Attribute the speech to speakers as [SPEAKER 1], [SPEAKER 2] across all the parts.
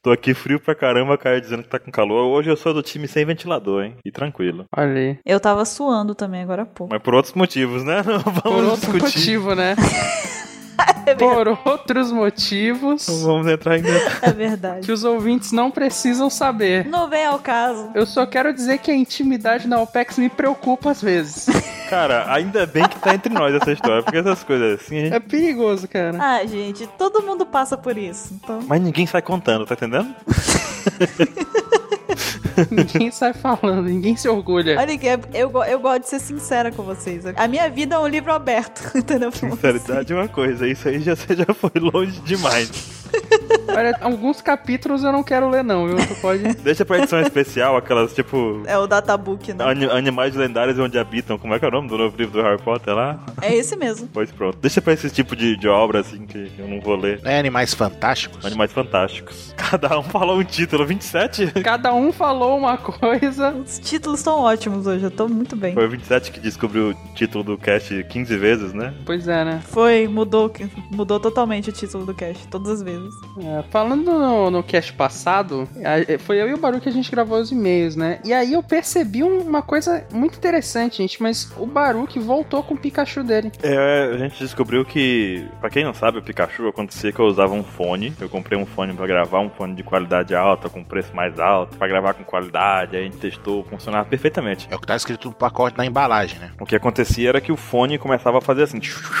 [SPEAKER 1] Tô aqui frio pra caramba, cara, dizendo que tá com calor. Hoje eu sou do time sem ventilador, hein? E tranquilo.
[SPEAKER 2] Olha aí.
[SPEAKER 3] Eu tava suando também agora há pouco.
[SPEAKER 1] Mas por outros motivos, né? Não vamos
[SPEAKER 2] Por outro
[SPEAKER 1] discutir.
[SPEAKER 2] motivo, né?
[SPEAKER 3] É, ver-
[SPEAKER 2] Por outros motivos
[SPEAKER 1] Não vamos entrar em detalhes.
[SPEAKER 3] é
[SPEAKER 2] que
[SPEAKER 3] verdade.
[SPEAKER 2] os ouvintes não precisam saber.
[SPEAKER 3] Não vem ao caso.
[SPEAKER 2] Eu só quero dizer que a intimidade na OPEX me preocupa às vezes.
[SPEAKER 1] Cara, ainda bem que tá entre nós essa história, porque essas coisas assim a gente.
[SPEAKER 2] É perigoso, cara.
[SPEAKER 3] Ah, gente, todo mundo passa por isso. Então,
[SPEAKER 1] Mas ninguém sai contando, tá entendendo?
[SPEAKER 2] Ninguém sai falando, ninguém se
[SPEAKER 1] É.
[SPEAKER 2] orgulha.
[SPEAKER 3] olha que eu, go- eu gosto de ser sincera com vocês. A minha vida é um livro aberto, entendeu? Pra vocês.
[SPEAKER 1] Sinceridade é uma coisa, isso aí já, você já foi longe demais.
[SPEAKER 2] Olha, alguns capítulos eu não quero ler, não, viu? Tu pode.
[SPEAKER 1] Deixa pra edição especial, aquelas tipo.
[SPEAKER 3] É o databook, né?
[SPEAKER 1] ani- Animais lendários e onde habitam. Como é que é o nome do novo livro do Harry Potter lá?
[SPEAKER 3] É esse mesmo.
[SPEAKER 1] Pois pronto. Deixa pra esse tipo de, de obra assim que eu não vou ler.
[SPEAKER 4] Não é Animais Fantásticos?
[SPEAKER 1] Animais Fantásticos. Cada um falou um título, 27?
[SPEAKER 2] Cada um falou uma coisa.
[SPEAKER 3] Os títulos estão ótimos hoje, eu tô muito bem.
[SPEAKER 1] Foi o 27 que descobriu o título do cast 15 vezes, né?
[SPEAKER 2] Pois é, né?
[SPEAKER 3] Foi, mudou, mudou totalmente o título do cast, todas as vezes.
[SPEAKER 2] É, falando no, no cast passado, a- é, foi eu e o Baru que a gente gravou os e-mails, né? E aí eu percebi um- uma coisa muito interessante, gente, mas o Baruque voltou com o Pikachu dele.
[SPEAKER 1] É, a gente descobriu que, pra quem não sabe, o Pikachu acontecia que eu usava um fone. Eu comprei um fone pra gravar, um fone de qualidade alta, com preço mais alto, pra gravar com qualidade. Aí a gente testou, funcionava perfeitamente.
[SPEAKER 4] É o que tá escrito no pacote na embalagem, né?
[SPEAKER 1] O que acontecia era que o fone começava a fazer assim.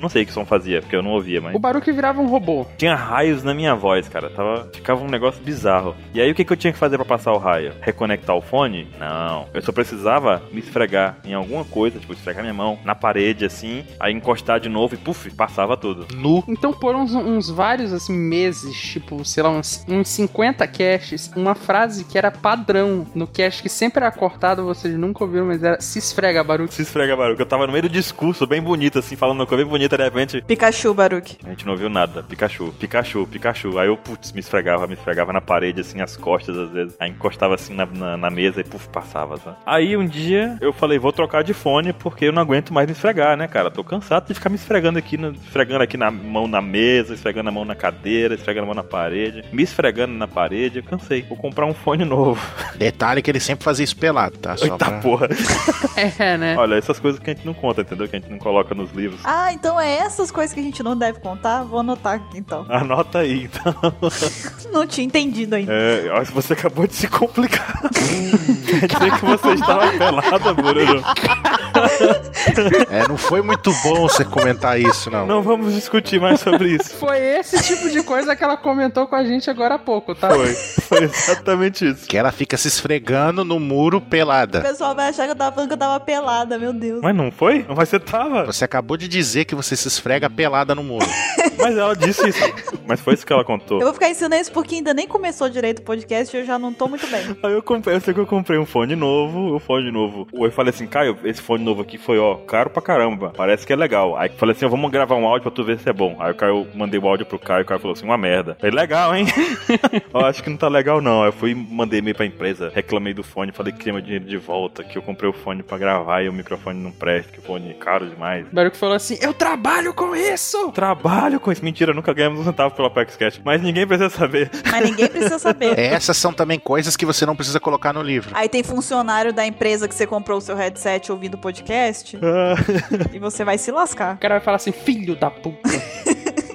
[SPEAKER 1] Não sei o que som fazia, porque eu não ouvia, mas.
[SPEAKER 2] O Baruque virava um robô.
[SPEAKER 1] Tinha raios na minha voz, cara. Tava, ficava um negócio bizarro. E aí o que, que eu tinha que fazer pra passar o raio? Reconectar o fone? Não. Eu só precisava me esfregar em alguma coisa, tipo, esfregar minha mão na parede, assim, aí encostar de novo e puf, passava tudo.
[SPEAKER 4] Nu.
[SPEAKER 2] Então por uns, uns vários assim, meses, tipo, sei lá, uns, uns 50 caches, uma frase que era padrão no cache que sempre era cortado, vocês nunca ouviram, mas era se esfrega, Baruque.
[SPEAKER 1] Se esfrega, Baruque. Eu tava no meio do discurso, bem bonito, assim, falando uma coisa bem bonita, de repente.
[SPEAKER 3] Pikachu, Baruque.
[SPEAKER 1] A gente não ouviu nada. Pikachu, Pikachu, Pikachu. Aí eu, putz, me esfregava, me esfregava na parede, assim, as costas, às vezes. Aí encostava, assim, na, na, na mesa e, puf, passava, sabe? Aí um dia eu falei, vou trocar de fone porque eu não aguento mais me esfregar, né, cara? Tô cansado de ficar me esfregando aqui, no- esfregando aqui na mão na mesa, esfregando a mão na cadeira, esfregando a mão na parede, me esfregando na parede. Eu cansei. Vou comprar um fone novo.
[SPEAKER 4] Detalhe que ele sempre fazia isso pelado, tá? Só
[SPEAKER 1] Eita
[SPEAKER 4] pra...
[SPEAKER 1] porra.
[SPEAKER 2] É, né?
[SPEAKER 1] Olha, essas coisas que a gente não conta, entendeu? Que a gente não coloca nos livros.
[SPEAKER 3] Ah, então é essas coisas que a gente não deve contar? Vou anotar aqui então.
[SPEAKER 1] Anota aí, então.
[SPEAKER 3] Não tinha entendido ainda.
[SPEAKER 1] É, acho que você acabou de se complicar. Quer dizer que você estava pelada, Bruno.
[SPEAKER 4] É, não foi muito bom você comentar isso, não.
[SPEAKER 1] Não vamos discutir mais sobre isso.
[SPEAKER 2] Foi esse tipo de coisa que ela comentou com a gente agora há pouco, tá?
[SPEAKER 1] Foi, foi exatamente isso.
[SPEAKER 4] Que ela fica se esfregando no muro
[SPEAKER 3] O
[SPEAKER 4] pelada.
[SPEAKER 3] pessoal vai achar que eu tava falando que eu tava pelada, meu Deus.
[SPEAKER 1] Mas não foi? Mas você tava.
[SPEAKER 4] Você acabou de dizer que você se esfrega pelada no muro.
[SPEAKER 1] Mas ela disse isso. Mas foi isso que ela contou.
[SPEAKER 3] Eu vou ficar ensinando isso porque ainda nem começou direito o podcast e eu já não tô muito bem.
[SPEAKER 1] Aí eu comprei, eu sei que eu comprei um fone novo, o fone novo. Eu falei assim, Caio, esse fone novo aqui foi, ó, caro pra caramba. Parece que é legal. Aí eu falei assim, ó, vamos gravar um áudio pra tu ver se é bom. Aí o Caio mandei o áudio pro Caio, o Caio falou assim, uma merda. Falei, legal, hein? Ó, acho que não tá legal, não. Aí eu fui mandei e-mail pra empresa, reclamei do fone, falei que queria meu dinheiro de volta, que eu comprei o fone pra gravar e o microfone não presta, que o fone é caro demais.
[SPEAKER 2] Baruque falou assim: Eu trabalho com isso!
[SPEAKER 1] Trabalho com isso. Mentira, nunca ganhamos um centavo pela Apex Cash. Mas ninguém precisa saber.
[SPEAKER 3] Mas ninguém precisa saber.
[SPEAKER 4] É, Essas são também coisas que você não precisa colocar no livro.
[SPEAKER 3] Aí tem funcionário da empresa que você comprou o seu headset ouvindo o podcast
[SPEAKER 1] Ah,
[SPEAKER 3] e você vai se
[SPEAKER 2] O
[SPEAKER 3] lascar.
[SPEAKER 2] cara vai falar assim: Filho da puta.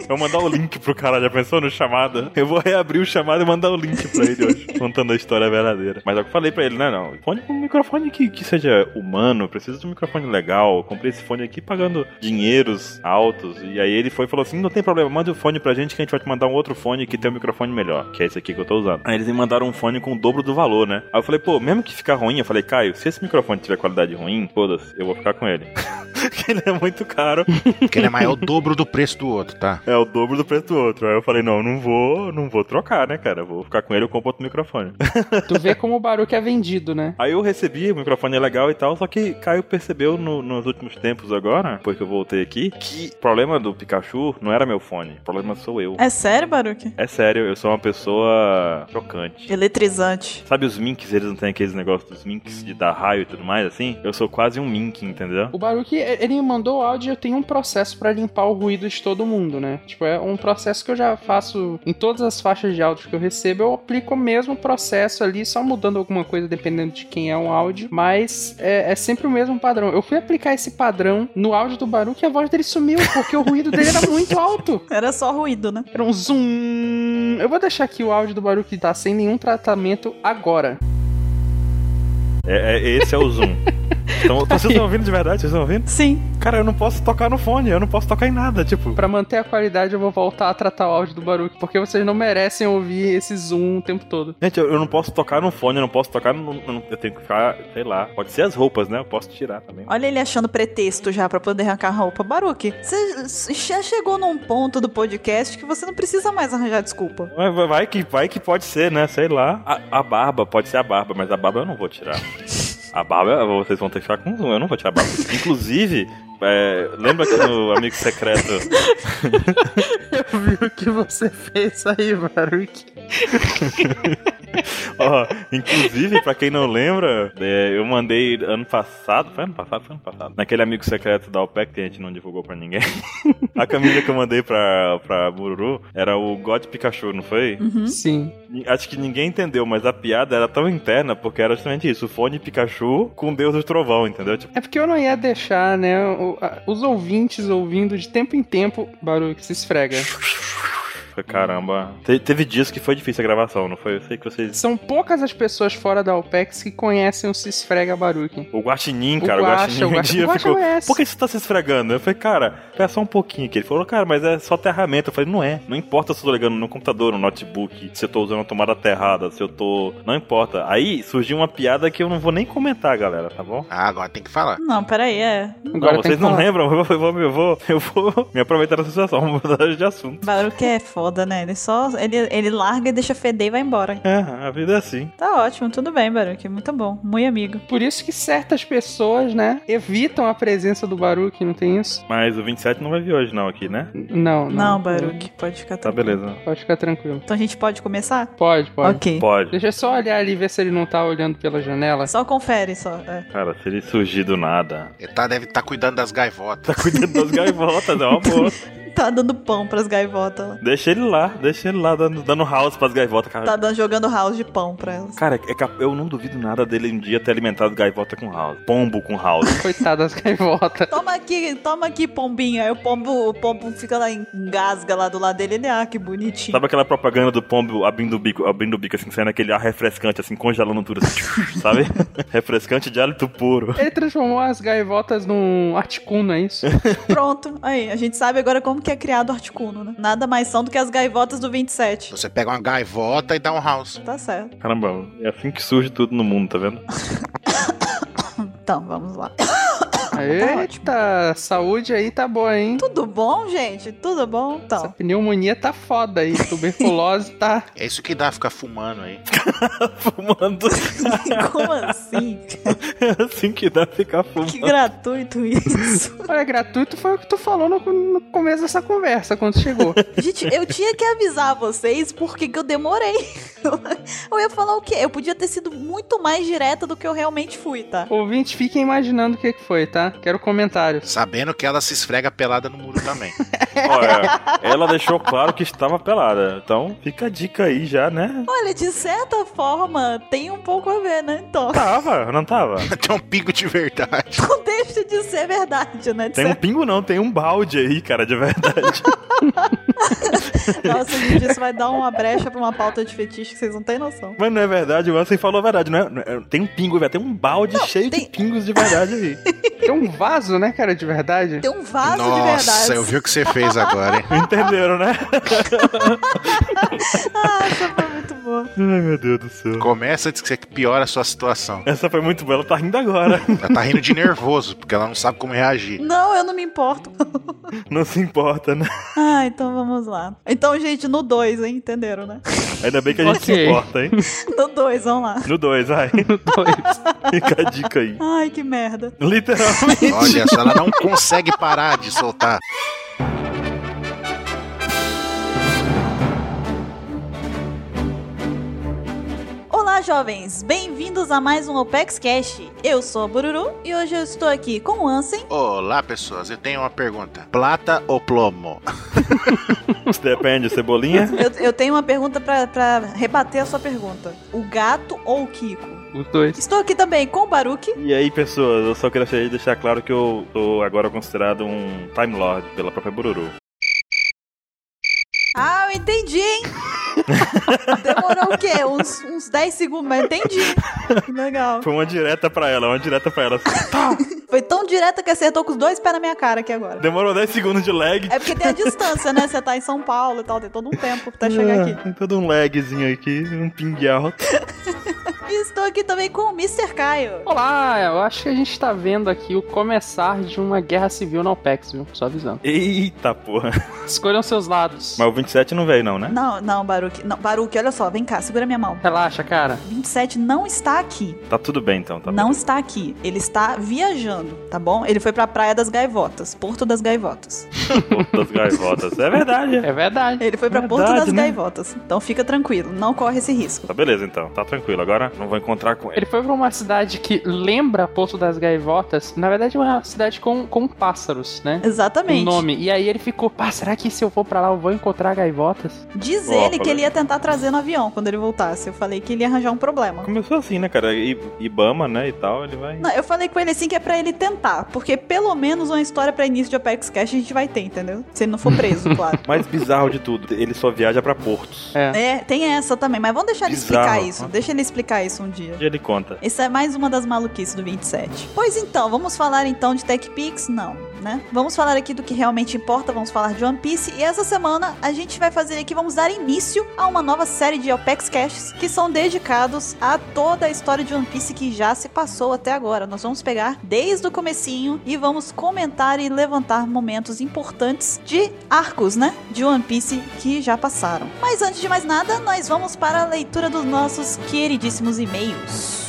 [SPEAKER 1] Eu vou mandar o link pro cara, já pensou no chamada? Eu vou reabrir o chamado e mandar o link pra ele hoje, contando a história verdadeira. Mas é o que eu falei pra ele, né? Não, fone com um microfone que, que seja humano, preciso de um microfone legal. Eu comprei esse fone aqui pagando dinheiros altos. E aí ele foi e falou assim: não tem problema, manda o fone pra gente que a gente vai te mandar um outro fone que tem um microfone melhor, que é esse aqui que eu tô usando. Aí eles me mandaram um fone com o dobro do valor, né? Aí eu falei, pô, mesmo que ficar ruim, eu falei, Caio, se esse microfone tiver qualidade ruim, foda-se, eu vou ficar com ele. Porque ele é muito caro.
[SPEAKER 4] Porque ele é maior o dobro do preço do outro, tá?
[SPEAKER 1] É o dobro do preço do outro. Aí eu falei, não, não vou, não vou trocar, né, cara? Vou ficar com ele, eu compro outro microfone.
[SPEAKER 2] Tu vê como o Baruque é vendido, né?
[SPEAKER 1] Aí eu recebi, o microfone é legal e tal, só que Caio percebeu no- nos últimos tempos agora, depois que eu voltei aqui, que o problema do Pikachu não era meu fone, o problema sou eu.
[SPEAKER 3] É sério, Baruque?
[SPEAKER 1] É sério, eu sou uma pessoa chocante.
[SPEAKER 3] Eletrizante.
[SPEAKER 1] Sabe os minks, eles não têm aqueles negócios dos minks de dar raio e tudo mais, assim? Eu sou quase um mink, entendeu?
[SPEAKER 2] O Baruque, ele me mandou o áudio e eu tenho um processo pra limpar o ruído de todo mundo, né? Tipo, é um processo que eu já faço em todas as faixas de áudio que eu recebo, eu aplico o mesmo processo ali, só mudando alguma coisa dependendo de quem é o áudio, mas é, é sempre o mesmo padrão. Eu fui aplicar esse padrão no áudio do Baruque e a voz dele sumiu, porque o ruído dele era muito alto.
[SPEAKER 3] Era só ruído, né?
[SPEAKER 2] Era um zoom. Eu vou deixar aqui o áudio do Baruque tá sem nenhum tratamento agora.
[SPEAKER 1] É, é- esse é o Zoom. Então, vocês estão ouvindo de verdade? Vocês estão ouvindo?
[SPEAKER 3] Sim.
[SPEAKER 1] Cara, eu não posso tocar no fone, eu não posso tocar em nada, tipo.
[SPEAKER 2] Pra manter a qualidade, eu vou voltar a tratar o áudio do Baruque, porque vocês não merecem ouvir esse zoom o tempo todo.
[SPEAKER 1] Gente, eu eu não posso tocar no fone, eu não posso tocar no. no- eu tenho que ficar, sei lá. Pode ser as roupas, né? Eu posso tirar também.
[SPEAKER 3] Olha ele achando pretexto já pra poder arrancar a roupa. Baruque, você já chegou num ponto do podcast que você não precisa mais arranjar desculpa.
[SPEAKER 1] Mas vai- Vai que, vai que pode ser, né? Sei lá. A, a barba, pode ser a barba, mas a barba eu não vou tirar. A barba, vocês vão ter que ficar com zoom, eu não vou tirar a barba. Inclusive, é, lembra que no Amigo Secreto
[SPEAKER 2] Eu vi o que você fez aí, Baruque.
[SPEAKER 1] Ó, inclusive, pra quem não lembra, é, eu mandei ano passado, foi ano passado, foi ano passado, naquele amigo secreto da OPEC que a gente não divulgou pra ninguém. a camisa que eu mandei pra, pra Bururu era o God Pikachu, não foi?
[SPEAKER 3] Uhum.
[SPEAKER 2] Sim.
[SPEAKER 1] Acho que ninguém entendeu, mas a piada era tão interna porque era justamente isso: o fone Pikachu com Deus do Trovão, entendeu? Tipo,
[SPEAKER 2] É porque eu não ia deixar, né, o- a- os ouvintes ouvindo de tempo em tempo, Baruque se esfrega.
[SPEAKER 1] caramba. Te- teve dias que foi difícil a gravação, não foi? Eu sei que vocês.
[SPEAKER 2] São poucas as pessoas fora da OPEX que conhecem o se esfrega Baruque.
[SPEAKER 1] O Guaxinim,
[SPEAKER 2] O
[SPEAKER 1] cara, o
[SPEAKER 2] Guaxa,
[SPEAKER 1] Guaxinim
[SPEAKER 2] o
[SPEAKER 1] um
[SPEAKER 2] Guaxa-
[SPEAKER 1] dia
[SPEAKER 2] o Guaxa é
[SPEAKER 1] ficou...
[SPEAKER 2] conhece.
[SPEAKER 1] Por que você tá se esfregando? Eu falei, cara, espera só um pouquinho aqui. Ele falou, cara, mas é só ferramenta. Eu falei, não é. Não importa se eu tô ligando no computador, no notebook, se eu tô usando a tomada aterrada, se eu tô... Não importa. Aí surgiu uma piada que eu não vou nem comentar, galera, tá bom?
[SPEAKER 4] Ah, agora tem que falar.
[SPEAKER 3] Não, peraí, é.
[SPEAKER 2] Agora
[SPEAKER 1] não,
[SPEAKER 2] tem
[SPEAKER 1] vocês
[SPEAKER 2] que
[SPEAKER 1] não
[SPEAKER 2] falar.
[SPEAKER 1] lembram? Eu vou, eu vou, eu vou, eu vou me aproveitar dessa situação, vou mudar de assunto.
[SPEAKER 3] Baruque é foda, né? Ele só. Ele, ele larga e deixa feder e vai embora.
[SPEAKER 1] É, a vida é assim.
[SPEAKER 3] Tá ótimo, tudo bem, Baruque. Muito bom. Muito amigo.
[SPEAKER 2] Por isso que certas pessoas, né, evitam a presença do Baruque, não tem isso?
[SPEAKER 1] Mas o 27 não vai vir hoje não aqui, né?
[SPEAKER 2] N- Não, não.
[SPEAKER 3] Não, Baruque, pode ficar
[SPEAKER 1] Tá,
[SPEAKER 3] tranquilo.
[SPEAKER 1] beleza.
[SPEAKER 2] Pode ficar tranquilo.
[SPEAKER 3] Então a gente pode começar?
[SPEAKER 2] Pode, pode.
[SPEAKER 3] Ok.
[SPEAKER 1] Pode.
[SPEAKER 2] Deixa eu só olhar ali e ver se ele não tá olhando pela janela.
[SPEAKER 3] Só confere, só. é.
[SPEAKER 1] Cara, se ele surgir do nada...
[SPEAKER 4] Ele tá, deve estar cuidando das gaivotas.
[SPEAKER 1] Tá cuidando das gaivotas, é uma boa.
[SPEAKER 3] Tá dando pão pras gaivotas lá.
[SPEAKER 1] Deixa ele lá, deixa ele lá, dando, dando house pras gaivotas, cara.
[SPEAKER 3] Tá dando, jogando house de pão pra elas.
[SPEAKER 1] Cara, é cap- eu não duvido nada dele um dia ter alimentado gaivota com house. Pombo com house.
[SPEAKER 2] Coitada das gaivotas.
[SPEAKER 3] Toma aqui, toma aqui, pombinha. Aí o pombo, o pombo fica lá, engasga lá do lado dele. Ele, ah, que bonitinho.
[SPEAKER 1] Sabe aquela propaganda do pombo abrindo o bico, abrindo o bico assim, saindo aquele ar refrescante, assim, congelando tudo, assim, sabe? refrescante de hálito puro.
[SPEAKER 2] Ele transformou as gaivotas num articuno, é isso?
[SPEAKER 3] Pronto. Aí, a gente sabe agora como que é criado o Articuno, né? Nada mais são do que as gaivotas do 27.
[SPEAKER 4] Você pega uma gaivota e dá um house.
[SPEAKER 3] Tá certo.
[SPEAKER 1] Caramba, é assim que surge tudo no mundo, tá vendo?
[SPEAKER 3] Então, vamos lá.
[SPEAKER 2] Eita, saúde aí tá boa, hein?
[SPEAKER 3] Tudo bom, gente? Tudo bom?
[SPEAKER 2] Essa
[SPEAKER 3] Então,
[SPEAKER 2] pneumonia tá foda aí. Tuberculose tá.
[SPEAKER 4] É isso que dá ficar fumando aí.
[SPEAKER 1] Fumando.
[SPEAKER 3] como assim?
[SPEAKER 1] É assim que dá ficar
[SPEAKER 3] Que
[SPEAKER 1] fumando.
[SPEAKER 3] gratuito isso.
[SPEAKER 2] Olha, é gratuito foi o que tu falou no, no começo dessa conversa, quando chegou.
[SPEAKER 3] Gente, eu tinha que avisar vocês porque que eu demorei. Eu ia falar o quê? Eu podia ter sido muito mais direta do que eu realmente fui, tá?
[SPEAKER 2] Ouvinte, fiquem imaginando o que que foi, tá? Quero comentários.
[SPEAKER 4] Sabendo que ela se esfrega pelada no muro também.
[SPEAKER 1] Olha, ela deixou claro que estava pelada. Então, fica a dica aí já, né?
[SPEAKER 3] Olha, de certa forma, tem um pouco a ver, né? Então,
[SPEAKER 1] Tava, não tava?
[SPEAKER 4] Tem um pingo de verdade.
[SPEAKER 3] não deixa de ser verdade, né? De
[SPEAKER 1] Tem um
[SPEAKER 3] certa...
[SPEAKER 1] pingo não, tem um balde aí, cara, de verdade.
[SPEAKER 3] Nossa, gente, isso vai dar uma brecha pra uma pauta de fetiche que vocês não têm noção.
[SPEAKER 1] Mas não é verdade, o Ansem falou a verdade, não é, não é- Tem um pingo, velho, tem um balde cheio de
[SPEAKER 3] tem-
[SPEAKER 1] pingos de verdade aí.
[SPEAKER 2] Tem um vaso, né, cara, de verdade?
[SPEAKER 3] Tem um vaso de verdade.
[SPEAKER 4] Nossa, eu vi o que você fez agora, hein?
[SPEAKER 1] Entenderam, né?
[SPEAKER 3] Ah, essa foi muito boa.
[SPEAKER 1] Ai, meu Deus do céu.
[SPEAKER 4] Começa antes que você piora a sua situação.
[SPEAKER 1] Essa foi muito boa, ela tá rindo agora.
[SPEAKER 4] Ela tá rindo de nervoso, porque ela não sabe como reagir.
[SPEAKER 3] Não, eu não me importo.
[SPEAKER 1] Não se importa, né?
[SPEAKER 3] Ah, então vamos lá. Então, gente, no 2, hein? Entenderam, né?
[SPEAKER 1] Ainda bem que a gente se
[SPEAKER 2] Ok.
[SPEAKER 1] importa, hein?
[SPEAKER 3] No 2, vamos lá.
[SPEAKER 1] No 2, ai.
[SPEAKER 2] Dois.
[SPEAKER 1] Fica a dica aí.
[SPEAKER 3] Ai, que merda.
[SPEAKER 1] Literalmente.
[SPEAKER 4] Olha só, ela não consegue parar de soltar.
[SPEAKER 3] Olá, jovens! Bem-vindos a mais um OPEX Cash. Eu sou a Bururu e hoje eu estou aqui com o Ansem.
[SPEAKER 4] Olá, pessoas. Eu tenho uma pergunta. Plata ou plomo?
[SPEAKER 1] Depende, cebolinha.
[SPEAKER 3] Eu, eu tenho uma pergunta pra, pra rebater a sua pergunta: o gato ou o Kiko?
[SPEAKER 2] Os dois.
[SPEAKER 3] Estou aqui também com o Baruque.
[SPEAKER 1] E aí, pessoas, eu só queria deixar claro que eu tô agora considerado um Time Lord pela própria Bururu.
[SPEAKER 3] Ah, eu entendi, hein? Demorou o quê? Uns, uns 10 segundos, mas eu entendi. Legal.
[SPEAKER 1] Foi uma direta pra ela, uma direta pra ela. assim.
[SPEAKER 3] Foi tão direta que acertou com os dois pés na minha cara aqui agora.
[SPEAKER 1] Demorou 10 segundos de lag.
[SPEAKER 3] É porque tem a distância, né? Você tá em São Paulo e tal, tem todo um tempo até chegar
[SPEAKER 1] Ah,
[SPEAKER 3] aqui.
[SPEAKER 1] Tem todo um lagzinho aqui, um ping alto.
[SPEAKER 3] E estou aqui também com o Mr. Caio.
[SPEAKER 2] Olá, eu acho que a gente tá vendo aqui o começar de uma guerra civil na OPEX, viu? Só avisando.
[SPEAKER 1] Eita porra.
[SPEAKER 2] Escolham seus lados.
[SPEAKER 1] Mas o 27 não veio, não, né?
[SPEAKER 3] Não, não, Baruque. Não, Baruque, olha só, vem cá, segura minha mão.
[SPEAKER 2] Relaxa, cara.
[SPEAKER 3] 27 não está aqui.
[SPEAKER 1] Tá tudo bem então, tá
[SPEAKER 3] não
[SPEAKER 1] bom.
[SPEAKER 3] está aqui. Ele está viajando, tá bom? Ele foi pra Praia das Gaivotas, Porto das Gaivotas.
[SPEAKER 1] Ponto das gaivotas. É verdade.
[SPEAKER 2] É verdade.
[SPEAKER 3] Ele foi pra Porto
[SPEAKER 1] Verdade,
[SPEAKER 3] das
[SPEAKER 1] né?
[SPEAKER 3] Gaivotas. Então fica tranquilo, não corre esse risco.
[SPEAKER 1] Tá beleza então, tá tranquilo. Agora não vou encontrar com ele.
[SPEAKER 2] Ele foi pra uma cidade que lembra Porto das Gaivotas. Na verdade, é uma cidade com, com pássaros, né?
[SPEAKER 3] Exatamente.
[SPEAKER 2] O nome. E aí ele ficou, pá, será que se eu for pra lá eu vou encontrar gaivotas?
[SPEAKER 3] Diz
[SPEAKER 1] Ó,
[SPEAKER 3] ele
[SPEAKER 1] falei.
[SPEAKER 3] que ele ia tentar trazer no avião quando ele voltasse. Eu falei que ele ia arranjar um problema.
[SPEAKER 1] Começou assim, né, cara? I- Ibama, né, e tal, ele vai...
[SPEAKER 3] Não, eu falei com ele assim que é pra ele tentar, porque pelo menos uma história pra início de Apex Cash a gente vai ter, entendeu? Se ele não for preso, claro.
[SPEAKER 1] Mais bizarro de tudo, ele só viaja pra portos.
[SPEAKER 2] É.
[SPEAKER 3] É, tem essa também, mas vamos deixar ele
[SPEAKER 1] Bizarro.
[SPEAKER 3] explicar isso. Deixa ele explicar isso um dia.
[SPEAKER 1] E ele conta.
[SPEAKER 3] Essa é mais uma das maluquices do 27. Pois então, vamos falar então de Tech Pix? Não, né? Vamos falar aqui do que realmente importa, vamos falar de One Piece. E essa semana a gente vai fazer aqui, vamos dar início a uma nova série de Opex Casts que são dedicados a toda a história de One Piece que já se passou até agora. Nós vamos pegar desde o comecinho e vamos comentar e levantar momentos importantes de arcos, né? De One Piece que já passaram. Mas antes de mais nada, nós vamos para a leitura dos nossos queridíssimos e-mails.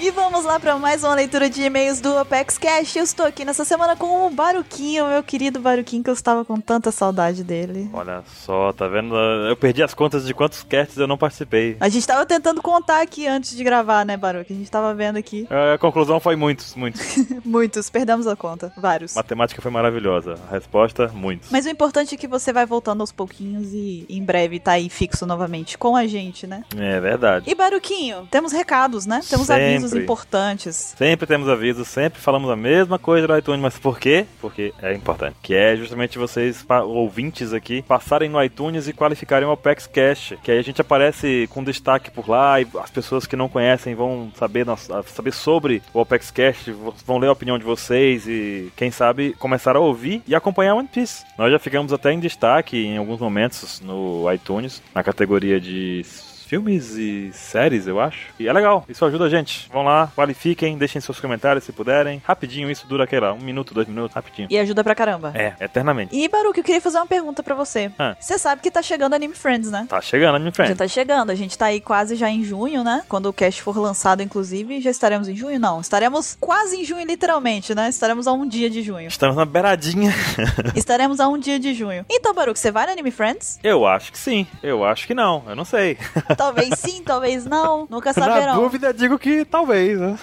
[SPEAKER 3] E vamos lá para mais uma leitura de e-mails do Apex Cash. Eu estou aqui nessa semana com o Baruquinho, meu querido Baruquinho, que eu estava com tanta saudade dele.
[SPEAKER 1] Olha só, tá vendo? Eu perdi as contas de quantos casts eu não participei.
[SPEAKER 3] A gente estava tentando contar aqui antes de gravar, né, Baruque? A gente estava vendo aqui.
[SPEAKER 1] É, A conclusão foi muitos, muitos.
[SPEAKER 3] Muitos, perdemos a conta. Vários.
[SPEAKER 1] Matemática foi maravilhosa. A resposta, muitos.
[SPEAKER 3] Mas o importante é que você vai voltando aos pouquinhos e em breve tá aí fixo novamente com a gente, né?
[SPEAKER 1] É verdade.
[SPEAKER 3] E Baruquinho, temos recados, né? Temos avisos
[SPEAKER 1] Sempre.
[SPEAKER 3] importantes.
[SPEAKER 1] Sempre temos avisos, sempre falamos a mesma coisa no iTunes, mas por quê? Porque é importante. Que é justamente vocês, pa- ouvintes aqui, passarem no iTunes e qualificarem o Apex Cash. Que aí a gente aparece com destaque por lá e as pessoas que não conhecem vão saber, nós- saber sobre o Apex Cash, vo- vão ler a opinião de vocês e, quem sabe, começar a ouvir e acompanhar One Piece. Nós já ficamos até em destaque em alguns momentos no iTunes, na categoria de filmes e séries, eu acho. E é legal, isso ajuda a gente. Vão lá, qualifiquem, deixem seus comentários se puderem. Rapidinho, isso dura, sei lá, um minuto, dois minutos, rapidinho.
[SPEAKER 3] E ajuda pra caramba.
[SPEAKER 1] É, eternamente.
[SPEAKER 3] E Baruque, eu queria fazer uma pergunta pra você.
[SPEAKER 1] Ah.
[SPEAKER 3] Você sabe que tá chegando Anime Friends, né?
[SPEAKER 1] Tá chegando, minha
[SPEAKER 3] Já
[SPEAKER 1] friend.
[SPEAKER 3] tá chegando, a gente tá aí quase já em junho, né? Quando o cast for lançado, inclusive, já estaremos em junho? Não, estaremos quase em junho, literalmente, né? Estaremos a um dia de junho.
[SPEAKER 1] Estamos na beiradinha.
[SPEAKER 3] estaremos a um dia de junho. Então, Baruque, você vai no Anime Friends?
[SPEAKER 1] Eu acho que sim. Eu acho que não. Eu não sei.
[SPEAKER 3] Talvez sim, talvez não, nunca
[SPEAKER 1] Na
[SPEAKER 3] saberão.
[SPEAKER 1] dúvida, digo que talvez. né?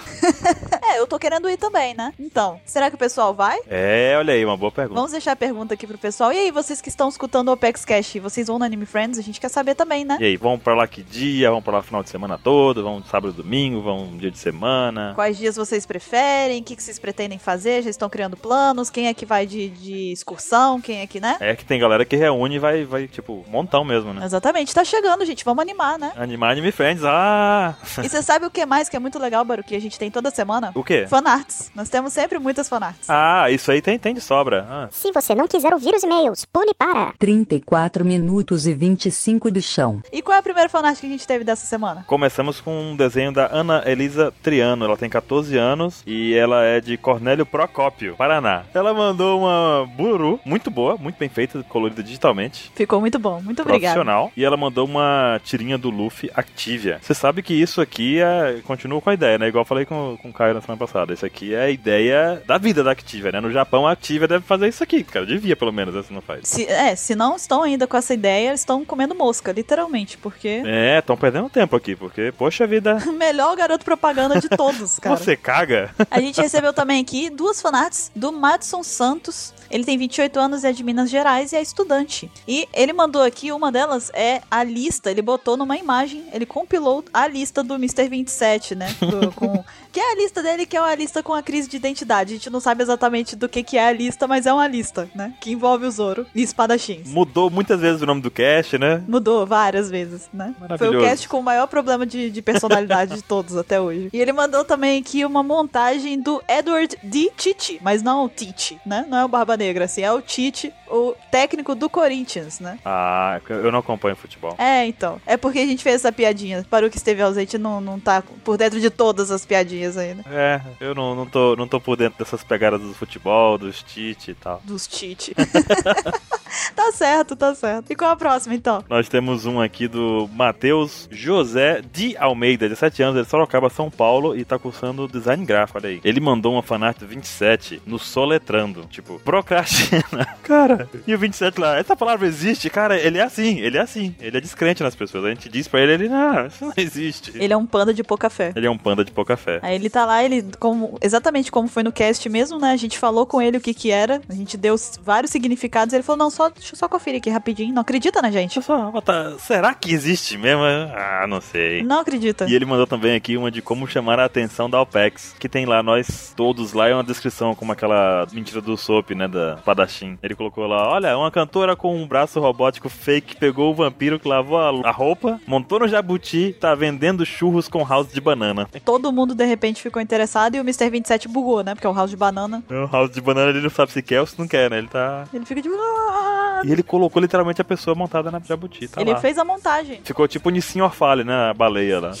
[SPEAKER 3] É, eu tô querendo ir também, né? Então, será que o pessoal vai?
[SPEAKER 1] É, olha aí, uma boa pergunta.
[SPEAKER 3] Vamos deixar a pergunta aqui pro pessoal. E aí, vocês que estão escutando o Apex Cash, vocês vão no Anime Friends? A gente quer saber também, né?
[SPEAKER 1] E aí, vão pra lá que dia? Vão pra lá final de semana todo? Vão sábado e domingo? Vão dia de semana?
[SPEAKER 3] Quais dias vocês preferem? O que, que vocês pretendem fazer? Já estão criando planos? Quem é que vai de, de excursão? Quem é que, né?
[SPEAKER 1] É que tem galera que reúne e vai, vai, tipo, montão mesmo, né?
[SPEAKER 3] Exatamente, tá chegando, gente. Vamos animar, né?
[SPEAKER 1] Animar Anime Friends, ah!
[SPEAKER 3] E você sabe o que mais que é muito legal, Baruque? A gente tem toda semana?
[SPEAKER 1] O quê?
[SPEAKER 3] Fanarts. Nós temos sempre muitas fanarts.
[SPEAKER 1] Ah, isso aí tem, tem de sobra. Ah.
[SPEAKER 5] Se você não quiser ouvir os e-mails, pule para.
[SPEAKER 6] 34 minutos e 25 do chão.
[SPEAKER 3] E qual é a primeira fanart que a gente teve dessa semana?
[SPEAKER 1] Começamos com um desenho da Ana Elisa Triano. Ela tem 14 anos e ela é de Cornélio Procópio, Paraná. Ela mandou uma bururu muito boa, muito bem feita, colorida digitalmente.
[SPEAKER 3] Ficou muito bom. Muito obrigada.
[SPEAKER 1] Profissional. E ela mandou uma tirinha do Luffy Activia. Você sabe que isso aqui é. Continua com a ideia, né? Igual eu falei com, com o Caio na semana passada. Isso aqui é a ideia da vida da Activia, né? No Japão, a Activia deve fazer isso aqui, cara. Devia, pelo menos, né? se não faz.
[SPEAKER 3] Se, é, se não estão ainda com essa ideia, eles estão comendo mosca, literalmente, porque
[SPEAKER 1] É, estão perdendo tempo aqui, porque, poxa vida,
[SPEAKER 3] melhor garoto propaganda de todos, cara.
[SPEAKER 1] É. você caga?
[SPEAKER 3] A gente recebeu também aqui duas fanarts do Madison Santos. Ele tem 28 anos e é de Minas Gerais e é estudante. E ele mandou aqui, uma delas é a lista. Ele botou numa imagem, ele compilou a lista do Mr. 27, né? Do- com- que é a lista dele, que é uma lista com a crise de identidade. A gente não sabe exatamente do que, que é a lista, mas é uma lista, né? Que envolve o Zoro e espadachins.
[SPEAKER 1] Mudou muitas vezes o nome do cast, né?
[SPEAKER 3] Mudou várias vezes, né? Foi o
[SPEAKER 1] Maravilhoso.
[SPEAKER 3] cast com o maior problema de, de personalidade de todos até hoje. E ele mandou também aqui uma montagem do Edward D. Tite, mas não o Tite, né? Não é o Barba Negra, assim, é o Tite, o técnico do Corinthians, né?
[SPEAKER 1] Ah, eu não acompanho futebol.
[SPEAKER 3] É, então. É porque a gente fez essa piadinha. Para o que esteve ausente não, não tá por dentro de todas as piadinhas né? ainda.
[SPEAKER 1] É, eu não, não, tô, não tô por dentro dessas pegadas do futebol, dos Tite e tal.
[SPEAKER 3] Dos Tite. tá certo, tá certo. E qual a próxima, então?
[SPEAKER 1] Nós temos um aqui do Matheus José de Almeida, 17 anos, ele é de Sorocaba, São Paulo, e tá cursando design gráfico, olha aí. Ele mandou uma fanart do 27 no Soletrando, tipo, procrastina. Cara, e o 27 lá, essa palavra existe? Cara, ele é assim, ele é assim. Ele é descrente nas pessoas. A gente diz pra ele, ele, não, isso não existe.
[SPEAKER 3] Ele é um panda de pouca fé.
[SPEAKER 1] Ele é um panda de pouca fé.
[SPEAKER 3] Aí ele tá lá, ele, como, exatamente como foi no cast mesmo, né? A gente falou com ele o que que era, a gente deu s- vários significados, ele falou, não, só, deixa eu só conferir aqui rapidinho, não acredita na gente?
[SPEAKER 1] Deixa eu só botar, será que existe mesmo? Ah, não sei.
[SPEAKER 3] Não acredita.
[SPEAKER 1] E ele mandou também aqui uma de como chamar a atenção da OPEX, que tem lá nós todos lá, é uma descrição como aquela mentira do Soap, né, da Padachim. Ele colocou lá, olha, uma cantora com um braço robótico fake pegou o vampiro que lavou a, a roupa, montou no jabuti, tá vendendo churros com house de banana.
[SPEAKER 3] Todo mundo, de repente, ficou interessado e o Mr. 27 bugou, né? Porque é o House de Banana.
[SPEAKER 1] O house de banana ele não sabe se quer ou se não quer, né, ele tá...
[SPEAKER 3] Ele fica tipo... "Ah".
[SPEAKER 1] E ele colocou literalmente a pessoa montada na jabuti, tá
[SPEAKER 3] ele
[SPEAKER 1] lá.
[SPEAKER 3] fez a montagem.
[SPEAKER 1] Ficou tipo o Senhor Fale, né, a baleia lá.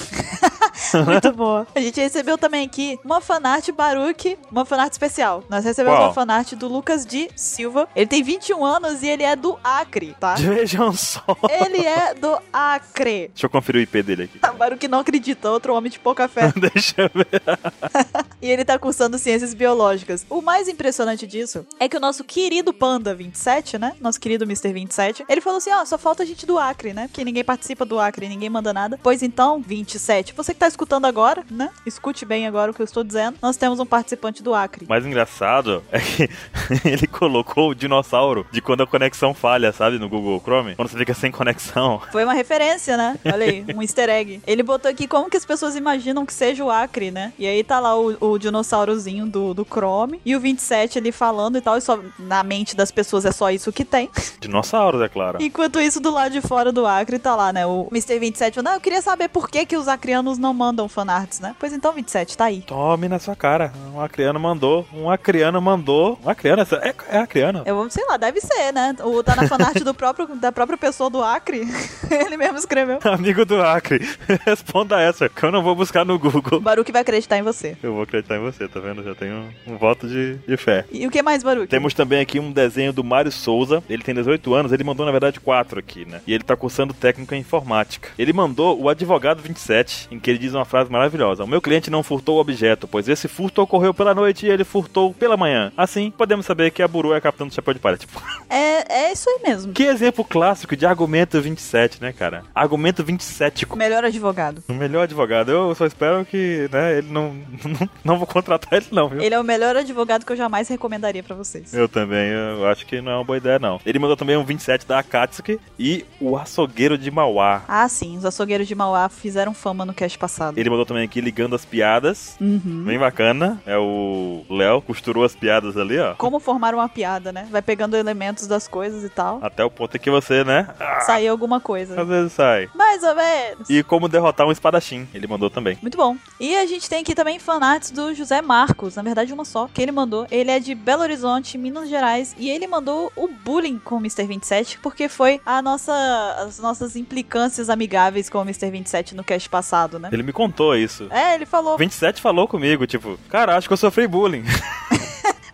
[SPEAKER 3] Muito boa. A gente recebeu também aqui uma fanart Baruque, uma fanart especial. Nós recebemos
[SPEAKER 1] Qual?
[SPEAKER 3] uma fanart do Lucas de Silva. Ele tem 21 anos e ele é do Acre, tá?
[SPEAKER 1] Vejam só.
[SPEAKER 3] ele é do Acre.
[SPEAKER 1] Deixa eu conferir o IP dele aqui.
[SPEAKER 3] Baruque não acredita, outro homem de pouca
[SPEAKER 1] É.
[SPEAKER 3] fé.
[SPEAKER 1] Deixa eu ver.
[SPEAKER 3] E ele tá cursando ciências biológicas. O mais impressionante disso é que o nosso querido Panda 27, né? Nosso querido Mr. 27, ele falou assim: ó, só falta gente do Acre, né? Porque ninguém participa do Acre, ninguém manda nada. Pois então, 27, você que tá escutando agora, né? Escute bem agora o que eu estou dizendo. Nós temos um participante do Acre.
[SPEAKER 1] O mais engraçado é que ele colocou o dinossauro de quando a conexão falha, sabe? No Google Chrome. Quando você fica sem conexão.
[SPEAKER 3] Foi uma referência, né? Olha aí, um easter egg. Ele botou aqui como que as pessoas imaginam que seja o Acre, né? E aí tá lá o, o dinossaurozinho do, do Chrome e o 27 ali falando e tal. E só na mente das pessoas é só isso que tem.
[SPEAKER 1] Dinossauros, é claro.
[SPEAKER 3] Enquanto isso, do lado de fora do Acre tá lá, né? O Mr. 27 falando, ah, eu queria saber por que, que os acrianos não mandam fanarts, né? Pois então, 27, tá aí.
[SPEAKER 1] Tome na sua cara. Um acriano mandou. Um acriano mandou. Um acriano? essa- É, é acriano?
[SPEAKER 3] Eu, sei lá, deve ser, né? O tá na fanart do próprio, da própria pessoa do Acre. Ele mesmo escreveu.
[SPEAKER 1] Amigo do Acre, responda essa, que eu não vou buscar no
[SPEAKER 3] O
[SPEAKER 1] Google.
[SPEAKER 3] Baruque vai acreditar em você.
[SPEAKER 1] Eu vou acreditar em você, tá vendo? Já tenho um voto de, de fé.
[SPEAKER 3] E o que mais, Baruque?
[SPEAKER 1] Temos também aqui um desenho do Mário Souza. Ele tem 18 anos, ele mandou na verdade 4 aqui, né? E ele tá cursando técnico em informática. Ele mandou o Advogado 27, em que ele diz uma frase maravilhosa: O meu cliente não furtou o objeto, pois esse furto ocorreu pela noite e ele furtou pela manhã. Assim, podemos saber que a Buru é a capitã do chapéu de palha. Tipo,
[SPEAKER 3] É, é isso aí mesmo.
[SPEAKER 1] que exemplo clássico de argumento 27, né, cara? Argumento 27.
[SPEAKER 3] Melhor advogado.
[SPEAKER 1] O melhor advogado. Eu só espero que, né, ele não. Não, não vou contratar ele, não, viu?
[SPEAKER 3] Ele é o melhor advogado que eu jamais recomendaria pra vocês.
[SPEAKER 1] Eu também, eu acho que não é uma boa ideia, não. Ele mandou também um 27 da Akatsuki e o açougueiro de Mauá.
[SPEAKER 3] Ah, sim, os açougueiros de Mauá fizeram fama no cast passado.
[SPEAKER 1] Ele mandou também aqui ligando as piadas.
[SPEAKER 3] Uhum.
[SPEAKER 1] Bem bacana. É o Léo, costurou as piadas ali, ó.
[SPEAKER 3] Como formar uma piada, né? Vai pegando elementos das coisas e tal.
[SPEAKER 1] Até o ponto em que você, né? ah,
[SPEAKER 3] Saiu alguma coisa.
[SPEAKER 1] Às vezes sai.
[SPEAKER 3] Mas mais ou menos.
[SPEAKER 1] E como derrotar um espadachim. Ele mandou também.
[SPEAKER 3] Muito bom. E a gente tem aqui também fanarts do José Marcos, na verdade uma só, que ele mandou. Ele é de Belo Horizonte, Minas Gerais, e ele mandou o bullying com o Mr. 27, porque foi a nossa, as nossas implicâncias amigáveis com o Mr. 27 no cast passado, né?
[SPEAKER 1] Ele me contou isso.
[SPEAKER 3] É, ele falou,
[SPEAKER 1] 27 falou comigo, tipo, cara, acho que eu sofri bullying.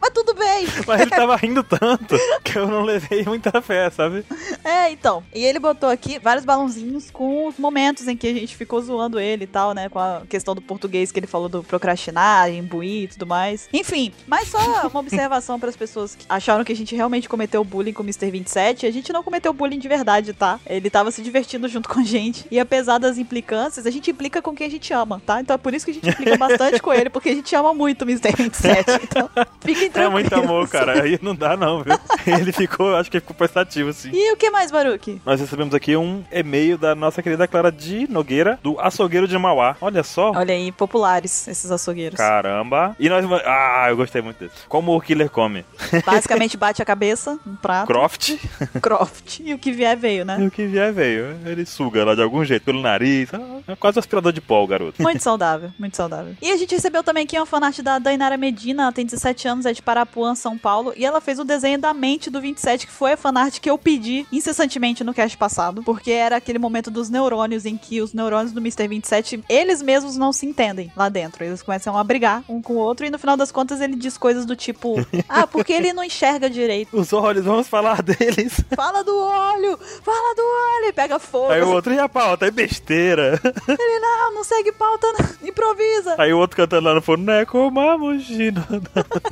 [SPEAKER 3] mas tudo bem.
[SPEAKER 1] Mas ele tava rindo tanto que eu não levei muita fé, sabe?
[SPEAKER 3] É, então. E ele botou aqui vários balãozinhos com os momentos em que a gente ficou zoando ele e tal, né? Com a questão do português que ele falou do procrastinar, imbuir e tudo mais. Enfim, mas só uma observação para as pessoas que acharam que a gente realmente cometeu bullying com o Mr. 27. A gente não cometeu bullying de verdade, tá? Ele tava se divertindo junto com a gente. E apesar das implicâncias, a gente implica com quem a gente ama, tá? Então é por isso que a gente implica bastante com ele, porque a gente ama muito o Mr. 27. Então, fiquem tranquilos.
[SPEAKER 1] É muito amor, cara. Aí não dá, não, viu? Ele ficou, acho que ele ficou prestativo, assim.
[SPEAKER 3] E o que mais, Baruque?
[SPEAKER 1] Nós recebemos aqui um e-mail da nossa querida Clara de Nogueira, do Açougueiro de Mauá. Olha só.
[SPEAKER 3] Olha aí, populares esses açougueiros.
[SPEAKER 1] Caramba. E nós. ma- Ah, eu gostei muito desse. Como o Killer come?
[SPEAKER 3] Basicamente bate a cabeça num prato,
[SPEAKER 1] Croft.
[SPEAKER 3] croft, e o que vier veio, né?
[SPEAKER 1] E o que vier veio. Ele suga ela de algum jeito, pelo nariz. Ah, É quase um aspirador de pó, o garoto.
[SPEAKER 3] Muito saudável, muito saudável. E a gente recebeu também aqui uma fanart da Dainara Medina, ela tem 17 anos, é de Parapuã, São Paulo, e ela fez um desenho da mente do 27, que foi a fanart que eu pedi incessantemente no cast passado, porque era aquele momento dos neurônios em que os neurônios do Mr. 27, eles mesmos não se entendem lá dentro, eles começam a brigar um com o outro, e no final das contas ele diz coisas do tipo, ah, porque ele não enxerga direito,
[SPEAKER 1] Os olhos, vamos falar deles.
[SPEAKER 3] fala do olho, fala do olho, e pega fogo,
[SPEAKER 1] Aí o outro, e a pauta? É besteira.
[SPEAKER 3] ele Ah, não, não segue pauta, não. improvisa.
[SPEAKER 1] Aí o outro cantando lá no fundo, né? Como a Mugina.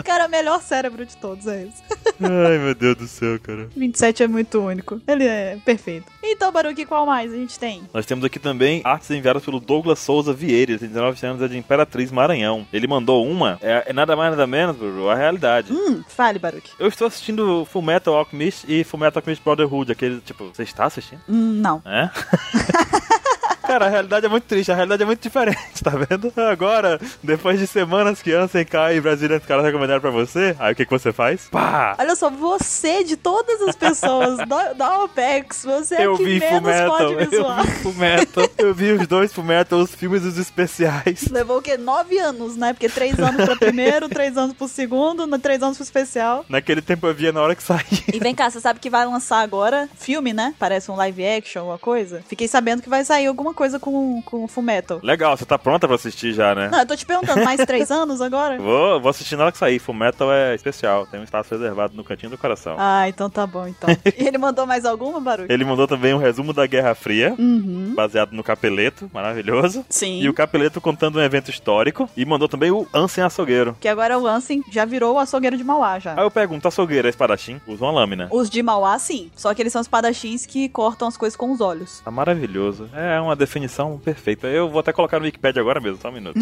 [SPEAKER 3] Cara, É o melhor cérebro de todos é esse.
[SPEAKER 1] Ai, meu Deus do céu, cara.
[SPEAKER 3] 27 é muito único. Ele é perfeito. Então, Baruque, qual mais a gente tem?
[SPEAKER 1] Nós temos aqui também artes enviadas pelo Douglas Souza Vieira, ele tem 19 anos, é de Imperatriz Maranhão. Ele mandou uma, é, é nada mais nada menos, Bruno, a realidade.
[SPEAKER 3] Hum, fale, Baruque.
[SPEAKER 1] Eu estou assistindo Full Metal Alchemist e Full Metal Alchemist Brotherhood, aquele tipo, você está assistindo?
[SPEAKER 3] Hum, não.
[SPEAKER 1] É? Cara, a realidade é muito triste, a realidade é muito diferente, tá vendo? Agora, depois de semanas que Ansem cai e Brasilian caras recomendaram pra você, aí o que, que você faz? Pá!
[SPEAKER 3] Olha só, você de todas as pessoas da, da OPEX, você é
[SPEAKER 1] eu
[SPEAKER 3] que
[SPEAKER 1] vi Full
[SPEAKER 3] menos
[SPEAKER 1] Metal,
[SPEAKER 3] pode
[SPEAKER 1] eu
[SPEAKER 3] me zoar.
[SPEAKER 1] vi Full Metal, eu vi os dois Full Metal, os filmes e os especiais.
[SPEAKER 3] Levou o quê? Nove anos, né? Porque três anos pro primeiro, três anos pro segundo, na- três anos pro especial.
[SPEAKER 1] Naquele tempo eu via na hora que saía.
[SPEAKER 3] E vem cá, você sabe que vai lançar agora filme, né? Parece um live action, alguma coisa. Fiquei sabendo que vai sair alguma coisa com, com Full Metal.
[SPEAKER 1] Legal, você tá pronta pra assistir já, né?
[SPEAKER 3] Não, eu tô te perguntando, mais três anos agora?
[SPEAKER 1] Vou, vou assistir na hora que sair. Full Metal é especial, tem um espaço reservado no cantinho do coração.
[SPEAKER 3] Ah, então tá bom, então. E ele mandou mais alguma, Baruque?
[SPEAKER 1] Ele mandou também um resumo da Guerra Fria,
[SPEAKER 3] Uhum.
[SPEAKER 1] baseado no Capeleto, maravilhoso.
[SPEAKER 3] Sim.
[SPEAKER 1] E o Capeleto contando um evento histórico. E mandou também o Ansem Açougueiro.
[SPEAKER 3] Que agora o Ansem já virou o açougueiro de Mauá, já.
[SPEAKER 1] Aí eu pergunto, açougueiro é espadachim? Usa uma lâmina.
[SPEAKER 3] Os de Mauá, sim. Só que eles são espadachins que cortam as coisas com os olhos.
[SPEAKER 1] Tá maravilhoso. É uma definição perfeita. Eu vou até colocar no Wikipedia agora mesmo, só um minuto.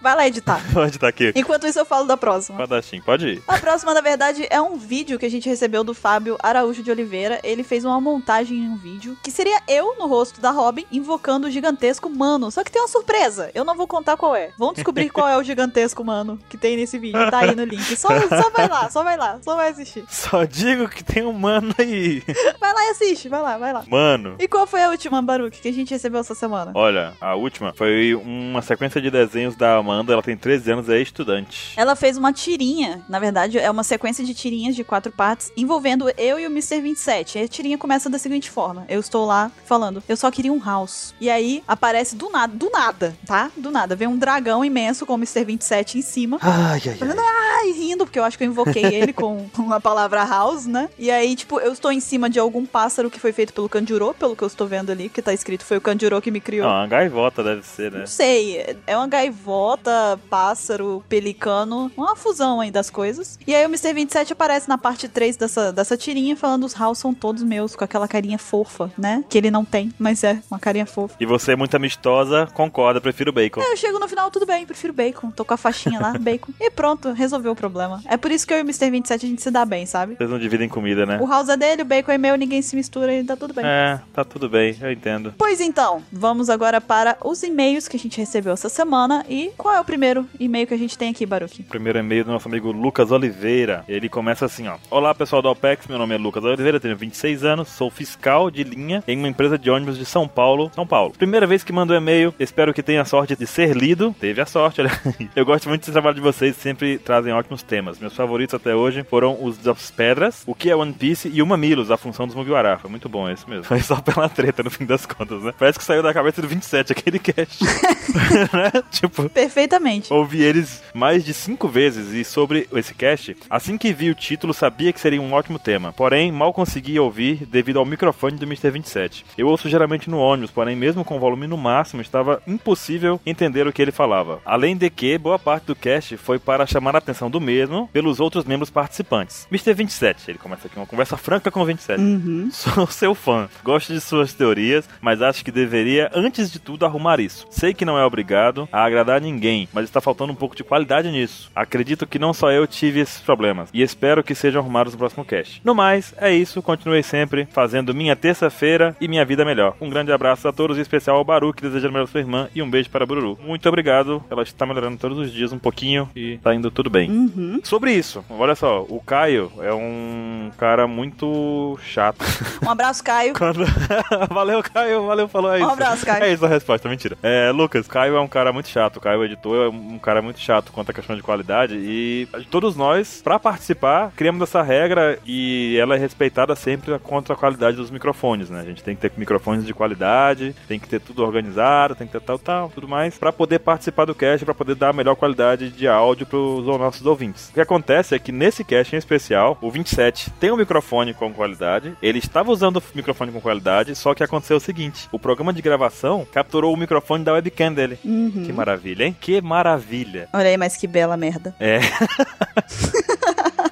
[SPEAKER 3] Vai lá editar.
[SPEAKER 1] Pode estar aqui.
[SPEAKER 3] Enquanto isso, eu falo da próxima.
[SPEAKER 1] Espadachim, pode ir.
[SPEAKER 3] A próxima, na verdade, é um vídeo que a gente recebeu do Fábio Araújo de Oliveira. Ele fez uma montagem em um vídeo, que seria eu no rosto da Robin invocando o gigantesco mano. Só que tem uma surpresa. Eu não vou contar qual é. Vão descobrir qual é o gigantesco mano que tem nesse vídeo. Tá aí no link. Só, só vai lá, só vai lá, só vai assistir.
[SPEAKER 1] Só digo que tem um mano aí.
[SPEAKER 3] Vai lá e assiste, vai lá, vai lá.
[SPEAKER 1] Mano,
[SPEAKER 3] E qual foi a última, Baruque, que a gente recebeu essa semana?
[SPEAKER 1] Olha, a última foi uma sequência de desenhos da Amanda. Ela tem 13 anos, é estudante.
[SPEAKER 3] Ela fez uma tirinha, na verdade, é uma sequência de tirinhas de quatro partes envolvendo eu e o Mr. 27. E a tirinha começa da seguinte forma: eu estou lá falando, eu só queria um house. E aí aparece do nada, do nada, tá? Do nada, vem um dragão imenso com o Mr. 27 em cima.
[SPEAKER 4] Ai, ai,
[SPEAKER 3] Fazendo ai rindo, porque eu acho que eu invoquei ele com com a palavra house, né? E aí, tipo, eu estou em cima de algum pássaro que foi feito pelo Kanjuro, pelo que eu estou vendo ali, que tá escrito foi o Kanjuro que me criou.
[SPEAKER 1] Não, uma gaivota deve ser, né?
[SPEAKER 3] Não sei, é- é uma gaivota, pássaro, pelicano, uma fusão aí das coisas. E aí o Mr. 27 aparece na parte 3 dessa, dessa tirinha falando os House são todos meus, com aquela carinha fofa, né? Que ele não tem, mas é uma carinha fofa.
[SPEAKER 1] E você é muito amistosa, concorda, prefiro bacon.
[SPEAKER 3] Aí eu chego no final, tudo bem, prefiro bacon. Tô com a faixinha lá, bacon. E pronto, resolveu o problema. problema. É por isso que eu e o Mr. 27 a gente se dá bem, sabe?
[SPEAKER 1] Vocês não dividem comida, né?
[SPEAKER 3] O house é dele, o bacon é meu, ninguém se mistura e tá tudo bem.
[SPEAKER 1] É, tá tudo bem, eu entendo.
[SPEAKER 3] Pois então, vamos agora para os e-mails que a gente recebeu essa semana. E qual é o primeiro e-mail que a gente tem aqui, Baruki?
[SPEAKER 1] Primeiro e-mail do nosso amigo Lucas Oliveira. Ele começa assim, ó. Olá, pessoal do OPEX. Meu nome é Lucas Oliveira, tenho 26 anos, sou fiscal de linha em uma empresa de ônibus de São Paulo, São Paulo. Primeira vez que mando um e-mail, espero que tenha a sorte de ser lido. Teve a sorte, olha aí. Eu gosto muito desse trabalho de vocês, sempre trazem ótimos temas. Meus favoritos até hoje foram os das pedras, o que é One Piece e o Mamilos, a função dos Mugiwara. Foi muito bom esse mesmo. Foi só pela treta, no fim das contas, né? Parece que saiu da cabeça do 27, aquele cast. né? Tipo,
[SPEAKER 3] Perfeitamente.
[SPEAKER 1] Ouvi eles mais de cinco vezes e sobre esse cast, assim que vi o título, sabia que seria um ótimo tema. Porém, mal consegui ouvir devido ao microfone do Mr. 27. Eu ouço geralmente no ônibus, porém, mesmo com o volume no máximo, estava impossível entender o que ele falava. Além de que, boa parte do cast foi para chamar a atenção do mesmo pelos outros membros participantes. Mr. 27, ele começa aqui uma conversa franca com o 27.
[SPEAKER 3] Uhum.
[SPEAKER 1] Sou seu fã, gosto de suas teorias, mas acho que deveria, antes de tudo, arrumar isso. Sei que não é obrigado a agradar ninguém, mas está faltando um pouco de qualidade nisso. Acredito que não só eu tive esses problemas, e espero que sejam arrumados no próximo cast. No mais, é isso, continuei sempre fazendo minha terça-feira e minha vida melhor. Um grande abraço a todos, em especial ao Baru, que deseja melhor sua irmã, e um beijo para a Bururu. Muito obrigado, ela está melhorando todos os dias um pouquinho e tá indo tudo bem.
[SPEAKER 3] Uhum.
[SPEAKER 1] Sobre isso, olha só, o Caio é um cara muito chato.
[SPEAKER 3] Um abraço, Caio.
[SPEAKER 1] Quando- valeu, Caio. Valeu, falou. É
[SPEAKER 3] Um
[SPEAKER 1] isso.
[SPEAKER 3] abraço, Caio.
[SPEAKER 1] É isso a resposta, mentira. É, Lucas, Caio é um cara muito chato. Caio, o editor, é um cara muito chato quanto à questão de qualidade. E todos nós, pra participar, criamos essa regra e ela é respeitada sempre quanto à qualidade dos microfones, né? A gente tem que ter microfones de qualidade, tem que ter tudo organizado, tem que ter tal, tal, tudo mais, pra poder participar do cast, pra poder dar a melhor qualidade de áudio pros nossos ouvintes. O que acontece é que nesse cast em especial, o 27 tem um microfone com qualidade, ele estava usando o microfone com qualidade, só que aconteceu o seguinte: o programa de gravação capturou o microfone da webcam dele. Que
[SPEAKER 3] Uhum.
[SPEAKER 1] maravilha, hein? Que maravilha.
[SPEAKER 3] Olha aí, mas que bela merda.
[SPEAKER 1] É.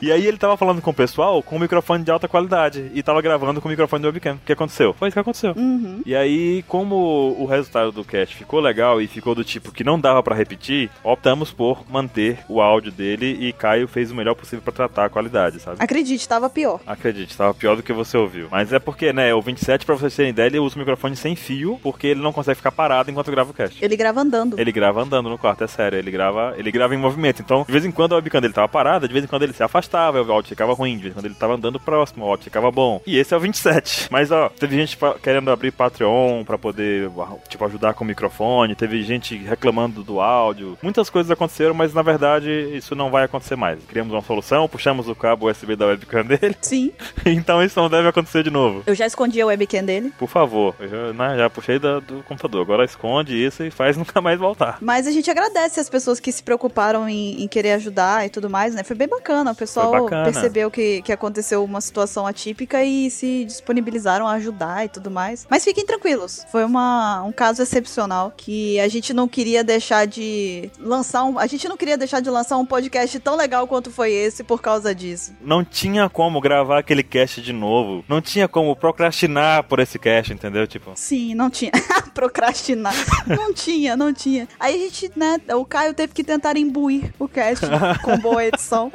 [SPEAKER 1] e aí ele tava falando com o pessoal com um microfone de alta qualidade e tava gravando com o microfone do webcam. O que aconteceu? Foi isso que aconteceu.
[SPEAKER 3] Uhum.
[SPEAKER 1] E aí, como o resultado do cast ficou legal e ficou do tipo que não dava pra repetir, optamos por manter o áudio dele e Caio fez o melhor possível pra tratar a qualidade, sabe?
[SPEAKER 3] Acredite, tava pior.
[SPEAKER 1] Acredite, tava pior do que você ouviu. Mas é porque, né, o 27, pra vocês terem ideia, ele usa o microfone sem fio, porque ele não consegue ficar parado enquanto grava o cast.
[SPEAKER 3] Ele grava andando.
[SPEAKER 1] Ele grava andando no quarto, é sério. Ele grava, ele grava em movimento. Então, de vez em quando a webcam dele tava parada, de vez em quando ele se afastava, o áudio ficava ruim, de vez em quando ele tava andando próximo, o áudio ficava bom. E esse é o 27. Mas ó, teve gente fa- querendo abrir Patreon pra poder, tipo, ajudar com o microfone, teve gente reclamando do áudio. Muitas coisas aconteceram, mas na verdade isso não vai acontecer mais. Criamos uma solução, puxamos o cabo USB da webcam dele,
[SPEAKER 3] Sim.
[SPEAKER 1] então isso não deve acontecer de novo.
[SPEAKER 3] Eu já escondi a webcam dele.
[SPEAKER 1] Por favor, eu já, né, já puxei da- do computador. Agora esconde isso e faz nunca mais voltar.
[SPEAKER 3] Mas a gente agradece as pessoas que se preocuparam em, em querer ajudar e tudo mais, né? Foi bem bacana. O pessoal
[SPEAKER 1] Foi bacana.
[SPEAKER 3] percebeu que, que aconteceu uma situação atípica e se disponibilizaram a ajudar e tudo mais. Mas fiquem tranquilos. Foi uma, um caso excepcional que a gente não queria deixar de lançar um. A gente não queria deixar de lançar um podcast tão legal quanto foi esse por causa disso.
[SPEAKER 1] não tinha como gravar aquele cast de novo. Não tinha como procrastinar por esse cast, entendeu? Tipo,
[SPEAKER 3] Sim, não tinha. Procrastinar. Não tinha, não tinha. Aí a gente, né? O Caio teve que tentar imbuir o cast com boa edição.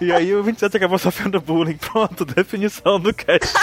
[SPEAKER 1] e aí o 27 acabou sofrendo bullying. Pronto, definição do cast.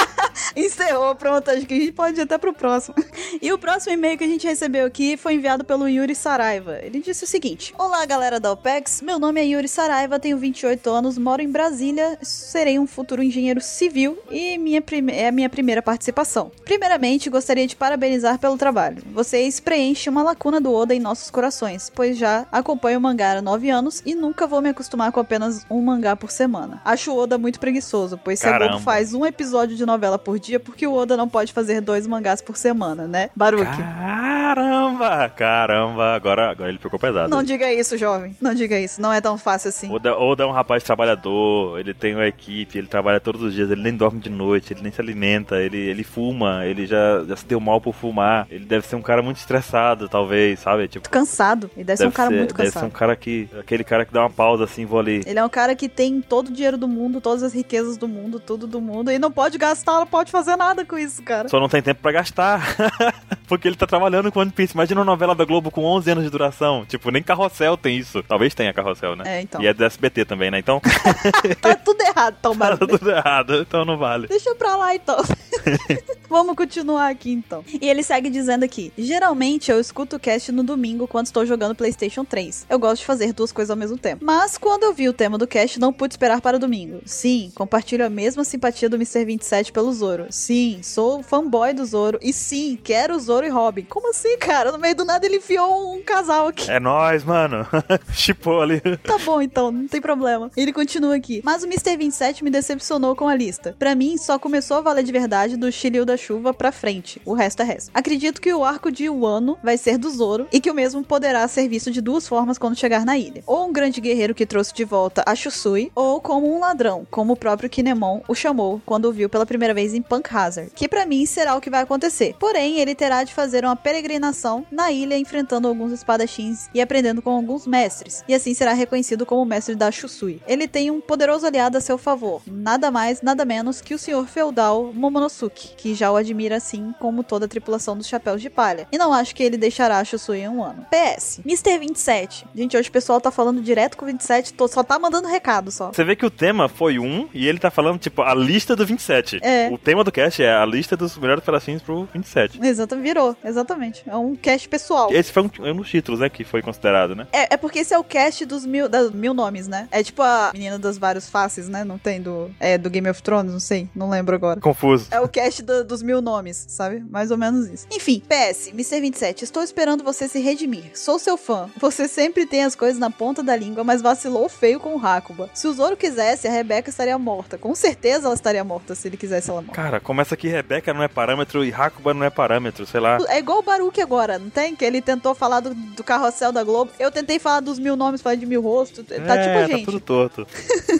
[SPEAKER 3] Encerrou, pronto. Acho que a gente pode ir até pro próximo. E o próximo e-mail que a gente recebeu aqui foi enviado pelo Yuri Saraiva. Ele disse o seguinte: Olá, galera da OPEX. Meu nome é Yuri Saraiva, tenho 28 anos, moro em Brasília, serei um futuro engenheiro civil e minha prime- é a minha primeira participação. Primeiramente, gostaria de parabenizar pelo trabalho. Vocês preenchem uma lacuna do Oda em nossos corações, pois já acompanho o mangá há 9 anos e nunca vou me acostumar com apenas um mangá por semana. Acho o Oda muito preguiçoso, pois se a Globo
[SPEAKER 1] Caramba.
[SPEAKER 3] faz um episódio de novela por dia, porque o Oda não pode fazer dois mangás por semana, né? Baruque.
[SPEAKER 1] Caramba, caramba. Agora, agora ele ficou pesado.
[SPEAKER 3] Não diga isso, jovem. Não diga isso. Não é tão fácil assim.
[SPEAKER 1] Oda, Oda é um rapaz trabalhador, ele tem uma equipe, ele trabalha todos os dias, ele nem dorme de noite, ele nem se alimenta, ele, ele fuma, ele já, já se deu mal por fumar. Ele deve ser um cara muito estressado, talvez, sabe? Tipo,
[SPEAKER 3] Muito cansado. E deve ser um cara muito
[SPEAKER 1] deve ser um
[SPEAKER 3] cansado.
[SPEAKER 1] cara que. Aquele cara que dá uma pausa assim, vou ali.
[SPEAKER 3] Ele é um cara que tem todo o dinheiro do mundo, todas as riquezas do mundo, tudo do mundo, e não pode gastar, não pode fazer nada com isso, cara.
[SPEAKER 1] Só não tem tempo pra gastar. Porque ele tá trabalhando com One Piece. Imagina uma novela da Globo com 11 anos de duração. Tipo, nem Carrossel tem isso. Talvez tenha Carrossel, né?
[SPEAKER 3] É, então.
[SPEAKER 1] E é do SBT também, né? Então,
[SPEAKER 3] Tá tudo errado, Tom
[SPEAKER 1] tá
[SPEAKER 3] Barulho.
[SPEAKER 1] tudo errado. Então não vale.
[SPEAKER 3] Deixa pra lá então. Vamos continuar aqui então. E ele segue dizendo aqui: Geralmente eu escuto o cast no domingo quando estou jogando PlayStation 3. Eu gosto de fazer duas coisas ao mesmo tempo. Mas quando eu vi o tema do cast, não pude esperar para o domingo. Sim, compartilho a mesma simpatia do Mr. 27 pelo Zoro. Sim, sou fanboy do Zoro. E sim, quero Zoro e Robin. Como assim, cara? No meio do nada ele enfiou um casal aqui.
[SPEAKER 1] É nóis, mano. Chipou ali.
[SPEAKER 3] Tá bom, então, não tem problema. Ele continua aqui. Mas o Mr. 27 me decepcionou com a lista. Pra mim, só começou a valer de verdade do Shiryu da Chuva pra frente. O resto é resto. Acredito que o arco de Wano vai ser do Zoro e que o mesmo poderá ser visto de duas formas quando chegar na ilha. Ou um grande guerreiro que trouxe de volta a Shusui, ou como um ladrão, como o próprio Kinemon o chamou quando o viu pela primeira vez em Punk Hazard. Que pra mim será o que vai acontecer. Porém, ele terá de fazer uma peregrinação na ilha enfrentando alguns espadachins e aprendendo com alguns mestres. E assim será reconhecido como o mestre da Shusui. Ele tem um poderoso aliado a seu favor, nada mais, nada menos que o senhor feudal Momonosuke, que já o admira assim como toda a tripulação dos Chapéus de Palha. E não acho que ele deixará a Shusui em um ano. PS, Mr. 27. Gente, hoje o pessoal tá falando direto com o 27, tô- só tá mandando recado só.
[SPEAKER 1] Você vê que o tema foi um e ele tá falando, tipo, a lista do 27.
[SPEAKER 3] É.
[SPEAKER 1] O tema do cast é a lista dos melhores pedacinhos pro 27.
[SPEAKER 3] Exatamente, virou, exatamente. É um cast pessoal.
[SPEAKER 1] Esse foi um, um dos títulos, né, que foi considerado, né?
[SPEAKER 3] É, é porque esse é o cast dos mil, da- mil nomes, né? É tipo a menina das várias faces, né? Não tem do, é, do Game of Thrones, não sei, não lembro agora.
[SPEAKER 1] Confuso.
[SPEAKER 3] É o cast do- dos mil nomes, sabe? Mais ou menos isso. Enfim, PS, Mr. 27, estou esperando você se redimir. Sou seu fã. Você sempre tem as coisas na ponta da língua, mas vacilou feio com o Hakuba. Se o Zoro quisesse, a Rebeca estaria morta. Com certeza ela estaria morta se ele quisesse ela morta.
[SPEAKER 1] Cara, começa que Rebeca não é parâmetro e Hakuba não é parâmetro, sei lá.
[SPEAKER 3] É igual o Baruque agora, não tem? Que ele tentou falar do, do carrossel da Globo. Eu tentei falar dos mil nomes, falar de mil rostos. Tá tipo
[SPEAKER 1] é,
[SPEAKER 3] a gente.
[SPEAKER 1] tá tudo torto.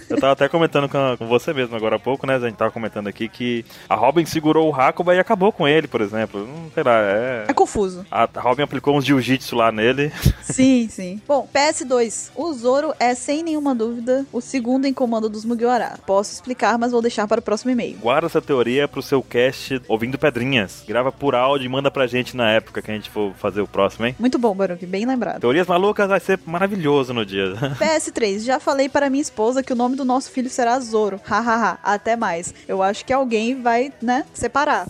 [SPEAKER 1] Eu tava até comentando com, a- com você mesmo agora há pouco, né? A gente tava comentando aqui que a Robin segurou o Hakuba e acabou com ele, por exemplo. Hum, sei lá, é.
[SPEAKER 3] É confuso.
[SPEAKER 1] A Robin aplicou uns jiu-jitsu lá nele.
[SPEAKER 3] Sim, sim. Bom, PS2. O Zoro é, sem nenhuma dúvida, o segundo em comando dos Mugiwara. Posso explicar, mas vou deixar para o próximo e-mail.
[SPEAKER 1] Guarda essa teoria pro seu cast ouvindo pedrinhas. Grava por áudio e manda pra gente na época que a gente for fazer o próximo, hein?
[SPEAKER 3] Muito bom, Baruque, bem lembrado.
[SPEAKER 1] Teorias malucas vai ser maravilhoso no dia.
[SPEAKER 3] PS3. Já falei para minha esposa que o nome do nosso filho será Zoro. Hahaha, até mais. Eu acho que alguém vai, né, separar.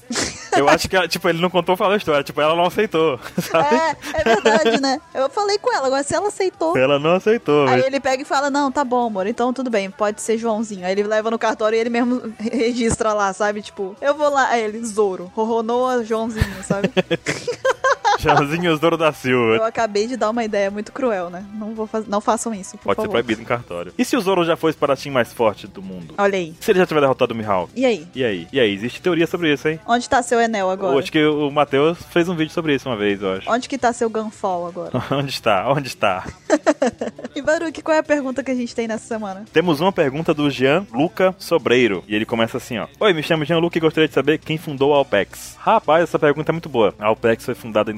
[SPEAKER 1] Eu acho que, ela, tipo, ele não contou falou a história. Tipo, ela não aceitou, sabe?
[SPEAKER 3] É, é verdade, né? Eu falei com ela, agora se ela aceitou.
[SPEAKER 1] Ela não aceitou,
[SPEAKER 3] Aí
[SPEAKER 1] velho.
[SPEAKER 3] ele pega e fala: Não, tá bom, amor, então tudo bem, pode ser Joãozinho. Aí ele leva no cartório e ele mesmo re- registra lá, sabe? Tipo, eu vou lá. Aí ele, Zoro, Roronoa Joãozinho, sabe?
[SPEAKER 1] Chãozinho Zoro da Silva.
[SPEAKER 3] eu acabei de dar uma ideia muito cruel, né? Não, vou faz... não façam isso, por
[SPEAKER 1] Pode ser
[SPEAKER 3] favor.
[SPEAKER 1] proibido em cartório. E se o Zoro já foi o espadachim mais forte do mundo?
[SPEAKER 3] Olha aí.
[SPEAKER 1] Se ele já tiver derrotado o Mihawk?
[SPEAKER 3] E aí?
[SPEAKER 1] E aí? E aí? Existe teoria sobre isso, hein?
[SPEAKER 3] Onde tá seu Enel
[SPEAKER 1] Eu
[SPEAKER 3] agora?
[SPEAKER 1] acho que o Matheus fez um vídeo sobre isso uma vez, eu acho.
[SPEAKER 3] Onde que tá seu Gunfall agora?
[SPEAKER 1] Onde está? Onde está?
[SPEAKER 3] e Baruque, qual é a pergunta que a gente tem nessa semana?
[SPEAKER 1] Temos uma pergunta do Jean Luca Sobreiro. E ele começa assim, ó. Oi, me chamo Jean Luca e gostaria de saber quem fundou a Alpex. Rapaz, essa pergunta é muito boa. A Alpex foi fundada em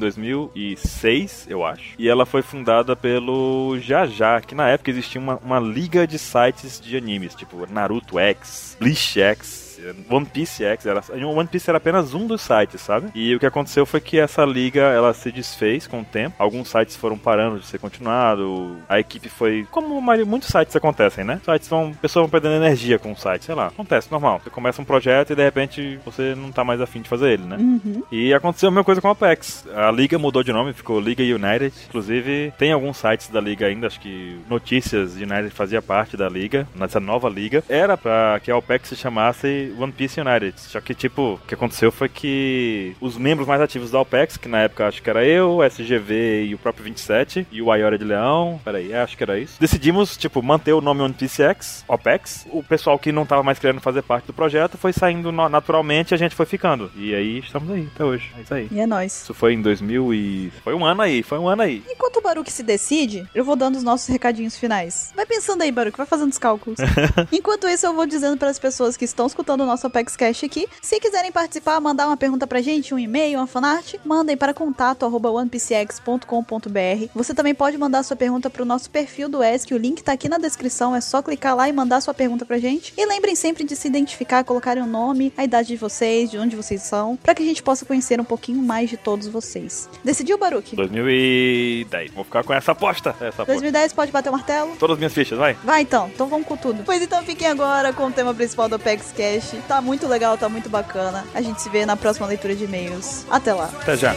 [SPEAKER 1] 2006, eu acho. E ela foi fundada pelo Jajá, que na época existia uma, uma liga de sites de animes, tipo Naruto X, Bleach X, One Piece X, era, One Piece era apenas um dos sites, sabe? E o que aconteceu foi que essa liga, ela se desfez com o tempo. Alguns sites foram parando de ser continuado, a equipe foi... Como a maioria- muitos sites acontecem, né? Sites vão... Pessoas vão perdendo energia com o site, sei lá. Acontece, normal. Você começa um projeto e, de repente, você não tá mais afim de fazer ele, né?
[SPEAKER 3] Uhum.
[SPEAKER 1] E aconteceu a mesma coisa com a Apex. A liga mudou de nome, ficou Liga United. Inclusive, tem alguns sites da liga ainda, acho que Notícias United fazia parte da liga, nessa nova liga. Era pra que a Apex se chamasse One Piece United. Só que, tipo, o que aconteceu foi que os membros mais ativos da Apex, que na época acho que era eu, o SGV e o próprio 27, e o Ayora de Leão, peraí, é, acho que era isso. Decidimos, tipo, manter o nome One Piece X, OPEX. O pessoal que não tava mais querendo fazer parte do projeto foi saindo no- naturalmente e a gente foi ficando. E aí estamos aí, até hoje. É isso aí.
[SPEAKER 3] E é nóis.
[SPEAKER 1] Isso foi em 2000 e... Foi um ano aí, foi um ano aí.
[SPEAKER 3] Enquanto o Baruque se decide, eu vou dando os nossos recadinhos finais. Vai pensando aí, Baruque, vai fazendo os cálculos. Enquanto isso, eu vou dizendo para as pessoas que estão escutando encerrando o nosso Apex Cash aqui. Se quiserem participar, mandar uma pergunta pra gente, um e-mail, uma fanart, mandem para contato arroba onepcx.com.br. Você também pode mandar sua pergunta pro nosso perfil do ESC, o link tá aqui na descrição, é só clicar lá e mandar sua pergunta pra gente. E lembrem sempre de se identificar, colocarem o nome, a idade de vocês, de onde vocês são, pra que a gente possa conhecer um pouquinho mais de todos vocês. Decidiu, Baruque?
[SPEAKER 1] 2010. Vou ficar com essa aposta. Essa aposta.
[SPEAKER 3] 2010 pode bater o martelo?
[SPEAKER 1] Todas as minhas fichas, vai.
[SPEAKER 3] Vai então, então vamos com tudo. Pois então fiquem agora com o tema principal do Apex Cash. Tá muito legal, tá muito bacana. A gente se vê na próxima leitura de e-mails. Até lá.
[SPEAKER 1] Até já.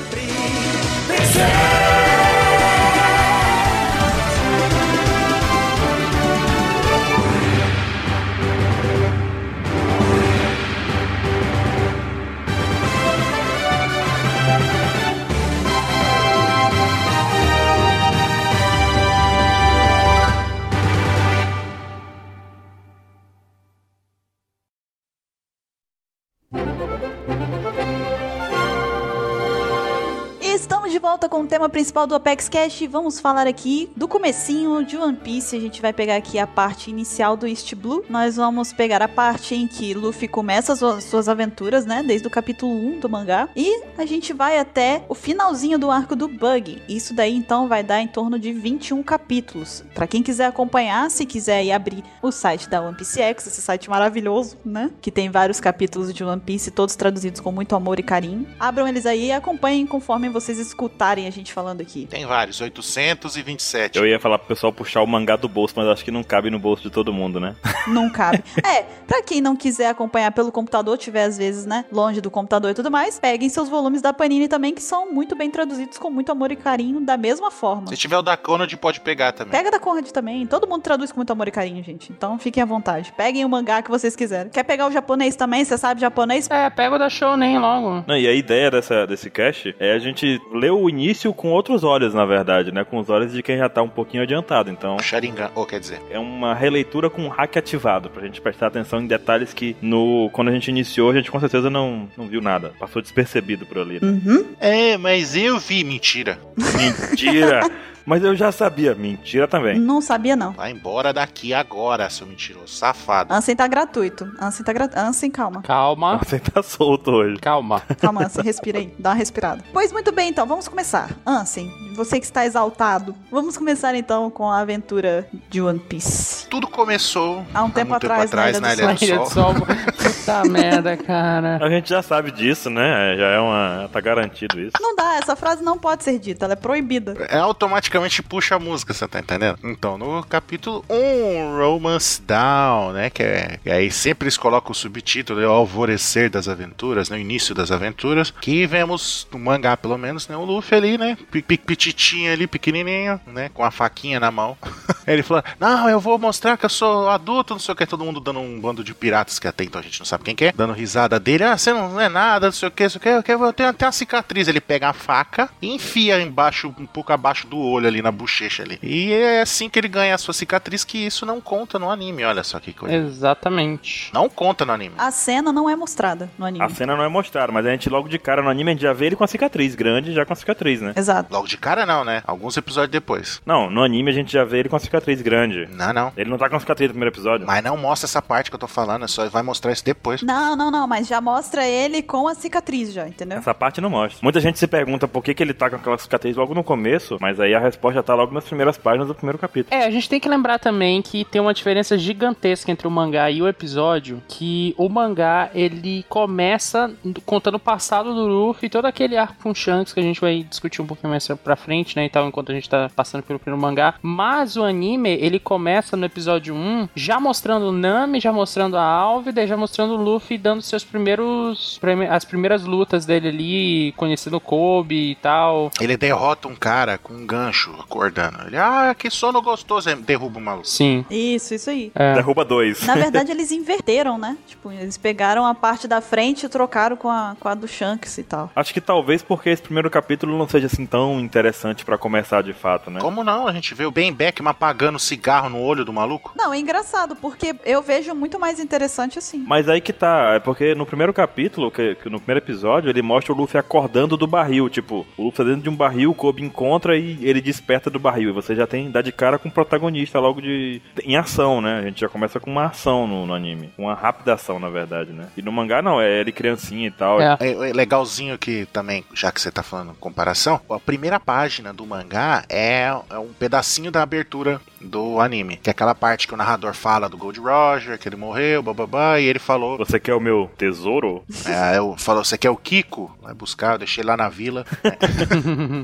[SPEAKER 3] E Estamos de volta com o tema principal do Apex Cash e vamos falar aqui do comecinho de One Piece. A gente vai pegar aqui a parte inicial do East Blue. Nós vamos pegar a parte em que Luffy começa as suas- suas aventuras, né? Desde o capítulo 1 do mangá. E a gente vai até o finalzinho do arco do Bug. Isso daí então vai dar em torno de 21 capítulos. Pra quem quiser acompanhar, se quiser ir abrir o site da One Piece X, esse site maravilhoso, né? Que tem vários capítulos de One Piece, todos traduzidos com muito amor e carinho. Abram eles aí e acompanhem conforme vocês escutarem a gente falando aqui.
[SPEAKER 4] Tem vários, 827.
[SPEAKER 1] Eu ia falar pro pessoal puxar o mangá do bolso, mas acho que não cabe no bolso de todo mundo, né?
[SPEAKER 3] Não cabe. É, pra quem não quiser acompanhar pelo computador, tiver às vezes, né, longe do computador e tudo mais, peguem seus volumes da Panini também, que são muito bem traduzidos com muito amor e carinho, da mesma forma.
[SPEAKER 4] Se tiver o da Conrad, pode pegar também.
[SPEAKER 3] Pega da Conrad também. Todo mundo traduz com muito amor e carinho, gente. Então fiquem à vontade. Peguem o mangá que vocês quiserem. Quer pegar o japonês também? Você sabe japonês?
[SPEAKER 2] É, pega o da Shounen logo.
[SPEAKER 1] Não, e a ideia dessa, desse cast é a gente ler o início com outros olhos, na verdade, né? Com os olhos de quem já tá um pouquinho adiantado. Então,
[SPEAKER 4] Sharingan, ou quer dizer,
[SPEAKER 1] é uma releitura com hack ativado, pra gente prestar atenção em detalhes que no quando a gente iniciou, a gente com certeza não, não viu nada. Passou despercebido por ali.
[SPEAKER 3] Uhum.
[SPEAKER 4] É, mas eu vi. Mentira.
[SPEAKER 1] Mentira! Mas eu já sabia, mentira também.
[SPEAKER 3] Não sabia, não.
[SPEAKER 4] Vai embora daqui agora, seu mentiroso. Safado.
[SPEAKER 3] Ansem tá gratuito. Ansem tá gratuito. Ansem, calma.
[SPEAKER 2] Calma,
[SPEAKER 1] Você tá solto hoje.
[SPEAKER 2] calma.
[SPEAKER 3] Calma, Ansem, respira aí. Dá uma respirada. Pois muito bem, então. Vamos começar. Ansem, você que está exaltado. Vamos começar, então, com a aventura de One Piece.
[SPEAKER 4] Tudo começou
[SPEAKER 3] Há um
[SPEAKER 4] Há
[SPEAKER 3] tempo
[SPEAKER 4] muito tempo
[SPEAKER 3] atrás,
[SPEAKER 4] atrás,
[SPEAKER 3] na
[SPEAKER 4] né,
[SPEAKER 3] Ilha do
[SPEAKER 4] na
[SPEAKER 3] Sol.
[SPEAKER 4] Ilha
[SPEAKER 2] Ilha do Sol. Puta merda, cara.
[SPEAKER 1] A gente já sabe disso, né? Já é uma. Tá garantido isso.
[SPEAKER 3] Não dá, essa frase não pode ser dita, ela é proibida.
[SPEAKER 4] É, automaticamente puxa a música, você tá entendendo? Então, no capítulo 1, Romance Down, né? Que é, e aí sempre eles colocam o subtítulo, né, o alvorecer das aventuras, né? O início das aventuras. Que vemos no mangá, pelo menos, né? O Luffy ali, né? pi- pi- Pititinho ali, pequenininho, né? Com a faquinha na mão. ele falando, não, eu vou mostrar que eu sou adulto, não sei o que. Todo mundo dando um bando de piratas que até então a gente não sabe quem que é. Dando risada dele, ah, você não é nada, não sei o que, não sei o que. Eu quero- eu tenho até a cicatriz. Ele pega a faca e enfia embaixo, um pouco abaixo do olho ali, na bochecha ali. E é assim que ele ganha a sua cicatriz, que isso não conta no anime, olha só que
[SPEAKER 2] É.
[SPEAKER 4] coisa.
[SPEAKER 2] Exatamente.
[SPEAKER 4] Não conta no anime.
[SPEAKER 3] A cena não é mostrada no anime.
[SPEAKER 1] A cena não é mostrada, mas a gente logo de cara no anime a gente já vê ele com a cicatriz grande, já com a cicatriz, né?
[SPEAKER 3] Exato.
[SPEAKER 4] Logo de cara não, né? Alguns episódios depois.
[SPEAKER 1] Não, no anime a gente já vê ele com a cicatriz grande.
[SPEAKER 4] Não, não.
[SPEAKER 1] Ele não tá com a cicatriz no primeiro episódio?
[SPEAKER 4] Mas não mostra essa parte que eu tô falando, é só vai mostrar isso depois.
[SPEAKER 3] Não, não, não, mas já mostra ele com a cicatriz já, entendeu?
[SPEAKER 1] Essa parte não mostra. Muita gente se pergunta por que, que ele tá com aquela cicatriz logo no começo, mas aí a resposta já tá logo nas primeiras páginas do primeiro capítulo.
[SPEAKER 2] É, a gente tem que lembrar também que tem uma diferença gigantesca entre o mangá e o episódio, que o mangá, ele começa contando o passado do Luffy e todo aquele arco com o Shanks, que a gente vai discutir um pouquinho mais pra frente, né, e tal, enquanto a gente tá passando pelo primeiro mangá. Mas o anime, ele começa no episódio 1, já mostrando o Nami, já mostrando a Alvida, já mostrando o Luffy dando seus primeiros... prime- as primeiras lutas dele ali, conhecendo o Kobe e tal,
[SPEAKER 4] Ele derrota um cara com um gancho acordando. Ele, ah, que sono gostoso. Aí Derruba o maluco.
[SPEAKER 2] Sim.
[SPEAKER 3] Isso, isso aí.
[SPEAKER 2] É.
[SPEAKER 1] Derruba dois.
[SPEAKER 3] Na verdade, eles inverteram, né? Tipo, eles pegaram a parte da frente e trocaram com a, com a do Shanks e tal.
[SPEAKER 1] Acho que talvez porque esse primeiro capítulo não seja assim tão interessante pra começar de fato, né?
[SPEAKER 4] Como não? A gente vê o Ben Beck, uma apagando cigarro no olho do maluco?
[SPEAKER 3] Não, é engraçado, porque eu vejo muito mais interessante assim.
[SPEAKER 1] Mas aí que tá, é porque no primeiro capítulo, que, que no primeiro episódio, ele mostra o Luffy acordando do barril. Tipo, o Luffy tá dentro de um barril, o Kobe encontra e ele desperta do barril. E você já tem, dá de cara com o protagonista logo de. em ação, né? A gente já começa com uma ação no, no anime. Uma rápida ação, na verdade, né? E no mangá não, é ele criancinha e tal.
[SPEAKER 2] É.
[SPEAKER 4] É, é legalzinho que também, já que você tá falando comparação, a primeira página do mangá é, é um pedacinho da abertura do anime. Que é aquela parte que o narrador fala do Gold Roger, que ele morreu, bababá, e ele falou.
[SPEAKER 1] Você quer o meu tesouro?
[SPEAKER 4] É, eu falou, você quer o Kiko? Vai buscar, eu deixei lá na vila.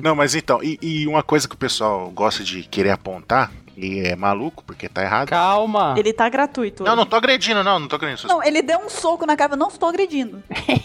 [SPEAKER 4] Não, mas então, e, e uma coisa que o pessoal gosta de querer apontar, e é maluco, porque tá errado.
[SPEAKER 2] Calma.
[SPEAKER 3] Ele tá gratuito.
[SPEAKER 4] Não, não tô agredindo, não, não tô agredindo.
[SPEAKER 3] Não, ele deu um soco na cara, eu não estou agredindo.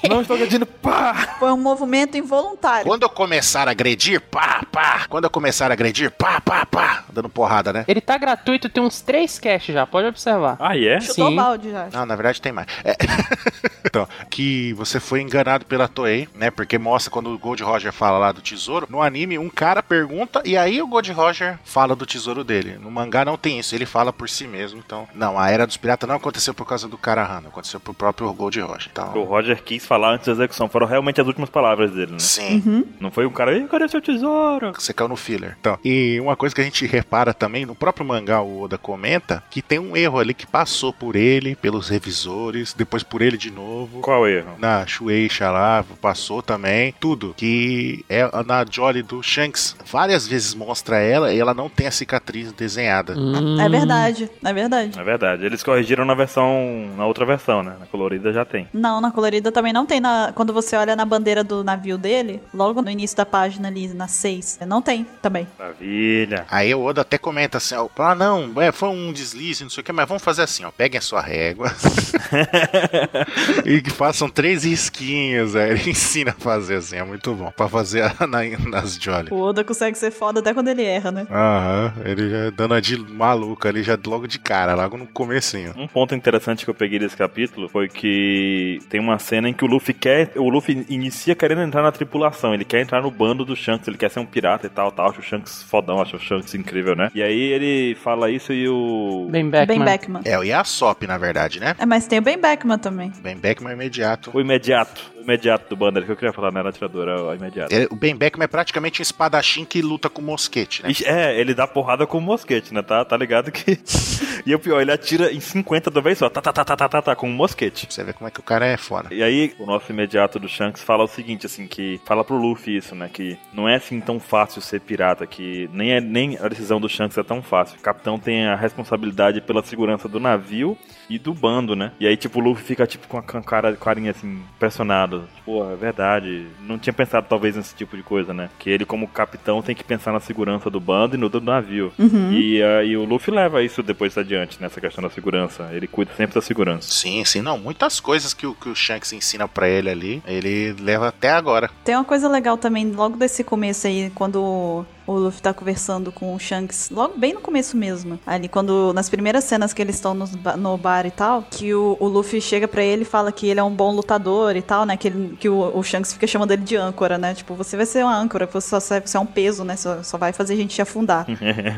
[SPEAKER 1] Não estou agredindo, pá!
[SPEAKER 3] Foi um movimento involuntário.
[SPEAKER 4] Quando eu começar a agredir, pá, pá. Quando eu começar a agredir, pá, pá, pá. Dando porrada, né?
[SPEAKER 2] Ele tá gratuito, tem uns três cash já, pode observar.
[SPEAKER 1] Ah, é?
[SPEAKER 3] Chutou
[SPEAKER 2] Sim.
[SPEAKER 3] balde já.
[SPEAKER 4] Não, na verdade tem mais. É. então, que você foi enganado pela Toei, né? Porque mostra quando o Gold Roger fala lá do tesouro. No anime, um cara pergunta e aí o Gold Roger fala do tesouro dele. No mangá não tem isso, ele fala por si mesmo. Então, não, a Era dos Piratas não aconteceu por causa do cara Hano, aconteceu pro próprio Gold Roger.
[SPEAKER 1] O
[SPEAKER 4] Então,
[SPEAKER 1] Roger quis falar antes da execução. Foram realmente as últimas palavras dele, né?
[SPEAKER 4] sim.
[SPEAKER 3] Uhum.
[SPEAKER 1] Não foi um cara, ei, cadê seu tesouro?
[SPEAKER 4] Você caiu no filler. Então, e uma coisa que a gente repara também, no próprio mangá o Oda comenta, que tem um erro ali que passou por ele, pelos revisores, depois por ele de novo.
[SPEAKER 1] Qual erro?
[SPEAKER 4] na Shueisha lá, passou também, tudo. Que é na Jolly do Shanks. Várias vezes mostra ela e ela não tem a cicatriz desenhada.
[SPEAKER 2] Hum.
[SPEAKER 3] É verdade, é verdade.
[SPEAKER 1] É verdade, eles corrigiram na versão. na outra versão, né? Na colorida já tem.
[SPEAKER 3] Não, na colorida também não tem. Na, quando você olha na bandeira do navio dele, logo no início da página ali, na 6, não tem também.
[SPEAKER 1] Maravilha.
[SPEAKER 4] Aí o Oda até comenta assim, ó, ah não, é, foi um deslize, não sei o que, mas vamos fazer assim, ó, peguem a sua régua e que façam três risquinhos, aí ele ensina a fazer assim, é muito bom, pra fazer a- na- nas Jolly.
[SPEAKER 3] O Oda consegue ser foda até quando ele erra, né?
[SPEAKER 4] Aham, ele já é dando a de maluca ali, já logo de cara, logo no comecinho.
[SPEAKER 1] Um ponto interessante que eu peguei desse capítulo foi que tem uma cena em que o Luffy quer. O Luffy inicia querendo entrar na tripulação. Ele quer entrar no bando do Shanks, ele quer ser um pirata e tal, tal. Acha o Shanks fodão, acha o Shanks incrível, né? E aí ele fala isso e o.
[SPEAKER 2] Bem back,
[SPEAKER 3] ben
[SPEAKER 2] man.
[SPEAKER 3] Beckman.
[SPEAKER 4] É, o Yasop, na verdade, né?
[SPEAKER 3] É, mas tem o Ben Beckman também.
[SPEAKER 4] Bem Beckman imediato.
[SPEAKER 1] O imediato. O imediato do bando, era o que eu queria falar, não era atirador, era o imediato.
[SPEAKER 4] Ele- o Ben Beckman é praticamente um espadachim que luta com mosquete, né?
[SPEAKER 1] Ixi, É, ele dá porrada com o mosquete, né? Tá, tá ligado que. e o pior, ele atira em 50 da vez só. Tá, tá, tá, tá, tá, tá, tá, com um mosquete.
[SPEAKER 4] Você vê como é que o cara é fora.
[SPEAKER 1] E aí, o nosso imediato do Shanks fala o seguinte, assim, que fala pro Luffy isso, né? Que não é assim tão fácil ser pirata, que nem, é, nem a decisão do Shanks é tão fácil. O capitão tem a responsabilidade pela segurança do navio e do bando, né? E aí, tipo, o Luffy fica, tipo, com a ca- cara, carinha, assim, impressionado. Pô, é verdade. Não tinha pensado, talvez, nesse tipo de coisa, né? Que ele, como capitão, tem que pensar na segurança do bando e no do navio. E aí o Luffy leva isso depois adiante, nessa questão da segurança. Ele cuida sempre da segurança.
[SPEAKER 4] Sim, sim, não. Muitas coisas que o, que o Shanks ensina pra ele ali, ele leva até agora.
[SPEAKER 3] Tem uma coisa legal também, logo desse começo aí, quando o Luffy tá conversando com o Shanks, logo bem no começo mesmo, ali, quando, nas primeiras cenas que eles estão nos ba- no, bar e tal, que o, o Luffy chega pra ele e fala que ele é um bom lutador e tal, né, que, ele- que o, o Shanks fica chamando ele de âncora, né, tipo, você vai ser uma âncora, você só, serve- você é um peso, né, só, só vai fazer a gente afundar.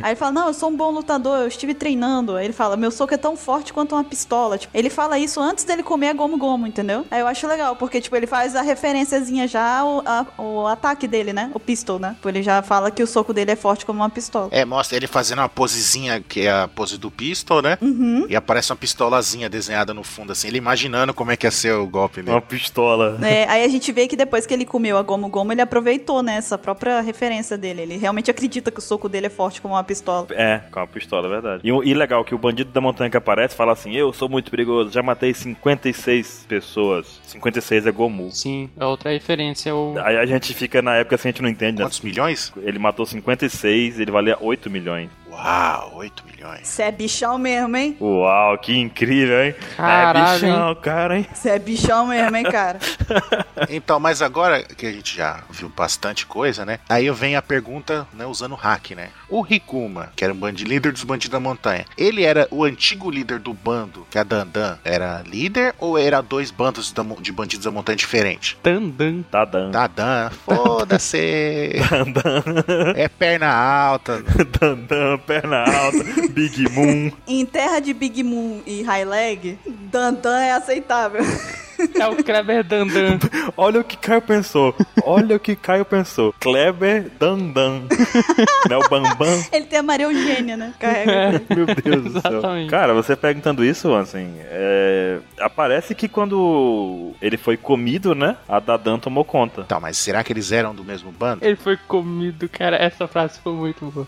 [SPEAKER 3] Aí ele fala, não, eu sou um bom lutador, eu estive treinando. Aí ele fala, meu soco é tão forte quanto uma pistola. Tipo, ele fala isso antes dele comer a gomo gomo, entendeu? Aí eu acho legal, porque, tipo, ele faz a referenciazinha já ao a- ao ataque dele, né? O pistol, né? Tipo, ele já fala que o soco dele é forte como uma pistola.
[SPEAKER 4] É, mostra ele fazendo uma posezinha que é a pose do pistol, né?
[SPEAKER 3] Uhum.
[SPEAKER 4] E aparece uma pistolazinha desenhada no fundo, assim, ele imaginando como é que ia ser o golpe dele.
[SPEAKER 1] Uma pistola.
[SPEAKER 3] É, aí a gente vê que depois que ele comeu a gomo gomo, ele aproveitou, né? Essa própria referência dele. Ele realmente acredita que o soco dele é forte como uma pistola.
[SPEAKER 1] É, com uma pistola, é verdade. E, o- e legal que o bandido da montanha que aparece fala assim: Eu sou muito perigoso, já matei 56 pessoas. 56 é Gomu.
[SPEAKER 2] Sim, é outra referência. O...
[SPEAKER 1] Aí a gente fica na época assim, a gente não entende, né?
[SPEAKER 4] Quantos milhões?
[SPEAKER 1] Ele matou 56, ele valia 8 milhões.
[SPEAKER 4] Uau, 8 milhões.
[SPEAKER 3] Cê é bichão mesmo, hein?
[SPEAKER 1] Uau, que incrível, hein?
[SPEAKER 2] Caralho,
[SPEAKER 1] é bichão, cara, hein?
[SPEAKER 3] Cê é bichão mesmo, hein, cara?
[SPEAKER 4] Então, mas agora que a gente já viu bastante coisa, né? Aí eu venho a pergunta, né, usando hack, né? O Rikuma, que era um bandido, líder dos bandidos da montanha, ele era o antigo líder do bando, que a Dandan era líder, ou era dois bandos da mon- de bandidos da montanha diferente?
[SPEAKER 2] Tandan.
[SPEAKER 1] Tá dando.
[SPEAKER 4] Dadan, foda-se!
[SPEAKER 1] Dandan,
[SPEAKER 4] É perna alta.
[SPEAKER 1] dandan, perna alta, Big Moon.
[SPEAKER 3] Em terra de Big Moon e High Leg, Dandan é aceitável.
[SPEAKER 2] É o Kleber Dandan.
[SPEAKER 1] Olha o que Caio pensou. Olha o que Caio pensou. Kleber Dandan. Não é o Bambam?
[SPEAKER 3] Ele tem a Maria Eugênia, né? Carrega.
[SPEAKER 1] Meu Deus do céu.
[SPEAKER 2] Exatamente.
[SPEAKER 1] Cara, você perguntando isso, assim, é... aparece que quando ele foi comido, né? A Dadan tomou conta.
[SPEAKER 4] Tá, mas será que eles eram do mesmo bando?
[SPEAKER 2] Ele foi comido, cara. Essa frase foi muito boa.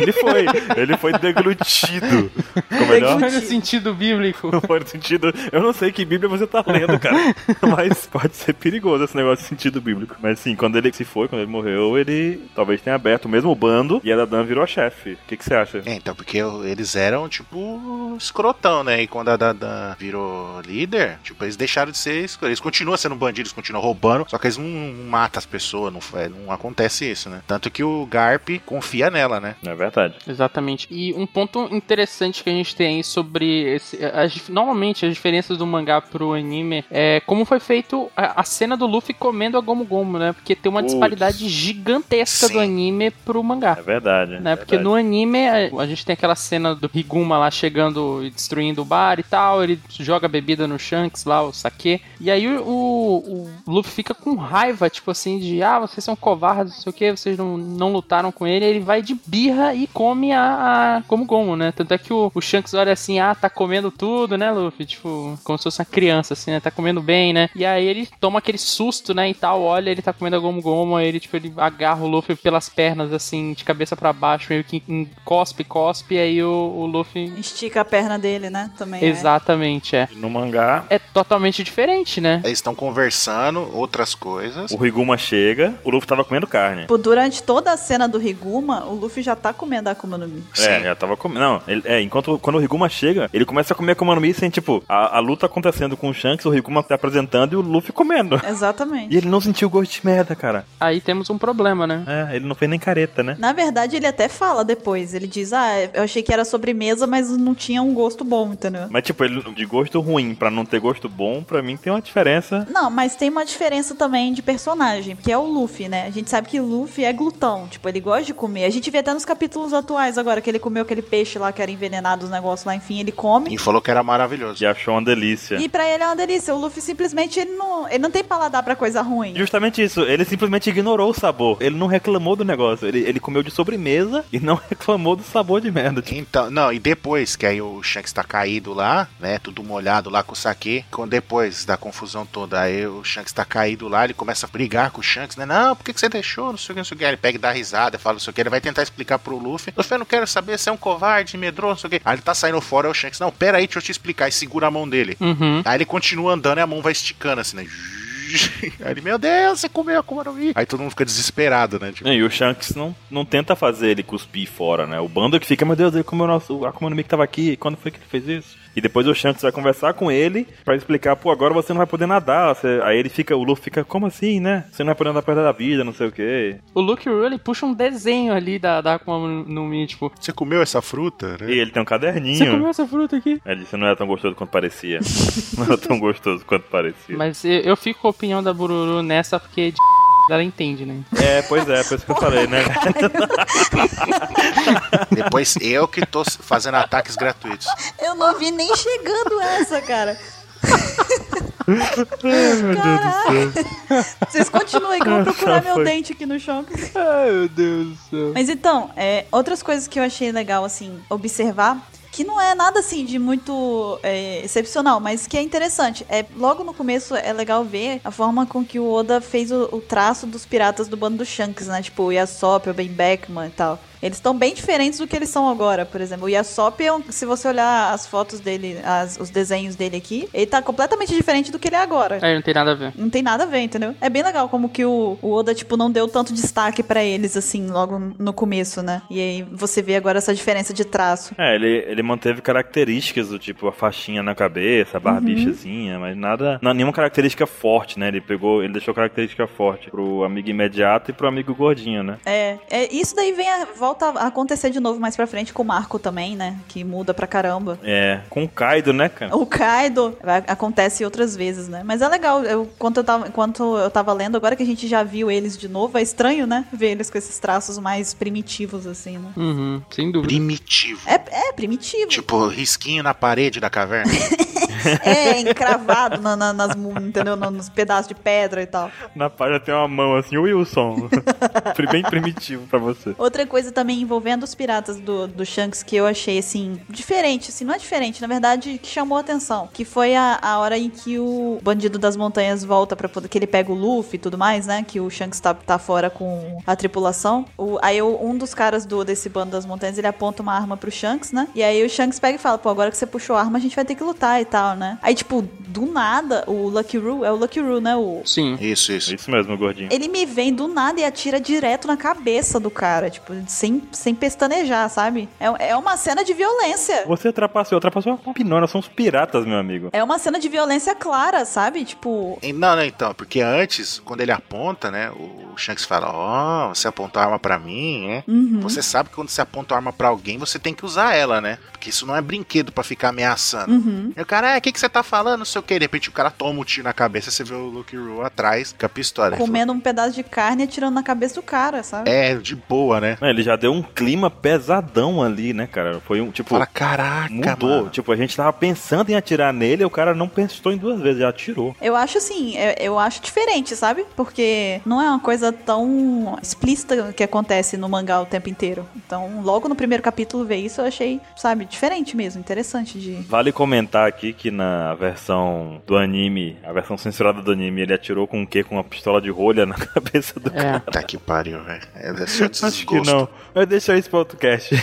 [SPEAKER 1] Ele foi. Ele foi deglutido. Ficou melhor?
[SPEAKER 2] Olha o sentido bíblico.
[SPEAKER 1] Foi no sentido. Eu não sei que Bíblia você tá lendo, cara. Mas pode ser perigoso esse negócio de sentido bíblico. Mas sim, quando ele se foi, quando ele morreu, ele talvez tenha aberto o mesmo bando e a Dadan virou a chefe. O que que você acha?
[SPEAKER 4] É, então, porque eu- eles eram, tipo, escrotão, né? E quando a Dadan virou líder, tipo, eles deixaram de ser escrotos. Eles continuam sendo bandidos, continuam roubando, só que eles não matam as pessoas, não, fa- não acontece isso, né? Tanto que o Garp confia nela, né?
[SPEAKER 1] Não é verdade.
[SPEAKER 2] Exatamente. E um ponto interessante que a gente tem aí sobre esse, as dif- normalmente as diferenças do mangá pro anime é como foi feito a, a cena do Luffy comendo a Gomu Gomu, né? Porque tem uma
[SPEAKER 1] Putz.
[SPEAKER 2] disparidade gigantesca do
[SPEAKER 4] Sim.
[SPEAKER 2] anime pro mangá.
[SPEAKER 1] É verdade. é
[SPEAKER 2] Né? Porque
[SPEAKER 1] verdade.
[SPEAKER 2] no anime é, a, a gente tem aquela cena do Higuma lá chegando e destruindo o bar e tal, ele joga bebida no Shanks lá, o saque. E aí o, o- o Luffy fica com raiva, tipo assim, de ah, vocês são covardes, não sei o que, vocês não, não lutaram com ele. Ele vai de birra e come a, a como Gomu, né? Tanto é que o, o Shanks olha assim, ah, tá comendo tudo, né, Luffy? Tipo, como se fosse uma criança, assim, né? Tá comendo bem, né? E aí ele toma aquele susto, né, e tal, olha, ele tá comendo a Gomu Gomu, aí ele, tipo, ele agarra o Luffy pelas pernas, assim, de cabeça pra baixo, meio que em- cospe, cospe, e aí o, o Luffy...
[SPEAKER 3] Estica a perna dele, né? Também. é.
[SPEAKER 2] Exatamente, é.
[SPEAKER 1] No mangá,
[SPEAKER 2] É totalmente diferente, né?
[SPEAKER 4] Eles estão conversando outras coisas.
[SPEAKER 1] o Riguma chega, o Luffy tava comendo carne.
[SPEAKER 3] Tipo, durante toda a cena do Riguma, o Luffy já tá comendo a Akuma no Mi.
[SPEAKER 1] É, já tava comendo. Não, ele- é, enquanto quando o Riguma chega, ele começa a comer Akuma no Mi sem, tipo, a, a luta acontecendo com o Shanks, o Riguma tá apresentando e o Luffy comendo.
[SPEAKER 3] Exatamente.
[SPEAKER 1] E ele não sentiu o gosto de merda, cara.
[SPEAKER 2] Aí temos um problema, né?
[SPEAKER 1] É, ele não fez nem careta, né?
[SPEAKER 3] Na verdade, ele até fala depois. Ele diz: Ah, eu achei que era sobremesa, mas não tinha um gosto bom, entendeu?
[SPEAKER 1] Mas, tipo, ele de gosto ruim pra não ter gosto bom, pra mim tem uma diferença.
[SPEAKER 3] Não, mas tem uma diferença também de personagem, que é o Luffy, né? A gente sabe que o Luffy é glutão, tipo, ele gosta de comer. A gente vê até nos capítulos atuais agora que ele comeu aquele peixe lá que era envenenado, os negócios lá, enfim, ele come.
[SPEAKER 4] E falou que era maravilhoso.
[SPEAKER 1] E achou uma delícia.
[SPEAKER 3] E pra ele é uma delícia. O Luffy simplesmente ele não, ele não tem paladar pra coisa ruim.
[SPEAKER 1] Justamente isso, ele simplesmente ignorou o sabor. Ele não reclamou do negócio. Ele, ele comeu de sobremesa e não reclamou do sabor de merda. Tipo,
[SPEAKER 4] Então, não, e depois que aí o Shanks tá caído lá, né, tudo molhado lá com o saque, quando depois da confusão toda, aí o Shanks tá caído lá, ele começa a brigar com o Shanks, né, não, por que, que você deixou, não sei o que, não sei o que, Aí ele pega e dá risada, fala não sei o que, ele vai tentar explicar pro Luffy, Luffy, eu não quero saber, você é um covarde, medroso, não sei o que, aí ele tá saindo fora, aí o Shanks, não, pera aí, deixa eu te explicar, e segura a mão dele,
[SPEAKER 2] Uhum.
[SPEAKER 4] aí ele continua andando e a mão vai esticando, assim, né, aí ele, meu Deus, você comeu a Akuma no Mi." aí todo mundo fica desesperado, né, tipo,
[SPEAKER 1] E o Shanks não, não tenta fazer ele cuspir fora, né? O bando que fica, meu Deus, ele comeu o nosso, a Akuma no Mi que tava aqui, quando foi que ele fez isso? E depois o Shanks vai conversar com ele pra explicar, pô, agora você não vai poder nadar. você- Aí ele fica, o Luffy fica, como assim, né? Você não vai poder nadar perto da vida, não sei o quê.
[SPEAKER 2] O Luke Rule puxa um desenho ali da, da Akuma no- no Mi, tipo,
[SPEAKER 4] você comeu essa fruta, né?
[SPEAKER 1] E ele tem um caderninho.
[SPEAKER 2] você comeu essa fruta aqui?
[SPEAKER 1] Ele disse, não era tão gostoso quanto parecia. não era tão gostoso quanto parecia.
[SPEAKER 2] Mas eu, eu fico com a opinião da Bururu nessa porque de ela entende, né?
[SPEAKER 1] É, pois é, por isso que eu falei, né?
[SPEAKER 4] Depois eu que tô fazendo ataques gratuitos.
[SPEAKER 3] Eu não vi nem chegando essa, cara. Caralho. Vocês continuem que eu vou procurar meu dente aqui no chão.
[SPEAKER 2] Ai, meu Deus do céu.
[SPEAKER 3] Mas então, é, outras coisas que eu achei legal, assim, observar, que não é nada, assim, de muito é, excepcional, mas que é interessante. É, logo no começo é legal ver a forma com que o Oda fez o, o traço dos piratas do bando do Shanks, né? Tipo, o Yasop, o Ben Beckman e tal. Eles estão bem diferentes do que eles são agora, por exemplo. O Yasop, é um- se você olhar as fotos dele, as- os desenhos dele aqui, ele tá completamente diferente do que ele é agora.
[SPEAKER 2] Aí não tem nada a ver.
[SPEAKER 3] Não tem nada a ver, entendeu? É bem legal como que o, o Oda, tipo, não deu tanto destaque pra eles, assim, logo no começo, né? E aí você vê agora essa diferença de traço.
[SPEAKER 1] É, ele, ele manteve características do tipo a faixinha na cabeça, a barbichazinha,
[SPEAKER 4] Uhum.
[SPEAKER 1] mas nada. Não, nenhuma característica forte, né? Ele pegou, ele
[SPEAKER 4] É.
[SPEAKER 1] deixou característica forte pro amigo imediato e pro amigo gordinho, né?
[SPEAKER 3] É, é, isso daí vem a, volta a acontecer de novo mais pra frente com o Marco também, né? Que muda pra caramba.
[SPEAKER 1] É, com o Kaido, né, cara?
[SPEAKER 3] O Kaido vai- acontece outras vezes, né? Mas é legal. Eu, quando, eu tava, enquanto eu tava lendo, agora que a gente já viu eles de novo, é estranho, né? Ver eles com esses traços mais primitivos, assim, né?
[SPEAKER 2] Uhum, sem dúvida.
[SPEAKER 4] Primitivo.
[SPEAKER 3] É, é primitivo.
[SPEAKER 4] Tipo, risquinho na parede da caverna.
[SPEAKER 3] É, encravado na, na- nas, mu- entendeu? No- Nos pedaços de pedra e tal.
[SPEAKER 1] Na página tem uma mão assim, Wilson. Pri- Bem primitivo pra você.
[SPEAKER 3] Outra coisa também envolvendo os piratas do, do Shanks que eu achei, assim, diferente, assim, não é diferente, na verdade, que chamou a atenção, que foi a, a hora em que o bandido das montanhas volta para poder, que ele pega o Luffy e tudo mais, né, que o Shanks tá, tá fora com a tripulação. O, aí o- um dos caras do desse bando das montanhas, ele aponta uma arma pro Shanks, né, e aí o Shanks pega e fala, pô, agora que você puxou a arma, a gente vai ter que lutar e tal, né. Aí, tipo, do nada, o Lucky Roo, é o Lucky Roo, né, o...
[SPEAKER 2] Sim.
[SPEAKER 4] Isso, isso.
[SPEAKER 1] É Isso mesmo, gordinho.
[SPEAKER 4] É.
[SPEAKER 3] Ele me vem do nada e atira direto na cabeça do cara, tipo, sem, sem pestanejar, sabe? É, é uma cena de violência.
[SPEAKER 1] Você trapaceou, trapaceou uma pinona, são os piratas, meu amigo.
[SPEAKER 3] É uma cena de violência clara, sabe? Tipo,
[SPEAKER 4] E Não, não, então, porque antes, quando ele aponta, né, o Shanks fala, ó, você apontou a arma pra mim, é?
[SPEAKER 3] uhum.
[SPEAKER 4] Você sabe que quando você aponta a arma pra alguém, você tem que usar ela, né? Porque isso não é brinquedo pra ficar ameaçando.
[SPEAKER 3] Uhum.
[SPEAKER 4] E o cara, é, o que, que você tá falando, não sei o que. De repente o cara toma um tiro na cabeça, você vê o Lucky Roo atrás, com a pistola. Ele
[SPEAKER 3] comendo um pedaço de carne e atirando na cabeça do cara, sabe?
[SPEAKER 4] falou, é, de boa, né?
[SPEAKER 1] Não, Ele já deu um clima pesadão ali, né, cara? Foi um, tipo,
[SPEAKER 4] Fala, caraca,
[SPEAKER 1] mudou.
[SPEAKER 4] mano."
[SPEAKER 1] Tipo, a gente tava pensando em atirar nele, o cara não pensou em duas vezes, já atirou.
[SPEAKER 3] Eu acho assim, eu, eu acho diferente, sabe? Porque não é uma coisa tão explícita que acontece no mangá o tempo inteiro. Então, logo no primeiro capítulo ver isso, eu achei, sabe, diferente mesmo, interessante de.
[SPEAKER 1] Vale comentar aqui que na versão do anime, a versão censurada do anime, ele atirou com o quê? Com uma pistola de rolha na cabeça do cara.
[SPEAKER 2] É.
[SPEAKER 4] Tá que pariu, velho. É só desgosto.
[SPEAKER 1] Acho que não. Mas deixa isso pro outro cast.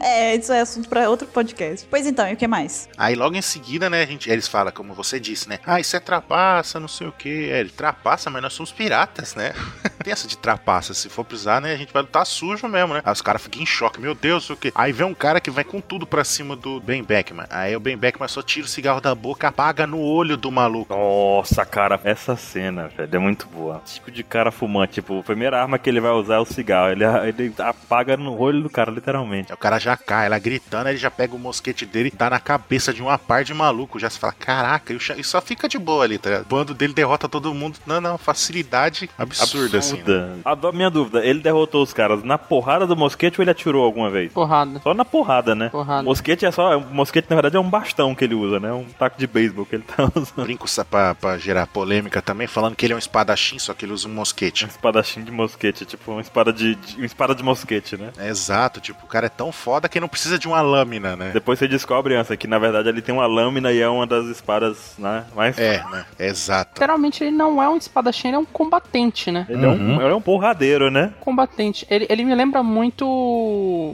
[SPEAKER 3] É, isso é assunto pra outro podcast. Pois então, e o que mais?
[SPEAKER 4] Aí logo em seguida, né, a gente, eles falam, como você disse, né? Ah, isso é trapaça, não sei o que. É, ele trapaça, mas nós somos piratas, né? Tem essa de trapaça. Se for precisar, né, a gente vai lutar sujo mesmo, né? Aí os caras ficam em choque, meu Deus, sei o que. Aí vem um cara que vai com tudo pra cima do Ben Beckman. Aí o Ben Beckman só tira o cigarro da boca, apaga no olho do maluco.
[SPEAKER 1] Nossa, cara, essa cena, velho, é muito boa. Tipo de cara fumante, tipo, a primeira arma que ele vai usar é o cigarro. Ele, ele apaga no olho do cara, literalmente.
[SPEAKER 4] Aí o cara já cai, ela gritando, aí ele já pega o mosquete dele e dá na cabeça de uma par de maluco. Já se fala, caraca, e o Sha- e só fica de boa ali, tá ligado? O bando dele derrota todo mundo. Não, não, facilidade absurda, assim. né?
[SPEAKER 1] Absurda. Adoro- minha dúvida, ele derrotou os caras na porrada do mosquete ou ele atirou alguma vez?
[SPEAKER 2] Porrada.
[SPEAKER 1] Só na porrada, né?
[SPEAKER 2] Porrada.
[SPEAKER 1] Mosquete é só. Mosquete, na verdade, é um bastão que ele usa, né? Um taco de beisebol que ele tá usando.
[SPEAKER 4] Brinco sa- pra, pra gerar polêmica também, falando que ele é um espadachim, só que ele usa um
[SPEAKER 1] Um
[SPEAKER 4] mosquete.
[SPEAKER 1] espadachim de mosquete, tipo uma espada de, de- uma espada de mosquete, né?
[SPEAKER 4] É exato, tipo, o cara é tão foda que não precisa de uma lâmina, né?
[SPEAKER 1] Depois você descobre, Ansa, que na verdade ele tem uma lâmina e é uma das espadas, né? Mais
[SPEAKER 4] É, né? Exato.
[SPEAKER 2] Literalmente, ele não é um espadachim, ele é um combatente, né?
[SPEAKER 1] Ele, é um, ele é um porradeiro, né?
[SPEAKER 2] Combatente. Ele, ele me lembra muito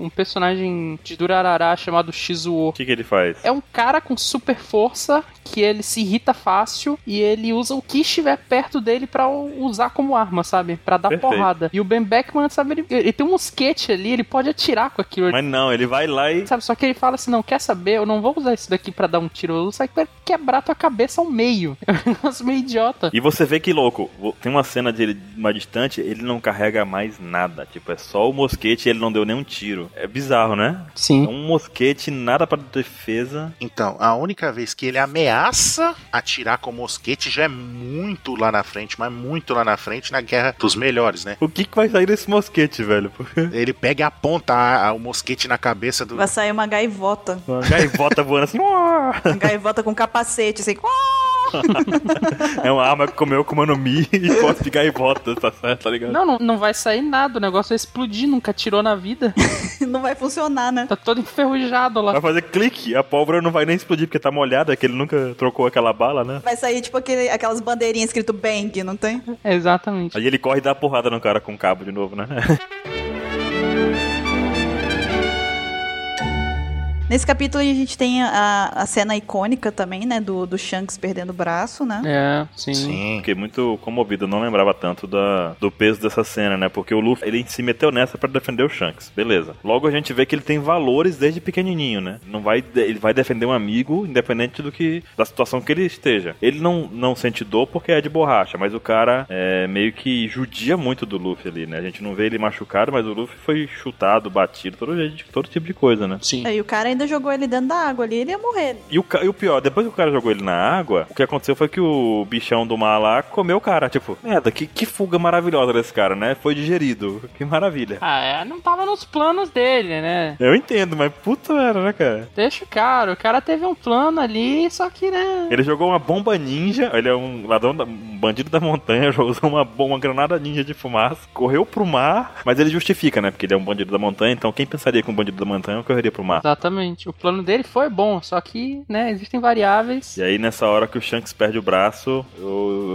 [SPEAKER 2] um personagem de Durarará chamado Shizuo.
[SPEAKER 1] O que, que ele faz?
[SPEAKER 2] É um cara com super força que ele se irrita fácil e ele usa o que estiver perto dele pra u- usar como arma, sabe? Pra dar
[SPEAKER 1] Perfeito.
[SPEAKER 2] porrada. E o Ben Beckman, sabe, ele, ele tem um mosquete ali, ele pode atirar com aquilo.
[SPEAKER 1] Mas não, ele vai lá e.
[SPEAKER 2] Sabe, só que ele fala assim, não, quer saber? Eu não vou usar isso daqui pra dar um tiro, eu vou usar isso pra quebrar tua cabeça ao meio. É um negócio meio idiota.
[SPEAKER 1] E você vê que louco, tem uma cena dele mais distante, ele não carrega mais nada. Tipo, é só o mosquete e ele não deu nenhum tiro. É bizarro, né? É
[SPEAKER 2] Sim.
[SPEAKER 1] um mosquete, nada pra defesa.
[SPEAKER 4] Então, a única vez que ele ameaça atirar com o mosquete já é muito lá na frente, mas muito lá na frente na guerra dos melhores, né?
[SPEAKER 1] O que, que vai sair desse mosquete, velho? Porque
[SPEAKER 4] Ele pega e aponta a- a- o mosquete na cabeça do.
[SPEAKER 3] Vai sair uma gaivota.
[SPEAKER 1] uma gaivota voando assim. uá!
[SPEAKER 3] Uma gaivota com capacete, assim.
[SPEAKER 1] É uma arma que comeu Kuma no Mi e pode de gaivota, tá certo? Tá ligado?
[SPEAKER 2] Não, não, não vai sair nada, o negócio vai explodir, nunca tirou na vida.
[SPEAKER 3] Não vai funcionar, né?
[SPEAKER 2] Tá todo enferrujado lá.
[SPEAKER 1] Vai fazer clique, a pólvora não vai nem explodir porque tá molhada, que ele nunca trocou aquela bala, né?
[SPEAKER 3] Vai sair, tipo, aquele- aquelas bandeirinhas escrito Bang, não tem?
[SPEAKER 2] Exatamente.
[SPEAKER 1] Aí ele corre e dá a porrada no cara com o cabo de novo, né?
[SPEAKER 3] Nesse capítulo a gente tem a, a cena icônica também, né? Do, do Shanks perdendo o braço, né?
[SPEAKER 2] É, sim.
[SPEAKER 4] Sim.
[SPEAKER 1] Fiquei muito comovido, não lembrava tanto da, do peso dessa cena, né? Porque o Luffy, ele se meteu nessa pra defender o Shanks, beleza. Logo a gente vê que ele tem valores desde pequenininho, né? Não vai, ele vai defender um amigo, independente do que da situação que ele esteja. Ele não, não sente dor porque é de borracha, mas o cara é, meio que judia muito do Luffy ali, né? A gente não vê ele machucado, mas o Luffy foi chutado, batido, todo, jeito- todo tipo de coisa, né?
[SPEAKER 2] Sim.
[SPEAKER 3] E o cara ainda jogou ele dentro da água ali, ele ia morrer.
[SPEAKER 1] E o, ca- e o pior, depois que o cara jogou ele na água, o que aconteceu foi que o bichão do mar lá comeu o cara. Tipo, merda, que, que fuga maravilhosa desse cara, né? Foi digerido. Que maravilha.
[SPEAKER 2] Ah, é, não tava nos planos dele, né?
[SPEAKER 1] Eu entendo, mas puta merda, né, cara?
[SPEAKER 2] Deixa o cara, o cara teve um plano ali, só que, né?
[SPEAKER 1] Ele jogou uma bomba ninja, ele é um ladrão, da- um bandido da montanha, usou uma bomba, uma granada ninja de fumaça, correu pro mar, mas ele justifica, né? Porque ele é um bandido da montanha, então quem pensaria que um bandido da montanha correria pro
[SPEAKER 2] Ah.
[SPEAKER 1] mar?
[SPEAKER 2] Exatamente. O plano dele foi bom, só que, né, existem variáveis.
[SPEAKER 1] E aí, nessa hora que o Shanks perde o braço, eu,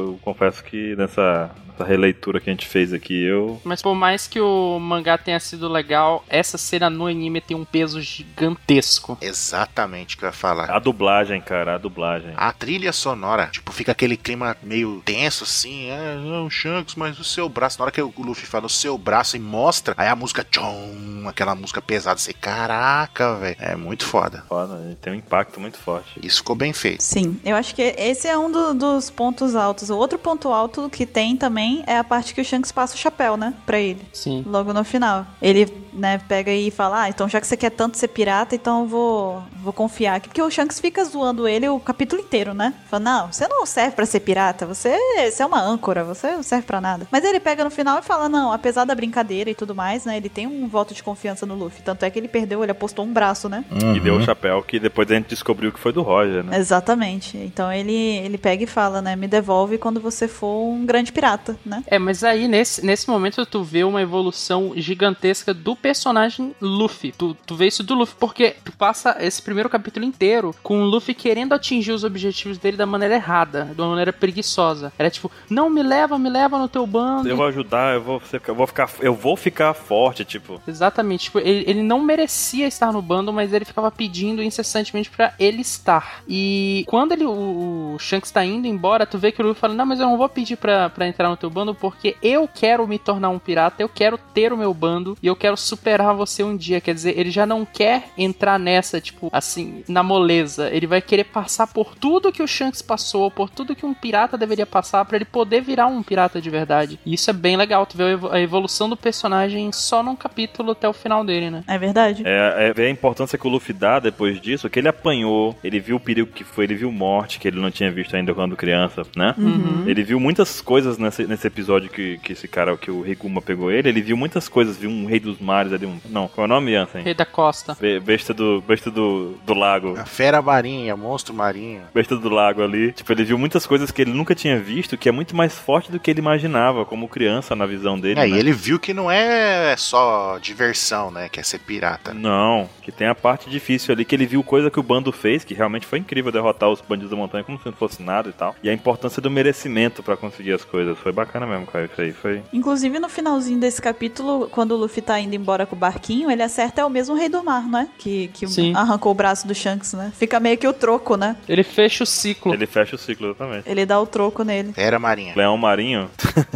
[SPEAKER 1] eu confesso que nessa, nessa releitura que a gente fez aqui, eu.
[SPEAKER 2] Mas por mais que o mangá tenha sido legal, essa cena no anime tem um peso gigantesco.
[SPEAKER 4] Exatamente o que eu ia falar.
[SPEAKER 1] A dublagem, cara, a dublagem.
[SPEAKER 4] A trilha sonora, tipo, fica aquele clima meio tenso assim, é, não, Shanks, mas o seu braço, na hora que o Luffy fala o seu braço e mostra, aí a música tchom, aquela música pesada, assim, caraca, velho, é muito foda.
[SPEAKER 1] Foda, tem um impacto muito forte.
[SPEAKER 4] Isso ficou bem feito.
[SPEAKER 3] Sim, eu acho que esse é um do- dos pontos altos. O outro ponto alto que tem também é a parte que o Shanks passa o chapéu, né? Pra ele.
[SPEAKER 2] Sim.
[SPEAKER 3] Logo no final. Ele, né, pega e fala: Ah, então já que você quer tanto ser pirata, então eu vou, vou confiar aqui. Porque o Shanks fica zoando ele o capítulo inteiro, né? Fala: Não, você não serve pra ser pirata, você, você é uma âncora, você não serve pra nada. Mas ele pega no final e fala: Não, apesar da brincadeira e tudo mais, né? Ele tem um voto de confiança no Luffy. Tanto é que ele perdeu, ele apostou um braço, né?
[SPEAKER 1] E deu o chapéu que depois a gente descobriu que foi do Roger, né?
[SPEAKER 3] Exatamente. Então ele, ele pega e fala, né? Me devolve quando você for um grande pirata, né?
[SPEAKER 2] É, mas aí nesse, nesse momento tu vê uma evolução gigantesca do personagem Luffy. Tu, tu vê isso do Luffy porque tu passa esse primeiro capítulo inteiro com o Luffy querendo atingir os objetivos dele da maneira errada, de uma maneira preguiçosa. Era tipo, não me leva, me leva no teu bando.
[SPEAKER 1] Eu vou ajudar, eu vou, ser- eu vou ficar. Eu vou ficar forte, tipo.
[SPEAKER 2] Exatamente, tipo, ele, ele não merecia estar no bando, mas ele ficava pedindo incessantemente pra ele estar. E quando ele, o, o Shanks tá indo embora, tu vê que o Luffy fala: Não, mas eu não vou pedir pra, pra entrar no teu bando porque eu quero me tornar um pirata, eu quero ter o meu bando e eu quero superar você um dia. Quer dizer, ele já não quer entrar nessa, tipo, assim, na moleza. Ele vai querer passar por tudo que o Shanks passou, por tudo que um pirata deveria passar pra ele poder virar um pirata de verdade. E isso é bem legal, tu vê a evo- a evolução do personagem só num capítulo até o final dele, né?
[SPEAKER 3] É verdade?
[SPEAKER 1] É, é ver a importância que o Luffy dá depois disso, que ele apanhou, ele viu o perigo que foi, ele viu morte, que ele não tinha visto ainda quando criança, né?
[SPEAKER 3] Uhum.
[SPEAKER 1] Ele viu muitas coisas nesse, nesse episódio que, que esse cara, que o Riguma pegou ele, ele viu muitas coisas, viu um rei dos mares ali, um... Não, qual é o nome, Ansem?
[SPEAKER 2] Rei da Costa.
[SPEAKER 1] Be- Besta do, besta do, do lago.
[SPEAKER 4] A fera marinha, monstro marinho.
[SPEAKER 1] besta do lago ali. Tipo, ele viu muitas coisas que ele nunca tinha visto, que é muito mais forte do que ele imaginava, como criança na visão dele.
[SPEAKER 4] É,
[SPEAKER 1] né?
[SPEAKER 4] e ele viu que não é só diversão, né? Que é ser pirata. né?
[SPEAKER 1] Não, que tem a parte difícil ali que ele viu coisa que o bando fez, que realmente foi incrível derrotar os bandidos da montanha como se não fosse nada e tal. E a importância do merecimento pra conseguir as coisas. Foi bacana mesmo, cara. Isso aí foi.
[SPEAKER 3] Inclusive, no finalzinho desse capítulo, quando o Luffy tá indo embora com o barquinho, ele acerta é o mesmo rei do mar, né? Que, que
[SPEAKER 2] Sim.
[SPEAKER 3] arrancou o braço do Shanks, né? Fica meio que o troco, né?
[SPEAKER 2] Ele fecha o ciclo.
[SPEAKER 1] Ele fecha o ciclo exatamente.
[SPEAKER 3] Ele dá o troco nele.
[SPEAKER 4] Fera marinha.
[SPEAKER 1] Leão Marinho,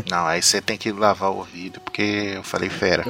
[SPEAKER 4] Não, aí você tem que lavar o ouvido, porque eu falei fera.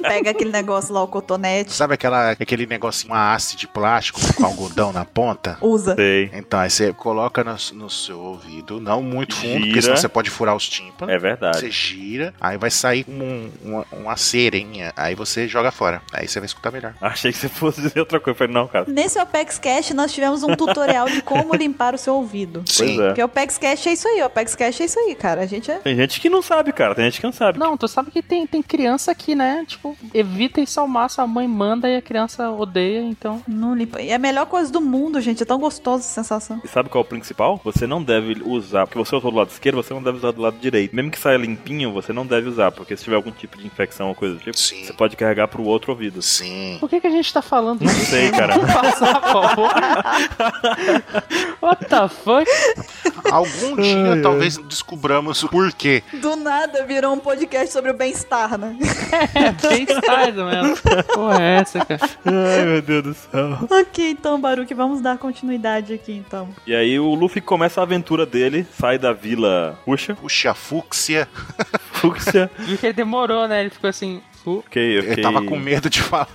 [SPEAKER 3] Pega aquele negócio lá, o cotonete,
[SPEAKER 4] Sabe aquela, aquele negocinho, uma haste de plástico com algodão na ponta?
[SPEAKER 3] usa.
[SPEAKER 1] sei.
[SPEAKER 4] Então, aí você coloca no, no seu ouvido, não muito fundo, porque
[SPEAKER 1] Gira.
[SPEAKER 4] senão você pode furar os tímpanos.
[SPEAKER 1] É verdade.
[SPEAKER 4] Você gira, aí vai sair um, uma, uma serinha, aí você joga fora. Aí você vai escutar melhor.
[SPEAKER 1] Achei que você fosse dizer outra coisa. Falei, não, cara.
[SPEAKER 3] Nesse Opex Cash, nós tivemos um tutorial de como limpar o seu ouvido.
[SPEAKER 1] Pois é.
[SPEAKER 3] Porque o Opex Cash é isso aí, o Opex Cash é isso aí, cara. A gente é.
[SPEAKER 1] Tem gente que não sabe, cara. Tem gente que não sabe.
[SPEAKER 2] Não, tu sabe que tem, tem criança que, né? Tipo, evita isso ao máximo, a mãe manda e a criança odeia, então.
[SPEAKER 3] Não limpa. E é a melhor coisa do mundo, gente. É tão gostosa essa sensação.
[SPEAKER 1] E sabe qual é o principal? Você não deve usar, porque você usou do lado esquerdo, você não deve usar do lado direito. Mesmo que saia limpinho, você não deve usar, porque se tiver algum tipo de infecção ou coisa do tipo,
[SPEAKER 4] Sim.
[SPEAKER 1] você pode carregar pro outro ouvido.
[SPEAKER 4] Sim.
[SPEAKER 2] Por que, que a gente tá falando
[SPEAKER 1] Não sei, cara.
[SPEAKER 2] Vamos passar, por favor. What the fuck?
[SPEAKER 4] Algum dia talvez descubramos o porquê.
[SPEAKER 3] Do nada virou um podcast sobre o bem-estar, né?
[SPEAKER 2] É bem style mesmo. Porra, é essa, cara?
[SPEAKER 1] Ai, meu Deus do céu.
[SPEAKER 3] ok, então, Baruque, vamos dar continuidade aqui, então.
[SPEAKER 1] E aí o Luffy começa a aventura dele, sai da vila Puxa,
[SPEAKER 4] Puxa, fúcsia.
[SPEAKER 1] Fúcsia.
[SPEAKER 2] Viu que ele demorou, né? Ele ficou assim. fu-
[SPEAKER 1] Fiquei, eu,
[SPEAKER 4] Eu
[SPEAKER 1] fiquei,
[SPEAKER 4] tava com medo de falar.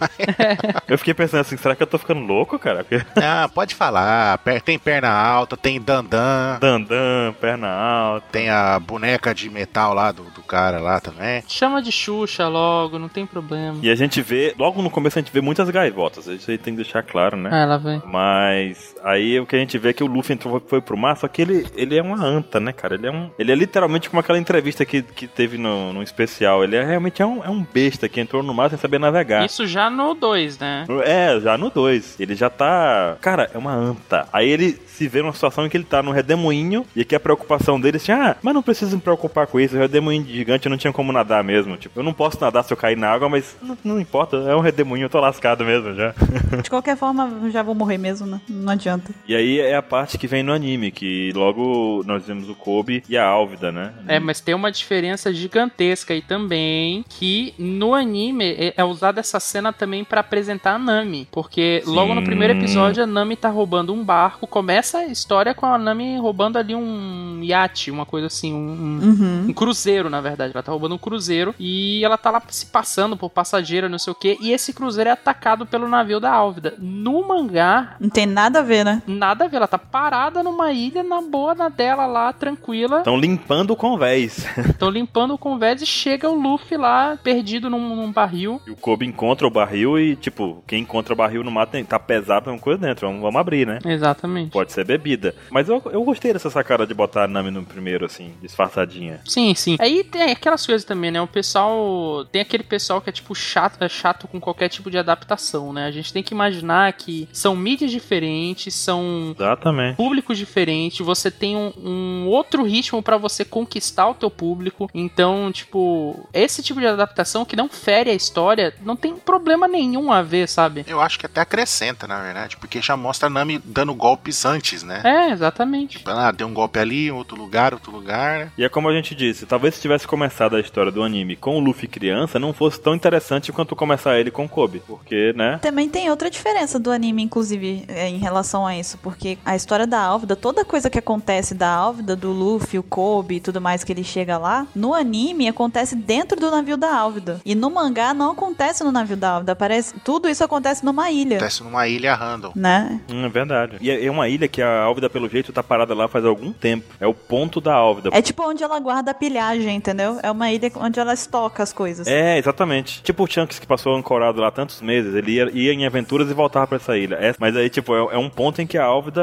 [SPEAKER 1] eu fiquei pensando assim, será que eu tô ficando louco, cara? Porque
[SPEAKER 4] ah, pode falar. Per- Tem perna alta, tem dandan.
[SPEAKER 1] dandan, perna alta.
[SPEAKER 4] Tem a boneca de metal lá do, do cara lá também.
[SPEAKER 2] Chama de Xuxa logo, não tem problema.
[SPEAKER 1] E a gente vê, logo no começo a gente vê muitas gaivotas, isso aí tem que deixar claro, né?
[SPEAKER 2] Ah, ela vem.
[SPEAKER 1] Mas aí o que a gente vê é que o Luffy entrou, foi pro mar, só que ele, ele é uma anta, né, cara? Ele é um. Ele é literalmente como aquela entrevista que, que teve no, no especial. Ele é realmente é um, é um besta que entrou no mar sem saber navegar.
[SPEAKER 2] Isso já no 2, né?
[SPEAKER 1] É, já no 2. Ele já tá. Cara, é uma anta. Aí ele se vê numa situação em que ele tá num redemoinho e que a preocupação dele é assim: ah, mas não preciso me preocupar com isso. O redemoinho gigante eu não tinha como nadar mesmo. Tipo, eu não posso nadar se eu cair na água, mas não, não importa. É um redemoinho, eu tô lascado mesmo já.
[SPEAKER 3] De qualquer forma, eu já vou morrer mesmo, né? Não adianta.
[SPEAKER 1] E aí é a parte que vem no anime, que logo nós vemos o Kobe e a Álvida, né?
[SPEAKER 2] É, mas tem uma diferença gigantesca aí também, que no anime é- é usada essa cena também pra apresentar a Nami, porque logo no
[SPEAKER 1] Sim.
[SPEAKER 2] primeiro episódio a Nami tá roubando um barco, começa a história com a Nami roubando ali um iate, uma coisa assim, um- um
[SPEAKER 3] Uhum.
[SPEAKER 2] um cruzeiro, na verdade. Ela tá roubando um cruzeiro e ela tá lá se passando por passageira, não sei o que. E esse cruzeiro é atacado pelo navio da Álvida. No mangá,
[SPEAKER 3] Não tem nada a ver, né?
[SPEAKER 2] nada a ver. Ela tá parada numa ilha, na boa, na dela lá, tranquila.
[SPEAKER 1] Estão limpando o convés.
[SPEAKER 2] Tão limpando o convés e chega o Luffy lá, perdido num, num barril.
[SPEAKER 1] E o Kobe encontra o barril e, tipo, quem encontra o barril no mar tem, tá pesado, tem uma coisa dentro. Vamos, vamos abrir, né?
[SPEAKER 2] Exatamente.
[SPEAKER 1] Pode ser bebida. Mas eu, eu gostei dessa sacada de botar a Nami no primeiro, assim, disfarçadinha.
[SPEAKER 2] Sim, sim. Aí tem aquelas coisas também, né? O pessoal. Tem aquele pessoal que é tipo chato, é chato com qualquer tipo de adaptação, né? A gente tem que imaginar que são mídias diferentes, são
[SPEAKER 1] Exatamente.
[SPEAKER 2] público diferente, você tem um, um outro ritmo pra você conquistar o teu público. Então, tipo, esse tipo de adaptação que não fere a história, não tem problema nenhum a ver, sabe?
[SPEAKER 4] Eu acho que até acrescenta, na verdade, porque já mostra a Nami dando golpes antes, né?
[SPEAKER 2] É, exatamente.
[SPEAKER 4] Ah, deu um golpe ali, outro lugar, outro lugar. né?
[SPEAKER 1] E é como a gente disse, talvez se tivesse começado a história do anime com o Luffy criança, não fosse tão interessante quanto começar ele com o Kobe. Porque, né?
[SPEAKER 3] Também tem outra diferença do anime, inclusive, é, em relação a isso, porque a história da Álvida, toda coisa que acontece da Álvida, do Luffy, o Kobe e tudo mais que ele chega lá, no anime acontece dentro do navio da Álvida. E no mangá não acontece no navio da Álvida, parece, tudo isso acontece numa ilha,
[SPEAKER 4] Acontece numa ilha random.
[SPEAKER 3] né?
[SPEAKER 1] Hum, é verdade. E é é uma ilha que a Álvida, pelo jeito, tá parada lá faz algum tempo. É o ponto da Álvida.
[SPEAKER 3] É tipo onde ela guarda a pilhagem, entendeu? É uma ilha onde ela estoca as coisas.
[SPEAKER 1] É, exatamente. Tipo o Chunks que passou ancorado lá tantos meses, ele ia, ia em aventuras e voltava pra essa ilha. É, mas aí, tipo, é, é um ponto em que a Álvida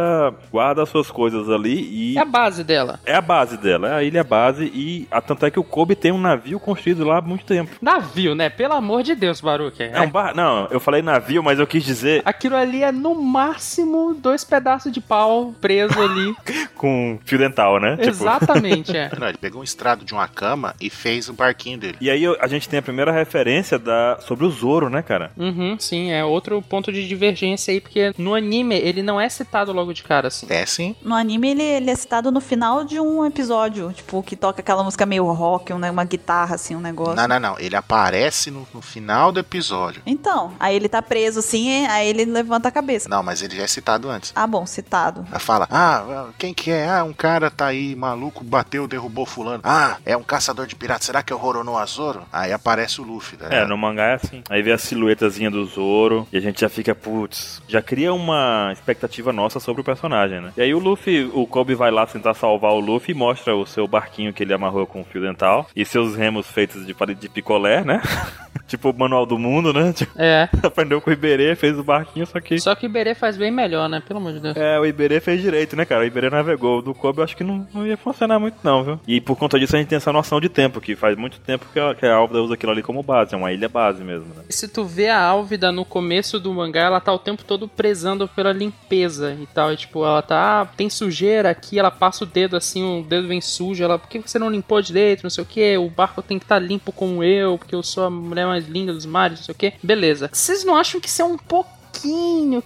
[SPEAKER 1] guarda as suas coisas ali e.
[SPEAKER 2] É a base dela.
[SPEAKER 1] É a base dela, é a ilha base e a, tanto é que o Kobe tem um navio construído lá há muito tempo.
[SPEAKER 2] Navio, né? Pelo amor de Deus, Baruque.
[SPEAKER 1] É um bar... Não, eu falei navio, mas eu quis dizer
[SPEAKER 2] Aquilo ali é no máximo dois pedaços de pau preso ali.
[SPEAKER 1] Tipo. com fio dental, né?
[SPEAKER 2] Exatamente, é.
[SPEAKER 4] Não, ele pegou um estrado de uma cama e fez o barquinho dele.
[SPEAKER 1] E aí eu- a gente tem a primeira referência da... sobre o Zoro, né, cara?
[SPEAKER 2] Uhum, sim, é outro ponto de divergência aí, porque no anime ele não é citado logo de cara, assim.
[SPEAKER 4] É sim.
[SPEAKER 3] No anime ele, ele é citado no final de um episódio, tipo, que toca aquela música meio rock, um ne- uma guitarra, assim, um negócio.
[SPEAKER 4] Não, não, não. Ele aparece no, no final do episódio.
[SPEAKER 3] Então, aí ele tá preso assim, é, aí ele levanta a cabeça.
[SPEAKER 4] Não, mas ele já é citado antes.
[SPEAKER 3] Ah, bom, citado.
[SPEAKER 4] Ela fala, ah, quem que é? Ah, um cara tá aí, maluco, bateu, derrubou fulano. Ah, é um caçador de piratas. Será que é o Roronoa Zoro? Aí aparece o Luffy. né?
[SPEAKER 1] É, no mangá é assim. Aí vê a silhuetazinha do Zoro e a gente já fica, putz, já cria uma expectativa nossa sobre o personagem, né? E aí o Luffy, o Kobe vai lá tentar salvar o Luffy e mostra o seu barquinho que ele amarrou com fio dental e seus remos feitos de palito de picolé, né? Tipo o manual do mundo, né? Tipo,
[SPEAKER 2] É.
[SPEAKER 1] aprendeu com o Iberê, fez o barquinho, só que.
[SPEAKER 2] Só que o Iberê faz bem melhor, né? Pelo amor de Deus.
[SPEAKER 1] É, o Iberê fez direito, né, cara? O Iberê navegou. O do Kobe eu acho que não, não ia funcionar muito, não, viu? E por conta disso a gente tem essa noção de tempo, que faz muito tempo que a, que a Álvida usa aquilo ali como base, é uma ilha base mesmo, né?
[SPEAKER 2] Se tu vê a Álvida no começo do mangá, ela tá o tempo todo prezando pela limpeza e tal. E, tipo, ela tá, ah, tem sujeira aqui, ela passa o dedo assim, o dedo vem sujo. Ela, por que você não limpou direito? Não sei o que. O barco tem que estar tá limpo como eu, porque eu sou a mulher mais linda dos mares, não sei o que. Beleza. Vocês não acham que isso é um pouco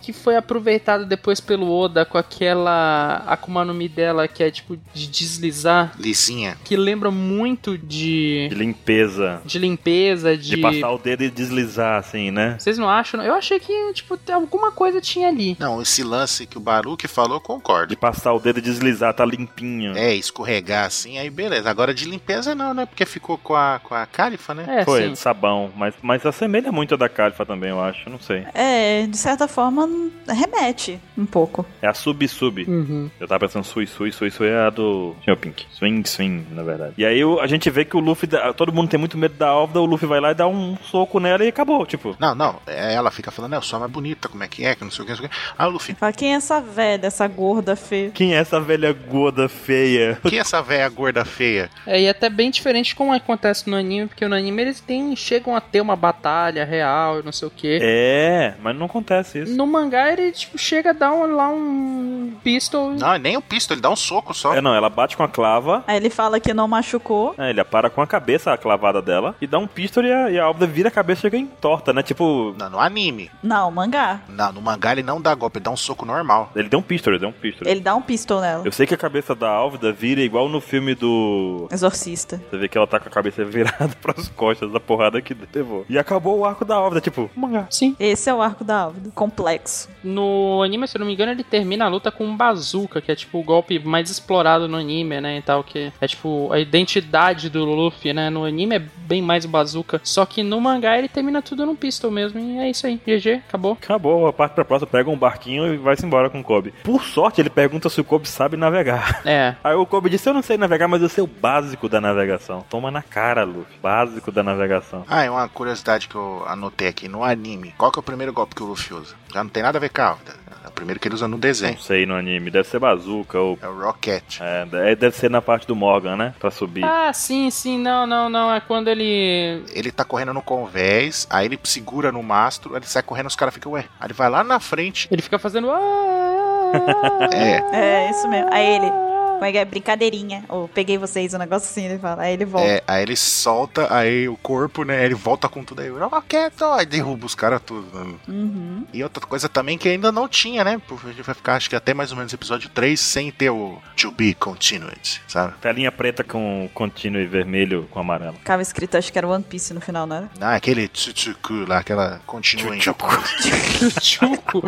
[SPEAKER 2] que foi aproveitado depois pelo Oda com aquela Akuma no Mi dela que é tipo de deslizar,
[SPEAKER 4] Lisinha.
[SPEAKER 2] que lembra muito de
[SPEAKER 1] De limpeza.
[SPEAKER 2] de limpeza, de,
[SPEAKER 1] De passar o dedo e deslizar, assim, né?
[SPEAKER 2] Vocês não acham? Eu achei que, tipo, tem- alguma coisa tinha ali.
[SPEAKER 4] Não, esse lance que o Baruque falou,
[SPEAKER 1] De
[SPEAKER 4] concordo.
[SPEAKER 1] passar o dedo e deslizar, tá limpinho.
[SPEAKER 4] É, escorregar assim, aí beleza. Agora de limpeza não, né? Porque ficou com a, com a Califa, né?
[SPEAKER 2] É,
[SPEAKER 1] Foi,
[SPEAKER 2] sim.
[SPEAKER 1] de sabão, mas, mas assemelha muito a da Califa também, eu acho, não sei.
[SPEAKER 3] É, de certa forma, remete um pouco.
[SPEAKER 1] É a sub-sub.
[SPEAKER 2] Uhum.
[SPEAKER 1] Eu tava pensando Sui, Sui, Sui, Sui é a do Sr. Pink. Swing, swing, na verdade. E aí o- a gente vê que o Luffy, dá- todo mundo tem muito medo da Álvida, o Luffy vai lá e dá um soco nela e acabou, tipo.
[SPEAKER 4] Não, não. é, Ela fica falando, eu sou a mais bonita, como é que é, que não sei o que, não sei o que. Aí o Luffy,
[SPEAKER 3] Fala, quem é essa velha, essa gorda feia?
[SPEAKER 1] Quem é essa velha gorda feia?
[SPEAKER 4] que é essa véia gorda feia?
[SPEAKER 2] É, e até bem diferente como acontece no anime, porque no anime eles têm, chegam a ter uma batalha real e não sei o quê.
[SPEAKER 1] É, mas não acontece isso.
[SPEAKER 2] No mangá ele, tipo, chega a dar um, lá um pistol.
[SPEAKER 4] Não, nem o pistol, ele dá um soco só.
[SPEAKER 1] É, não, ela bate com a clava.
[SPEAKER 3] Aí ele fala que não machucou.
[SPEAKER 1] É, ele apara com a cabeça, a clavada dela, e dá um pistol e a, e a Álvida vira a cabeça e chega em torta, né? Tipo,
[SPEAKER 4] Não, no anime.
[SPEAKER 3] Não, mangá.
[SPEAKER 4] Não, no mangá ele não dá golpe, ele dá um soco normal.
[SPEAKER 1] ele deu um pistol, ele deu um pistol.
[SPEAKER 3] Ele dá um pistol nela.
[SPEAKER 1] Eu sei que a cabeça da Álvida vira igual no filme do
[SPEAKER 3] Exorcista.
[SPEAKER 1] Você vê que ela tá com a cabeça virada pras costas da porrada que levou. E acabou o arco da obra, tipo, mangá.
[SPEAKER 2] Sim.
[SPEAKER 3] Esse é o arco da Álvida. Complexo.
[SPEAKER 2] No anime, se eu não me engano, ele termina a luta com um bazooka, que é tipo o golpe mais explorado no anime, né? E tal, que é tipo a identidade do Luffy, né? No anime é bem mais bazooka. Só que no mangá ele termina tudo num pistol mesmo. E é isso aí. GG, acabou.
[SPEAKER 1] Acabou, a parte pra próxima, pega um barquinho e vai-se embora com o Kobe. Por sorte, ele pergunta se o Kobe sabe navegar.
[SPEAKER 2] É,
[SPEAKER 1] Aí o Kobe disse, eu não sei navegar, mas eu sei o básico da navegação. Toma na cara, Luffy. Básico da navegação.
[SPEAKER 4] Ah, é uma curiosidade que eu anotei aqui. No anime, qual que é o primeiro golpe que o Luffy usa? Já não tem nada a ver com a Álvida. É o primeiro que ele usa no
[SPEAKER 1] Não
[SPEAKER 4] desenho.
[SPEAKER 1] sei no anime, deve ser bazuca ou...
[SPEAKER 4] É o Rocket.
[SPEAKER 1] É, de- deve ser na parte do Morgan, né? Pra subir.
[SPEAKER 2] Ah, sim, sim, não, não, não. É quando ele.
[SPEAKER 4] Ele tá correndo no convés, aí ele segura no mastro, aí ele sai correndo, os caras ficam, ué. Aí ele vai lá na frente.
[SPEAKER 2] Ele fica fazendo. "Ah",
[SPEAKER 4] É.
[SPEAKER 3] É, isso mesmo. Aí ele. Como é que é? Brincadeirinha. Ou peguei vocês, um negócio assim, ele fala. Aí ele volta.
[SPEAKER 4] É, aí ele solta, aí o corpo, né? Ele volta com tudo aí. Rocket, ó, aí derruba os caras tudo. né?
[SPEAKER 3] Uhum.
[SPEAKER 4] E outra coisa também que ainda não tinha, né? Porque a gente vai ficar, acho que até mais ou menos episódio 3 sem ter o To Be Continued, sabe?
[SPEAKER 1] Telinha preta com contínuo e vermelho com amarelo.
[SPEAKER 3] Ficava escrito, acho que era One Piece no final, não era?
[SPEAKER 4] Ah, aquele Tsutsuku lá, aquela continua em Japão.
[SPEAKER 2] Chuchuco.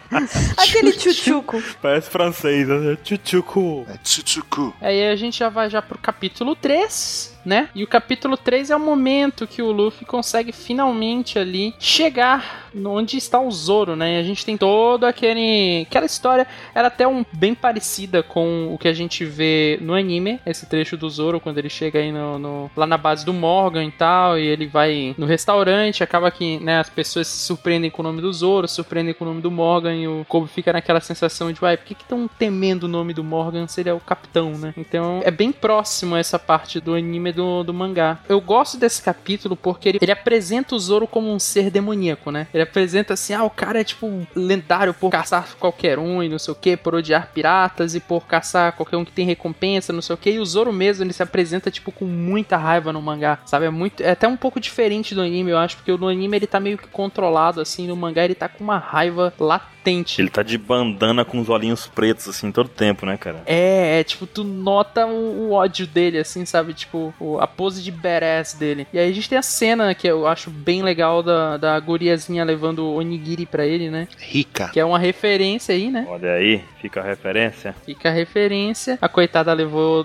[SPEAKER 3] Aquele tchutchuco.
[SPEAKER 1] Parece francês, né? Tchutchuku.
[SPEAKER 4] É, Tsutsuku.
[SPEAKER 2] Aí a gente já vai já pro capítulo 3, né? E o capítulo 3 é o momento que o Luffy consegue finalmente ali chegar no- onde está o Zoro, né? E a gente tem todo aquele aquela história, era até um bem parecida com o que a gente vê no anime, esse trecho do Zoro quando ele chega aí no, no- lá na base do Morgan e tal, e ele vai no restaurante, acaba que, né, as pessoas se surpreendem com o nome do Zoro, se surpreendem com o nome do Morgan e o Kobe fica naquela sensação de, uai, por que que tão temendo o nome do Morgan se ele é o capitão, né? Então, é bem próximo essa parte do anime e do, do mangá. Eu gosto desse capítulo porque ele, ele apresenta o Zoro como um ser demoníaco, né? Ele apresenta assim, ah, o cara é tipo lendário por caçar qualquer um e não sei o que, por odiar piratas e por caçar qualquer um que tem recompensa, não sei o que. E o Zoro mesmo, ele se apresenta, tipo, com muita raiva no mangá, sabe? É muito. É até um pouco diferente do anime, eu acho, porque no anime ele tá meio que controlado, assim, no mangá ele tá com uma raiva latente.
[SPEAKER 1] Ele tá de bandana com os olhinhos pretos, assim, todo tempo, né, cara?
[SPEAKER 2] É, é, tipo, tu nota o, o ódio dele, assim, sabe? Tipo, o- a pose de badass dele. E aí a gente tem a cena que eu acho bem legal da, da guriazinha levando o onigiri pra ele, né?
[SPEAKER 4] Rica.
[SPEAKER 2] Que é uma referência aí, né?
[SPEAKER 1] Olha aí, Fica a referência.
[SPEAKER 2] Fica a referência. A coitada levou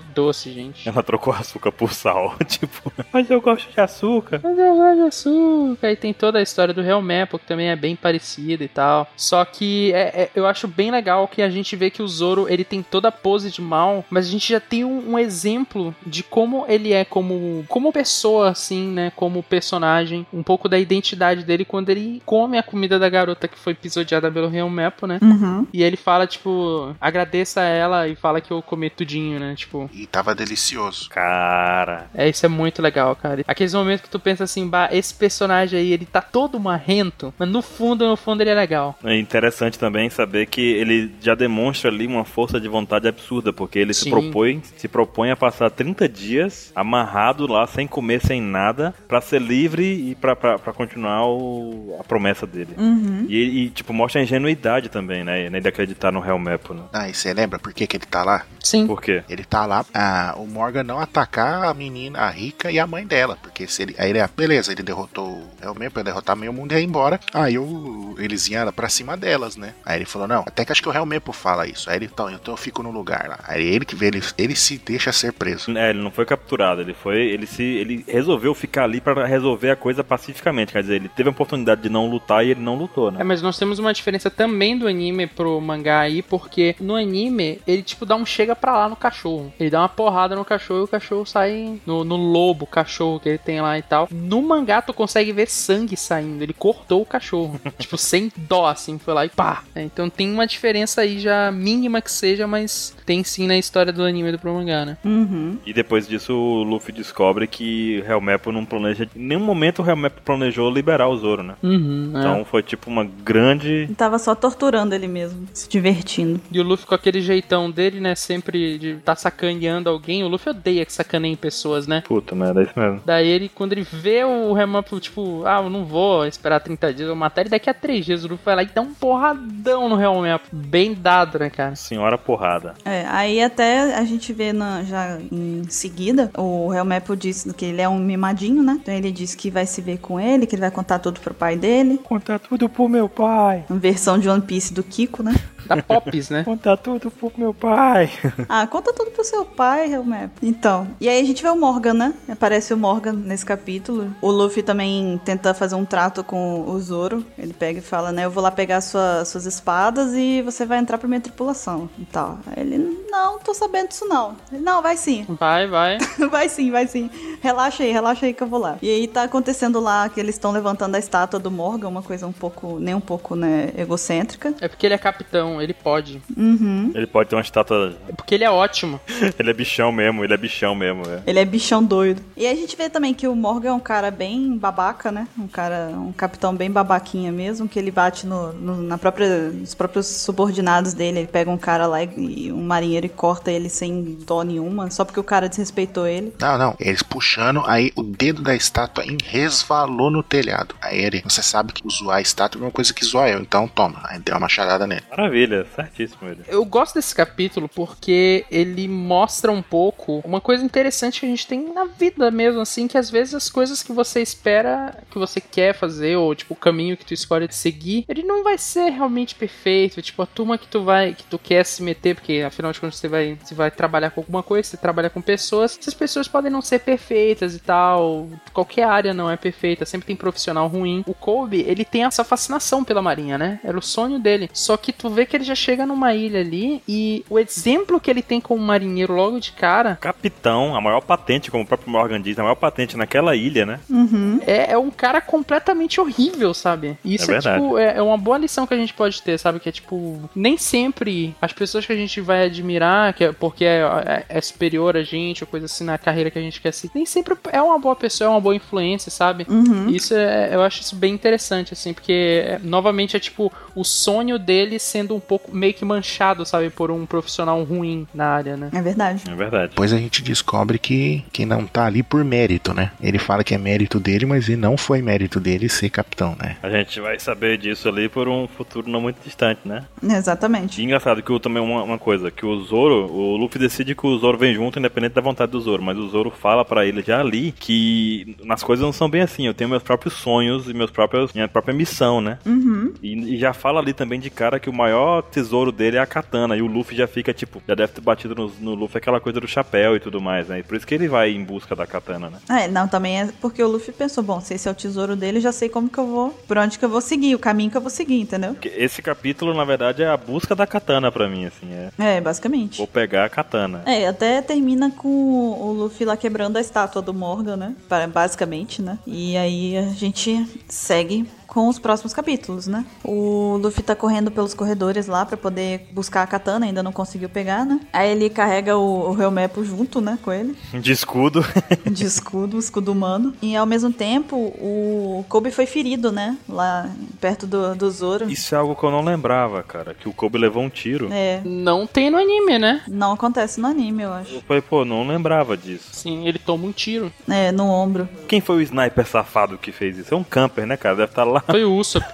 [SPEAKER 2] doce, gente.
[SPEAKER 1] Ela trocou açúcar por sal. tipo, mas eu gosto de açúcar.
[SPEAKER 2] Mas eu gosto de açúcar. E tem toda a história do Real Maple, que também é bem parecida e tal. Só que é- é- eu acho bem legal que a gente vê que o Zoro, ele tem toda a pose de mal, mas a gente já tem um, um exemplo de como ele é como, como pessoa, assim, né? Como personagem. Um pouco da identidade dele quando ele come a comida da garota que foi pisoteada pelo Real Maple, né?
[SPEAKER 3] Uhum.
[SPEAKER 2] E ele fala, tipo, agradeça a ela e fala que eu comi tudinho, né? Tipo,
[SPEAKER 4] E tava delicioso.
[SPEAKER 1] Cara,
[SPEAKER 2] é, isso é muito legal, cara. Aqueles momentos que tu pensa assim, bah, esse personagem aí, ele tá todo marrento, mas no fundo, no fundo ele é legal.
[SPEAKER 1] é interessante também saber que ele já demonstra ali uma força de vontade absurda, porque ele se
[SPEAKER 2] Sim.
[SPEAKER 1] propõe, se propõe a passar 30 dias amarrado lá, sem comer, sem nada, pra ser livre e pra, pra, pra continuar o- a promessa dele.
[SPEAKER 3] Uhum.
[SPEAKER 1] E, e, tipo, mostra a ingenuidade também, né? Ele acreditar no Real Map, né?
[SPEAKER 4] Ah, e você lembra por que, que ele tá lá?
[SPEAKER 2] Sim.
[SPEAKER 1] Por quê?
[SPEAKER 4] Ele tá lá, ah, o Morgan não atacar a menina, a rica e a mãe dela. Porque se ele. Aí ele, ah, beleza, ele derrotou. É o mesmo pra derrotar meio mundo e ia embora. Aí eu, eles iam pra cima delas, né? Aí ele falou, não, até que acho que o Real Mepo fala isso. Aí ele, então, então eu fico no lugar lá. Aí ele que vê, ele, ele se deixa ser preso.
[SPEAKER 1] É, ele não foi capturado, ele foi, ele se, ele resolveu ficar ali pra resolver a coisa pacificamente, quer dizer, ele teve a oportunidade de não lutar e ele não lutou,
[SPEAKER 2] É,
[SPEAKER 1] né?
[SPEAKER 2] mas nós temos uma diferença também do anime pro mangá aí, porque no anime ele tipo dá um chega pra lá no cachorro. Ele dá uma porrada no cachorro e o cachorro sai no, no lobo, cachorro que ele tem lá e tal. No mangá tu consegue ver sangue saindo. Ele cortou o cachorro. tipo, sem dó, assim, foi lá e pá. É, então tem uma diferença aí já mínima que seja, mas tem sim na história do anime do pro mangá, né?
[SPEAKER 3] Uhum.
[SPEAKER 1] E depois disso o Luffy descobre que o Helmepo não planeja, em nenhum momento o Helmepo planejou liberar o Zoro, né?
[SPEAKER 2] Uhum. é.
[SPEAKER 1] Então foi tipo uma grande
[SPEAKER 3] Ele tava só torturando ele mesmo, se divertindo.
[SPEAKER 2] E o Luffy com aquele jeitão dele, né? Sempre de tá sacaneando alguém. O Luffy odeia que sacaneiem pessoas, né?
[SPEAKER 1] puta, né? É isso mesmo.
[SPEAKER 2] Daí ele, quando ele vê o Remampo, tipo, ah, eu não vou esperar 30 dias, eu vou matar ele daqui a 3 dias. O Luffy vai lá e dá um porradão no Remampo. Bem dado, né, cara?
[SPEAKER 1] Senhora porrada.
[SPEAKER 3] É, aí até a gente vê na- já em seguida, o Real Maple diz que ele é um mimadinho, né? Então ele diz que vai se ver com ele, que ele vai contar tudo pro pai dele.
[SPEAKER 1] Contar tudo pro meu pai.
[SPEAKER 3] Uma versão de One Piece do Kiko, né?
[SPEAKER 2] Da Pops, né?
[SPEAKER 1] Contar tudo pro meu pai.
[SPEAKER 3] Ah, conta tudo pro seu pai, Real Maple. Então, e aí a gente vê o Morgan, né? Aparece o Morgan nesse capítulo. O Luffy também tenta fazer um trato com o Zoro. Ele pega e fala, né? Eu vou lá pegar sua- suas espadas e você vai entrar pra minha tripulação e tal. Aí ele, não, tô sabendo disso não. Ele, não, vai sim.
[SPEAKER 2] Vai, vai.
[SPEAKER 3] Vai sim, vai sim. Relaxa aí, relaxa aí que eu vou lá. E aí tá acontecendo lá que eles estão levantando a estátua do Morgan, uma coisa um pouco, nem um pouco, né, egocêntrica.
[SPEAKER 2] É porque ele é capitão, ele pode.
[SPEAKER 3] Uhum.
[SPEAKER 1] Ele pode ter uma estátua.
[SPEAKER 2] É porque ele é ótimo.
[SPEAKER 1] Ele é bichão mesmo, ele é bichão mesmo, é.
[SPEAKER 3] Ele é bichão doido. E a gente vê também que o Morgan é um cara bem babaca, né? Um cara, um capitão bem babaquinha mesmo, que ele bate no, no- na própria, nos próprios subordinados dele. Ele pega um cara lá e, e um marinheiro e corta ele sem dó nenhuma, só porque o cara desrespeitou ele.
[SPEAKER 4] Não, não. Eles puxando, aí o dedo da estátua em- resvalou no telhado. Aí ele, você sabe que zoar a estátua é uma coisa que zoa eu, então toma. Aí deu uma machadada nele.
[SPEAKER 1] Maravilha, certíssimo ele.
[SPEAKER 2] Eu gosto desse capítulo porque ele mostra um pouco uma coisa interessante que a gente tem na vida mesmo, assim, que às vezes as coisas que você espera, que você quer fazer, ou tipo, o caminho que tu escolhe de seguir, ele não vai ser realmente perfeito. Tipo, a turma que tu vai, que tu quer se meter, porque afinal de contas você vai, você vai trabalhar com alguma coisa, você trabalha com pessoas, essas pessoas podem não ser perfeitas e tal. Qualquer área não é perfeita, sempre tem profissional ruim. O Kobe, ele tem essa fascinação pela marinha, né? Era o sonho dele. Só que tu vê que ele já chega numa ilha ali e o exemplo que ele tem como marinheiro logo de cara
[SPEAKER 1] Capitão, a maior patente, como o próprio Morgan diz, a maior patente naquela ilha, né?
[SPEAKER 3] Uhum.
[SPEAKER 2] é, é um cara completamente horrível, sabe? E Isso é,
[SPEAKER 1] verdade.
[SPEAKER 2] tipo, é, é uma boa lição que a gente pode ter, sabe? Que é tipo, nem sempre as pessoas que a gente vai admirar, que é porque é, é- é superior a gente, ou coisa assim, na carreira que a gente quer seguir, nem sempre é uma boa pessoa, é uma boa influência, sabe?
[SPEAKER 3] Uhum.
[SPEAKER 2] Isso é, eu acho isso bem interessante, assim, porque é, novamente é tipo o sonho dele sendo um pouco meio que manchado, sabe, por um profissional ruim na área, né?
[SPEAKER 3] É verdade.
[SPEAKER 1] É verdade.
[SPEAKER 4] Depois a gente descobre que, que não tá ali por mérito, né? Ele fala que é mérito dele, mas ele não foi mérito dele ser capitão, né?
[SPEAKER 1] A gente vai saber disso ali por um futuro não muito distante, né?
[SPEAKER 3] Exatamente.
[SPEAKER 1] E engraçado que o- também uma, uma coisa, que o Zoro, o Luffy decide que o Zoro vem junto, independente da vontade do Zoro. Mas o Zoro fala pra ele já ali que as coisas não são bem assim. Eu tenho meus próprios sonhos e meus próprios, minha própria missão, né?
[SPEAKER 3] Uhum.
[SPEAKER 1] E, e já fala ali também de cara que o maior tesouro dele é a katana. E o Luffy já fica, tipo, já deve ter batido no, no Luffy aquela coisa do chapéu e tudo mais, né? E por isso que ele vai em busca da katana, né?
[SPEAKER 3] É, não, também é porque o Luffy pensou, bom, se esse é o tesouro dele, já sei como que eu vou, por onde que eu vou seguir, o caminho que eu vou seguir, entendeu?
[SPEAKER 1] Porque Esse capítulo, na verdade, é a busca da katana pra mim, assim. É,
[SPEAKER 3] É, basicamente.
[SPEAKER 1] vou pegar a katana.
[SPEAKER 3] É, até termina com o Luffy lá quebrando a estátua do Morgan, né? Para- Basicamente, né? E aí a gente segue com os próximos capítulos, né? O Luffy tá correndo pelos corredores lá pra poder buscar a katana, ainda não conseguiu pegar, né? Aí ele carrega o, o Helmepo junto, né, com ele,
[SPEAKER 1] De escudo.
[SPEAKER 3] de escudo, um escudo humano. E ao mesmo tempo, o Kobe foi ferido, né? Lá perto do, do Zoro.
[SPEAKER 1] Isso é algo que eu não lembrava, cara. Que o Kobe levou um tiro.
[SPEAKER 3] É,
[SPEAKER 2] Não tem no anime, né?
[SPEAKER 3] não acontece no anime, eu acho.
[SPEAKER 1] Eu falei, pô, não lembrava disso.
[SPEAKER 2] Sim, ele toma um tiro.
[SPEAKER 3] É, no ombro.
[SPEAKER 1] Quem foi o sniper safado que fez isso? É um camper, né, cara? Deve estar lá.
[SPEAKER 2] Foi o Usopp.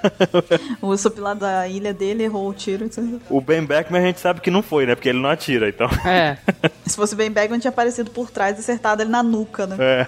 [SPEAKER 3] O Usopp lá da ilha dele errou o tiro, entendeu?
[SPEAKER 1] O Ben Beckman a gente sabe que não foi, né? Porque ele não atira, então.
[SPEAKER 2] É,
[SPEAKER 3] Se fosse Ben Bagman, tinha aparecido por trás e acertado ele na nuca, né?
[SPEAKER 1] É.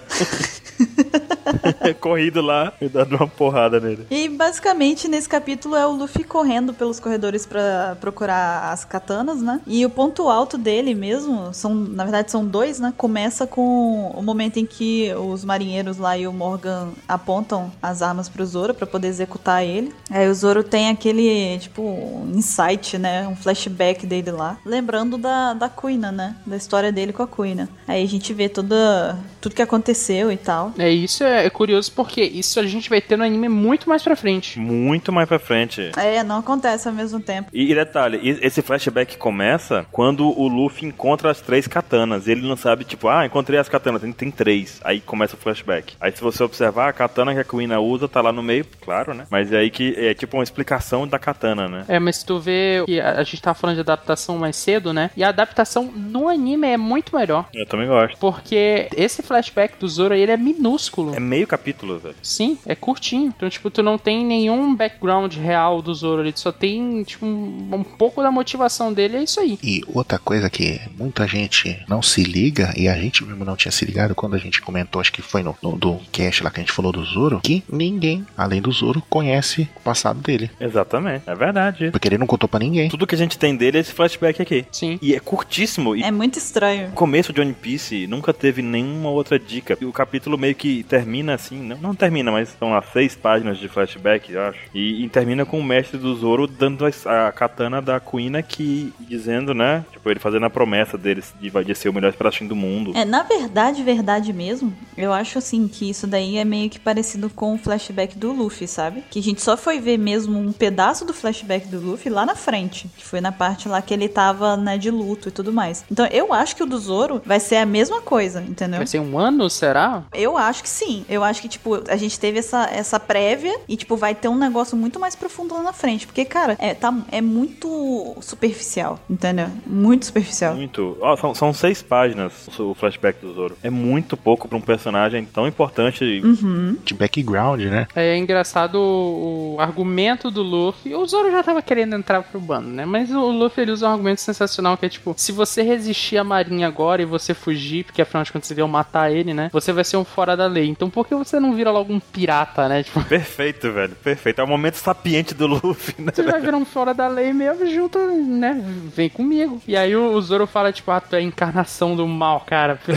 [SPEAKER 1] Corrido lá e dado uma porrada nele.
[SPEAKER 3] E basicamente nesse capítulo é o Luffy correndo pelos corredores pra procurar as katanas, né? E o ponto alto dele mesmo, são, na verdade são dois, né? Começa com o momento em que os marinheiros lá e o Morgan apontam as armas pro Zoro pra poder executar ele. Aí o Zoro tem aquele, tipo, insight, né? Um flashback dele lá. Lembrando da, da Kuina, né? Da história dele com a Kuina. Aí a gente vê toda, tudo que aconteceu e tal.
[SPEAKER 2] é isso é, é curioso porque isso a gente vai ter no anime muito mais pra frente.
[SPEAKER 1] Muito mais pra frente.
[SPEAKER 3] É, não acontece ao mesmo tempo.
[SPEAKER 1] E, e detalhe, e- esse flashback começa quando o Luffy encontra as três katanas. Ele não sabe, tipo, ah, encontrei as katanas, tem, tem três. Aí começa o flashback. Aí se você observar, a katana que a Kuina usa tá lá no meio, claro, né? Mas é aí que é tipo uma explicação da katana, né?
[SPEAKER 2] É, mas se tu vê que a a gente tava falando de adaptação mais cedo, né? E a adaptação no anime é muito melhor.
[SPEAKER 1] Eu também gosto.
[SPEAKER 2] Porque esse flashback do Zoro, ele é minúsculo.
[SPEAKER 1] É meio capítulo, velho.
[SPEAKER 2] Sim, é curtinho. Então, tipo, tu não tem nenhum background real do Zoro ali. Tu só tem, tipo, um, um pouco da motivação dele. É isso aí.
[SPEAKER 4] E outra coisa que muita gente não se liga, e a gente mesmo não tinha se ligado quando a gente comentou, acho que foi no, no do cast lá que a gente falou do Zoro, que ninguém, além do Zoro, conhece o passado dele.
[SPEAKER 1] Exatamente. É verdade.
[SPEAKER 4] Porque ele não contou pra ninguém.
[SPEAKER 1] Tudo que a gente tem dele é esse flashback aqui.
[SPEAKER 2] Sim.
[SPEAKER 1] E é curtíssimo. E
[SPEAKER 3] É muito estranho.
[SPEAKER 1] O começo de One Piece nunca teve nenhuma outra dica. E o capítulo meio que termina assim, não, não termina, mas são lá seis páginas de flashback, eu acho. E, e termina com o mestre do Zoro dando as- a, katana da Kuina que dizendo, né? Tipo, ele fazendo a promessa dele de, vai- de ser o melhor espadachim do mundo.
[SPEAKER 3] É, na verdade, verdade mesmo, eu acho assim que isso daí é meio que parecido com o flashback do Luffy, sabe? Que a gente só foi ver mesmo um pedaço do flashback do Luffy lá na frente, que foi na parte lá que ele tava, né, de luto e tudo mais. Então, eu acho que o do Zoro vai ser a mesma coisa, entendeu?
[SPEAKER 2] Vai ser um ano, será?
[SPEAKER 3] Eu acho que sim. Eu acho que, tipo, a gente teve essa, essa prévia e, tipo, vai ter um negócio muito mais profundo lá na frente. Porque, cara, é, tá, é muito superficial, entendeu? Muito superficial.
[SPEAKER 1] É Muito. Ó, são, são seis páginas o flashback do Zoro. É muito pouco pra um personagem tão importante.
[SPEAKER 3] Uhum.
[SPEAKER 4] De background, né?
[SPEAKER 2] É engraçado o, o argumento do Luffy. O Zoro já tava querendo entrar pro bando, né? Mas o Luffy ele usa um argumento sensacional que é tipo: se você resistir à marinha agora e você fugir, porque afinal de contas eles iam matar ele, né? Você vai ser um fora da lei. Então por que você não vira logo um pirata, né? Tipo,
[SPEAKER 1] Perfeito, velho. Perfeito. É o momento sapiente do Luffy, né?
[SPEAKER 2] Você vai virar um fora da lei mesmo, junto, né? Vem comigo. E aí o o Zoro fala, tipo, ah, tu é a encarnação do mal, cara.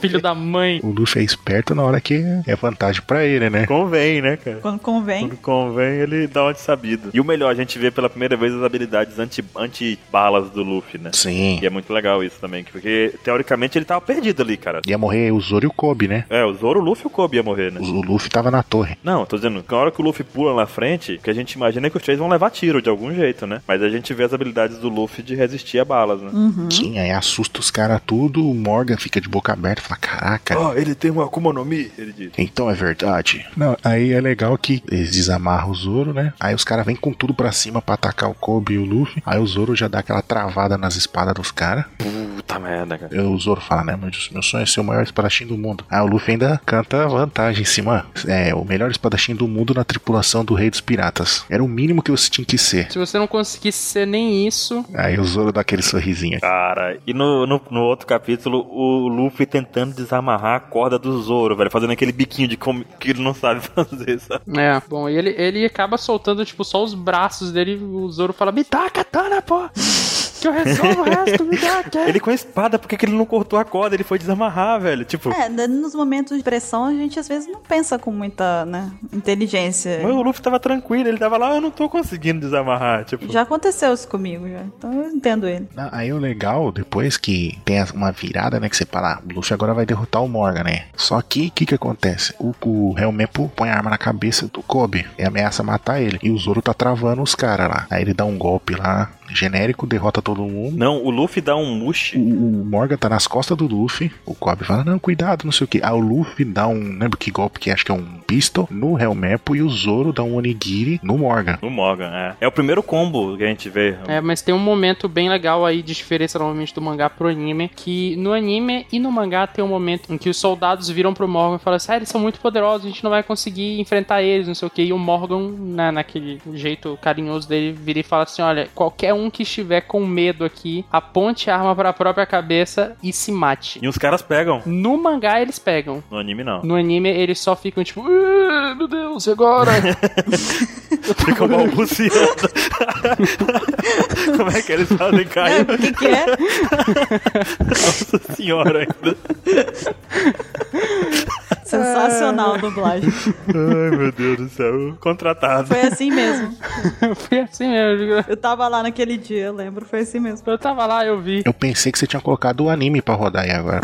[SPEAKER 2] Filho da mãe.
[SPEAKER 4] O Luffy é esperto na hora que é vantagem pra ele, né?
[SPEAKER 1] Convém, né, cara?
[SPEAKER 3] Quando convém.
[SPEAKER 1] Quando convém, ele dá uma de sabido. E o melhor, a gente vê pela primeira vez as habilidades anti- anti-balas do Luffy, né?
[SPEAKER 4] Sim.
[SPEAKER 1] E é muito legal isso também, porque teoricamente ele tava perdido ali, cara.
[SPEAKER 4] Ia morrer o Zoro e o Kobe, né?
[SPEAKER 1] É, o Zoro, o Luffy e o Kobe ia morrer, né?
[SPEAKER 4] O o Luffy tava na torre.
[SPEAKER 1] Não, tô dizendo, na hora que o Luffy pula na frente, o que a gente imagina é que os três vão levar tiro de algum jeito, né? Mas a gente vê as habilidades do Luffy de resistir a balas, né?
[SPEAKER 3] Uhum.
[SPEAKER 4] Sim, aí assusta os caras tudo, o Morgan fica de boca aberta, fala, caraca,
[SPEAKER 1] oh, ele tem uma Akuma no Mi, ele diz.
[SPEAKER 4] Então é verdade. Não, aí é legal que eles desamarram o Zoro, né? Aí os caras vêm com tudo pra cima pra atacar o Kobe e o Luffy. Aí o Zoro já dá aquela travada nas espadas dos caras.
[SPEAKER 1] Puta Puta merda, cara.
[SPEAKER 4] Eu, o Zoro fala, né? Meu, meu sonho é ser o maior espadachim do mundo. Ah, o Luffy ainda canta vantagem em cima. É, o melhor espadachim do mundo na tripulação do Rei dos Piratas. Era o mínimo que você tinha que ser.
[SPEAKER 2] Se você não conseguisse ser nem isso,
[SPEAKER 4] Aí o Zoro dá aquele sorrisinho.
[SPEAKER 1] Cara, e no, no, no outro capítulo, o Luffy tentando desamarrar a corda do Zoro, velho, fazendo aquele biquinho de como que ele não sabe fazer, sabe?
[SPEAKER 2] É, bom, e ele, ele acaba soltando, tipo, só os braços dele. O Zoro fala: Me dá a katana, pô! Que eu resolvo o resto, me dá aqui.
[SPEAKER 1] Ele com a espada, por que que ele não cortou a corda? Ele foi desamarrar, velho. Tipo,
[SPEAKER 3] É, né, nos momentos de pressão a gente às vezes não pensa com muita, né, inteligência.
[SPEAKER 1] mas o Luffy tava tranquilo, ele tava lá, "Ah, eu não tô conseguindo desamarrar. Tipo,
[SPEAKER 3] Já aconteceu isso comigo, já. Então eu entendo ele.
[SPEAKER 4] Ah, Aí o legal, depois que tem as- uma virada, né? Que você fala, ah, o Luffy agora vai derrotar o Morgan, né? Só que, o que que acontece? O, o Helmepo põe a arma na cabeça do Kobe e ameaça matar ele. E o Zoro tá travando os caras lá. Aí ele dá um golpe lá, genérico, derrota todo mundo.
[SPEAKER 1] não, o Luffy dá um mush.
[SPEAKER 4] O, o Morgan tá nas costas do Luffy. O Kobe fala, não, cuidado, não sei o que. Aí o Luffy dá um, lembra que golpe que é? acho que é um pistol no Helmepo e o Zoro dá um onigiri no Morgan.
[SPEAKER 1] No Morgan, é. É o primeiro combo que a gente vê.
[SPEAKER 2] É, mas tem um momento bem legal aí de diferença normalmente do mangá pro anime, que no anime e no mangá tem um momento em que os soldados viram pro Morgan e falam assim, ah, eles são muito poderosos, a gente não vai conseguir enfrentar eles, não sei o que, e o Morgan, na, naquele jeito carinhoso dele, vira e fala assim, olha, qualquer um que estiver com medo aqui, aponte a arma pra própria cabeça e se mate.
[SPEAKER 1] E os caras pegam.
[SPEAKER 2] No mangá eles pegam,
[SPEAKER 1] No anime, não.
[SPEAKER 2] no anime eles só ficam tipo, "Ah, meu Deus, e agora?
[SPEAKER 1] Ficam balbuciando. Como é que eles fazem,
[SPEAKER 3] É,
[SPEAKER 1] Caio?
[SPEAKER 3] o que, que é?
[SPEAKER 1] Nossa senhora ainda.
[SPEAKER 3] Sensacional a dublagem.
[SPEAKER 1] Ai, meu Deus do céu. Contratado.
[SPEAKER 3] Foi assim mesmo.
[SPEAKER 2] Foi assim mesmo,
[SPEAKER 3] Eu tava lá naquele dia, eu lembro, foi assim mesmo.
[SPEAKER 2] eu tava lá, eu vi.
[SPEAKER 4] Eu pensei que você tinha colocado o anime pra rodar aí agora.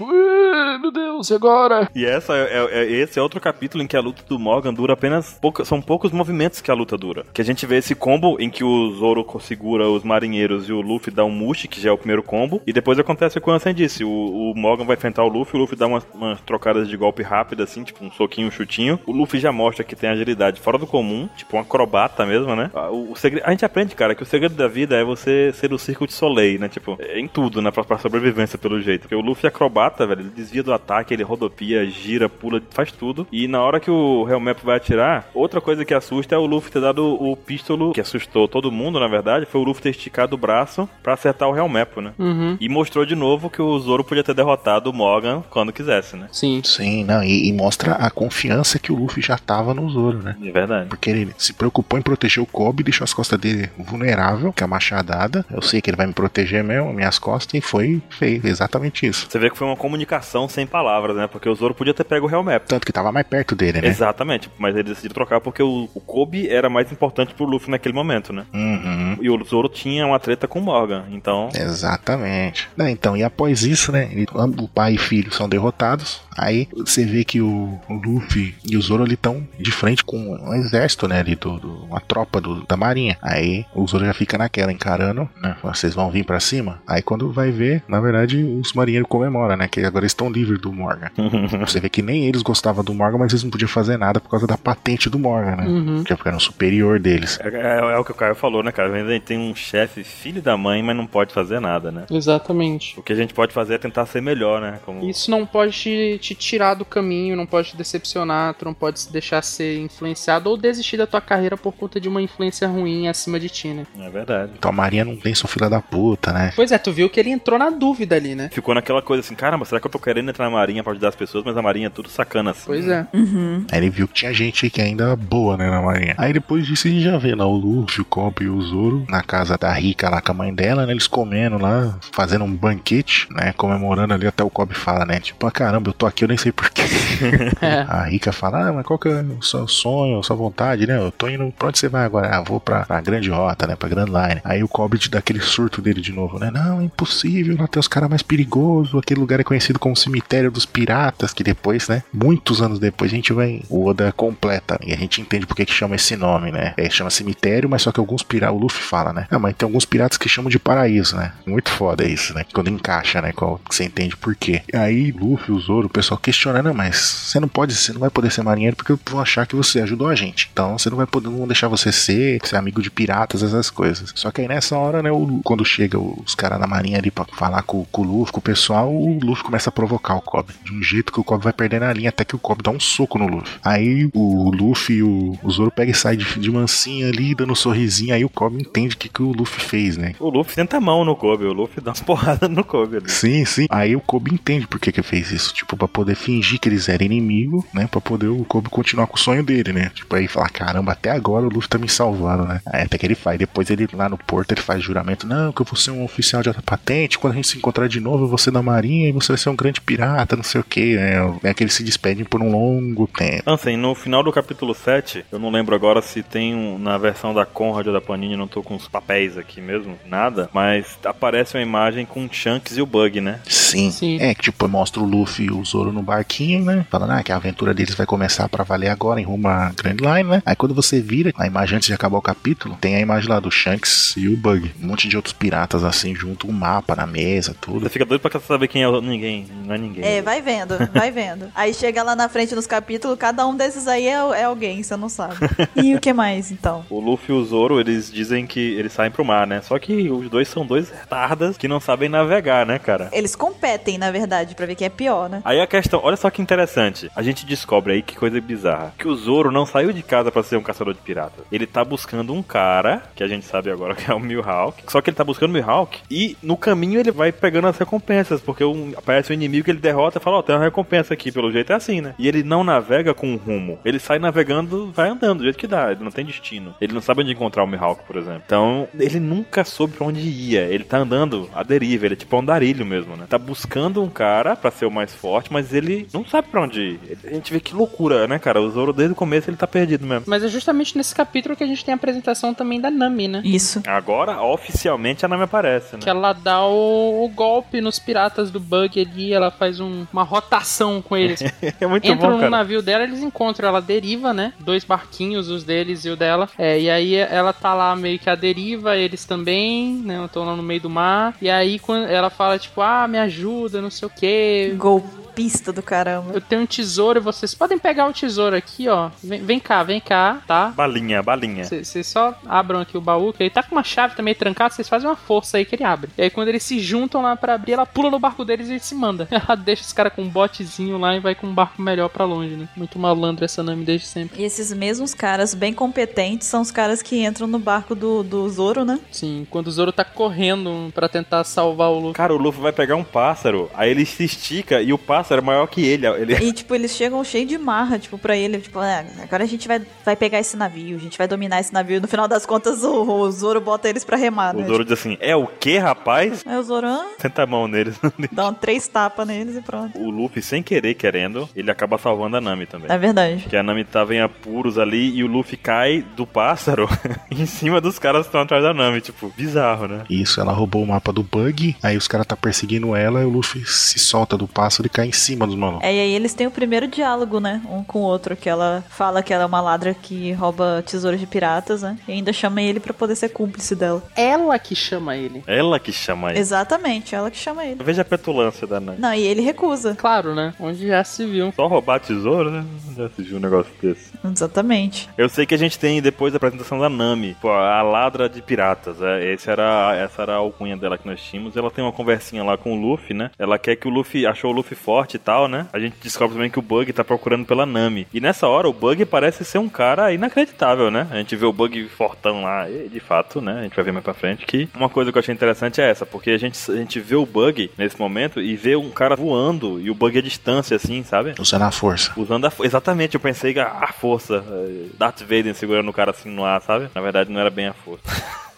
[SPEAKER 2] "Ah, meu Deus, e agora?
[SPEAKER 1] E essa é, é- é- esse é outro capítulo em que a luta do Morgan dura apenas pouca- são poucos movimentos que a luta dura. Que a gente vê esse combo em que o Zoro co- segura os marinheiros e o Luffy dá um mush, que já é o primeiro combo, e depois acontece o que o Ansem disse, o, o Morgan vai enfrentar o Luffy, o Luffy dá umas, umas trocadas de golpe rápida assim, tipo um soquinho, um chutinho. O Luffy já mostra que tem agilidade fora do comum, tipo um acrobata mesmo, né? Ah, O, o segredo, a gente aprende, cara, que o segredo da vida é você ser o circo de Soleil, né? Tipo, é em tudo, né? Pra, pra sobrevivência, pelo jeito. Porque o Luffy é acrobata, velho, ele desvia do ataque, ele rodopia, gira, pula, faz tudo. E na hora que o Helmap vai atirar, outra coisa que assusta é o Luffy ter dado o pístolo, que assustou todo mundo, na verdade, foi o Luffy ter esticado o braço pra acertar o Helmap, né?
[SPEAKER 2] Uhum.
[SPEAKER 1] E mostrou de novo que o Zoro podia ter derrotado o Morgan quando quisesse, né?
[SPEAKER 2] Sim.
[SPEAKER 4] Sim, não, e, e mostra a confiança que o Luffy já tava no Zoro, né?
[SPEAKER 1] De verdade.
[SPEAKER 4] Porque ele se preocupou em proteger o Kobe, deixou as costas dele vulnerável, que é a machadada. Eu sei que ele vai me proteger mesmo, minhas costas, e foi feio, exatamente isso.
[SPEAKER 1] Você vê que foi uma comunicação sem palavras, né? Porque o Zoro podia ter pego o Helmap.
[SPEAKER 4] Tanto que tava mais perto
[SPEAKER 2] É.
[SPEAKER 4] dele, né?
[SPEAKER 1] Exatamente, mas ele decidiu trocar porque o, o Kobe era mais importante pro Luffy naquele momento, né?
[SPEAKER 2] Hum.
[SPEAKER 4] Uhum.
[SPEAKER 1] E o Zoro tinha uma treta com o Morgan, então.
[SPEAKER 4] Exatamente. Não, então, e após isso, né? ele- ambos, o pai e filho são derrotados. Aí você vê que o, o Luffy e o Zoro ali estão de frente com um exército, né? Ali, do, do- uma tropa do- da marinha. Aí o Zoro já fica naquela, encarando, né? Vocês vão vir pra cima. Aí quando vai ver, na verdade, os marinheiros comemoram, né? Que agora estão livres do Morgan. você vê que nem eles gostavam do Morgan, mas eles não podiam fazer nada por causa da patente do Morgan, né?
[SPEAKER 2] Uhum.
[SPEAKER 4] Que era o superior deles.
[SPEAKER 1] É, é- é o que o Caio falou, né, cara? Ele Tem um chefe filho da mãe, mas não pode fazer nada, né?
[SPEAKER 2] Exatamente.
[SPEAKER 1] O que a gente pode fazer é tentar ser melhor, né? Como...
[SPEAKER 2] Isso não pode te, te tirar do caminho, não pode te decepcionar, tu não pode se deixar ser influenciado ou desistir da tua carreira por conta de uma influência ruim acima de ti, né?
[SPEAKER 1] É verdade.
[SPEAKER 4] Então a Marinha não tem sua filha da puta, né?
[SPEAKER 2] Pois é, tu viu que ele entrou na dúvida ali, né?
[SPEAKER 1] Ficou naquela coisa assim, caramba, será que eu tô querendo entrar na marinha pra ajudar as pessoas, mas a marinha é tudo sacana assim.
[SPEAKER 2] Pois é.
[SPEAKER 3] Uhum.
[SPEAKER 4] Aí ele viu que tinha gente aí que ainda era boa, né, na marinha. Aí depois disso ele já vê lá o Luffy, o Cobb e o Zoro na casa da Rica lá com a mãe dela, né, eles comendo lá, fazendo um banquete, né, comemorando ali, até o Cobb fala, né, tipo, ah, caramba, eu tô aqui, eu nem sei porquê.
[SPEAKER 2] É.
[SPEAKER 4] a Rica fala, ah, mas qual que é o seu sonho, a sua vontade, né, eu tô indo, pra onde você vai agora? Ah, vou pra, pra Grande Rota, né, pra Grand Line. Aí o Cobb te dá aquele surto dele de novo, né, não, é impossível, lá tem os caras mais perigosos, aquele lugar é conhecido como Cemitério dos Piratas, que depois, né, muitos anos depois a gente vai, o Oda completa, né? e a gente entende por que que chama esse nome, né, é, chama Cemitério, mas só que alguns piratas, o Luffy fala, né, ah, mas tem alguns piratas que chamam de Paraíso, né, muito foda isso, né, quando encaixa, né, qual, você entende por quê. E aí Luffy, os tesouro, o pessoal questionando, mas você não pode, você não vai poder ser marinheiro porque vão achar que você ajudou a gente. Então você não vai poder, não vão deixar você ser, ser amigo de piratas, essas coisas. Só que aí nessa hora, né, o- quando chega os caras da marinha ali pra falar com, com o Luffy, com o pessoal, o Luffy começa a provocar o Cobb. De um jeito que o Cobb vai perdendo a linha até que o Cobb dá um soco no Luffy. Aí o Luffy e o, o Zoro pega e sai de, de mansinha ali, dando um sorrisinho. Aí o Cobb entende o que, que o Luffy fez, né?
[SPEAKER 1] O Luffy tenta a mão no Kobe, o Luffy dá umas porradas no Kobe ali.
[SPEAKER 4] Sim, sim. Aí o Kobe entende por que que fez isso. Tipo, pra poder fingir que eles eram inimigo, né? Pra poder o Kobe continuar com o sonho dele, né? Tipo, aí falar, caramba, até agora o Luffy tá me salvando, né? Aí até que ele faz. Depois ele lá no porto, ele faz juramento. Não, que eu vou ser um oficial de alta patente. Quando a gente se encontrar de novo, eu vou ser da marinha e você vai ser um grande pirata, não sei o que, né? É que eles se despedem por um longo tempo.
[SPEAKER 1] Ansem, no final do capítulo 7, eu não lembro agora se tem um, na versão da Conrad ou da Panini, não tô com os papéis aqui mesmo, nada, mas aparece uma imagem com o Shanks e o Bug, né?
[SPEAKER 4] Sim.
[SPEAKER 2] Sim.
[SPEAKER 4] É que tipo, mostra o Luffy e o Zoro no barquinho, né? Falando ah, que a aventura deles vai começar pra valer agora em rumo à Grand Line, né? Aí quando você vira a imagem antes de acabar o capítulo, tem a imagem lá do Shanks e o Bug. Um monte de outros piratas assim junto, um mapa na mesa, tudo.
[SPEAKER 1] Você fica doido pra saber quem é o... ninguém, não é ninguém.
[SPEAKER 3] É, vai vendo, vai vendo. Aí chega lá na frente dos capítulos, cada um desses aí é, é alguém, você não sabe. E o que mais, então?
[SPEAKER 1] O Luffy e o Zoro, eles dizem que eles saem pro mar, né? Só que os dois são dois retardas que não sabem navegar, né, cara?
[SPEAKER 3] Eles competem, na verdade, pra ver quem é pior, né?
[SPEAKER 1] Aí a questão, olha só que interessante. A gente descobre aí que coisa bizarra. Que o Zoro não saiu de casa pra ser um caçador de pirata. Ele tá buscando um cara, que a gente sabe agora que é o Mihawk. Só que ele tá buscando o Mihawk e no caminho ele vai pegando as recompensas, porque um- aparece um inimigo que ele derrota e fala, ó, tem uma recompensa aqui, pelo jeito é assim, né? E ele não navega com o rumo. Ele sai navegando, vai andando, do jeito que dá. Ele não tem destino. Ele não sabe onde encontrar o Mihawk, por exemplo. Então, ele nunca soube pra onde ia. Ele tá andando à deriva, ele é tipo um andarilho mesmo, né? Tá buscando um cara pra ser o mais forte, mas ele não sabe pra onde ir. Ele- A gente vê que loucura, né, cara? O Zoro desde o começo ele tá perdido mesmo.
[SPEAKER 2] Mas é justamente nesse capítulo que a gente tem a apresentação também da Nami, né?
[SPEAKER 3] Isso.
[SPEAKER 1] Agora, oficialmente, a Nami aparece, né?
[SPEAKER 2] Que ela dá o, o golpe nos piratas do Bug ali, ela faz um- uma rotação com eles.
[SPEAKER 1] É muito
[SPEAKER 2] Entram
[SPEAKER 1] bom,
[SPEAKER 2] no
[SPEAKER 1] cara.
[SPEAKER 2] navio dela, eles encontram, ela deriva, né? Dois barquinhos, os deles e o dela. É, e aí ela tá lá meio que à deriva, eles também, né? Estão lá no meio do mar. E aí quando ela fala, tipo, ah, me ajuda, não sei o quê.
[SPEAKER 3] Golpista do caramba.
[SPEAKER 2] Eu tenho um tesouro, vocês podem pegar o tesouro aqui, ó. Vem, vem cá, vem cá, tá?
[SPEAKER 1] Balinha, balinha.
[SPEAKER 2] Vocês só abram aqui o baú, que ele tá com uma chave também trancada, vocês fazem uma força aí que ele abre. E aí quando eles se juntam lá pra abrir, ela pula no barco deles e se manda. Ela deixa os caras com um botezinho lá e vai com um barco melhor pra longe, né? Muito malandro essa Nami desde sempre.
[SPEAKER 3] E esses mesmos caras bem competentes são os caras que entram no barco do, do Zoro, né?
[SPEAKER 2] Sim, quando o Zoro tá correndo pra tentar salvar o Luffy.
[SPEAKER 1] Cara, o Luffy vai pegar um pássaro, aí ele se estica e o pássaro é maior que ele. Ele
[SPEAKER 3] E, tipo, eles chegam cheio de marra, tipo, pra ele. Tipo, "Ah, agora a gente vai, vai pegar esse navio, a gente vai dominar esse navio. No final das contas, o, o Zoro bota eles pra remar,
[SPEAKER 1] O
[SPEAKER 3] né?
[SPEAKER 1] Zoro diz assim: É o que, rapaz?
[SPEAKER 3] Aí o Zoro "Ah",
[SPEAKER 1] Senta a mão neles.
[SPEAKER 3] dá um três tapas neles e pronto.
[SPEAKER 1] o Luffy, sem querer, querendo, ele acaba salvando a Nami também.
[SPEAKER 3] É verdade.
[SPEAKER 1] Que a Nami tava em apuros ali e o Luffy cai do pássaro em cima dos caras que estão atrás da Nami. Tipo, bizarro, né?
[SPEAKER 4] Isso, ela roubou o mapa do Bug, aí os caras tá perseguindo ela e o Luffy se solta do pássaro e cai em cima dos malucos.
[SPEAKER 3] É, e aí eles têm o primeiro diálogo, né? Um com o outro, que ela fala que ela é uma ladra que rouba tesouros de piratas, né? E ainda chama ele pra poder ser cúmplice dela.
[SPEAKER 2] Ela que chama ele.
[SPEAKER 1] Ela que chama ele.
[SPEAKER 3] Exatamente, ela que chama ele.
[SPEAKER 1] Veja a petulância da Nami.
[SPEAKER 3] Não, e ele recusa.
[SPEAKER 2] Claro, né? Onde já se viu.
[SPEAKER 1] Só roubar tesouro, né? Já se viu um negócio desse.
[SPEAKER 3] Exatamente.
[SPEAKER 1] Eu sei que a gente tem depois a apresentação da Nami, pô, a ladra de piratas. É, esse era, essa era a alcunha dela que nós tínhamos. Ela tem uma conversinha lá com o Luffy, né? Ela quer que o Luffy achou o Luffy forte e tal, né? A gente descobre também que o Bug tá procurando pela Nami. E nessa hora o Bug parece ser um cara inacreditável, né? A gente vê o Bug fortão lá, e de fato, né? A gente vai ver mais pra frente que uma coisa que eu achei interessante é essa, porque a gente, a gente vê o Bug nesse momento e vê um cara voando e o Bug à distância, assim, sabe?
[SPEAKER 4] Usando a força.
[SPEAKER 1] Usando a fo- Exatamente, eu pensei que a, a força. eh, Darth Vader segurando o cara assim no ar, sabe? Na verdade, não era bem a força.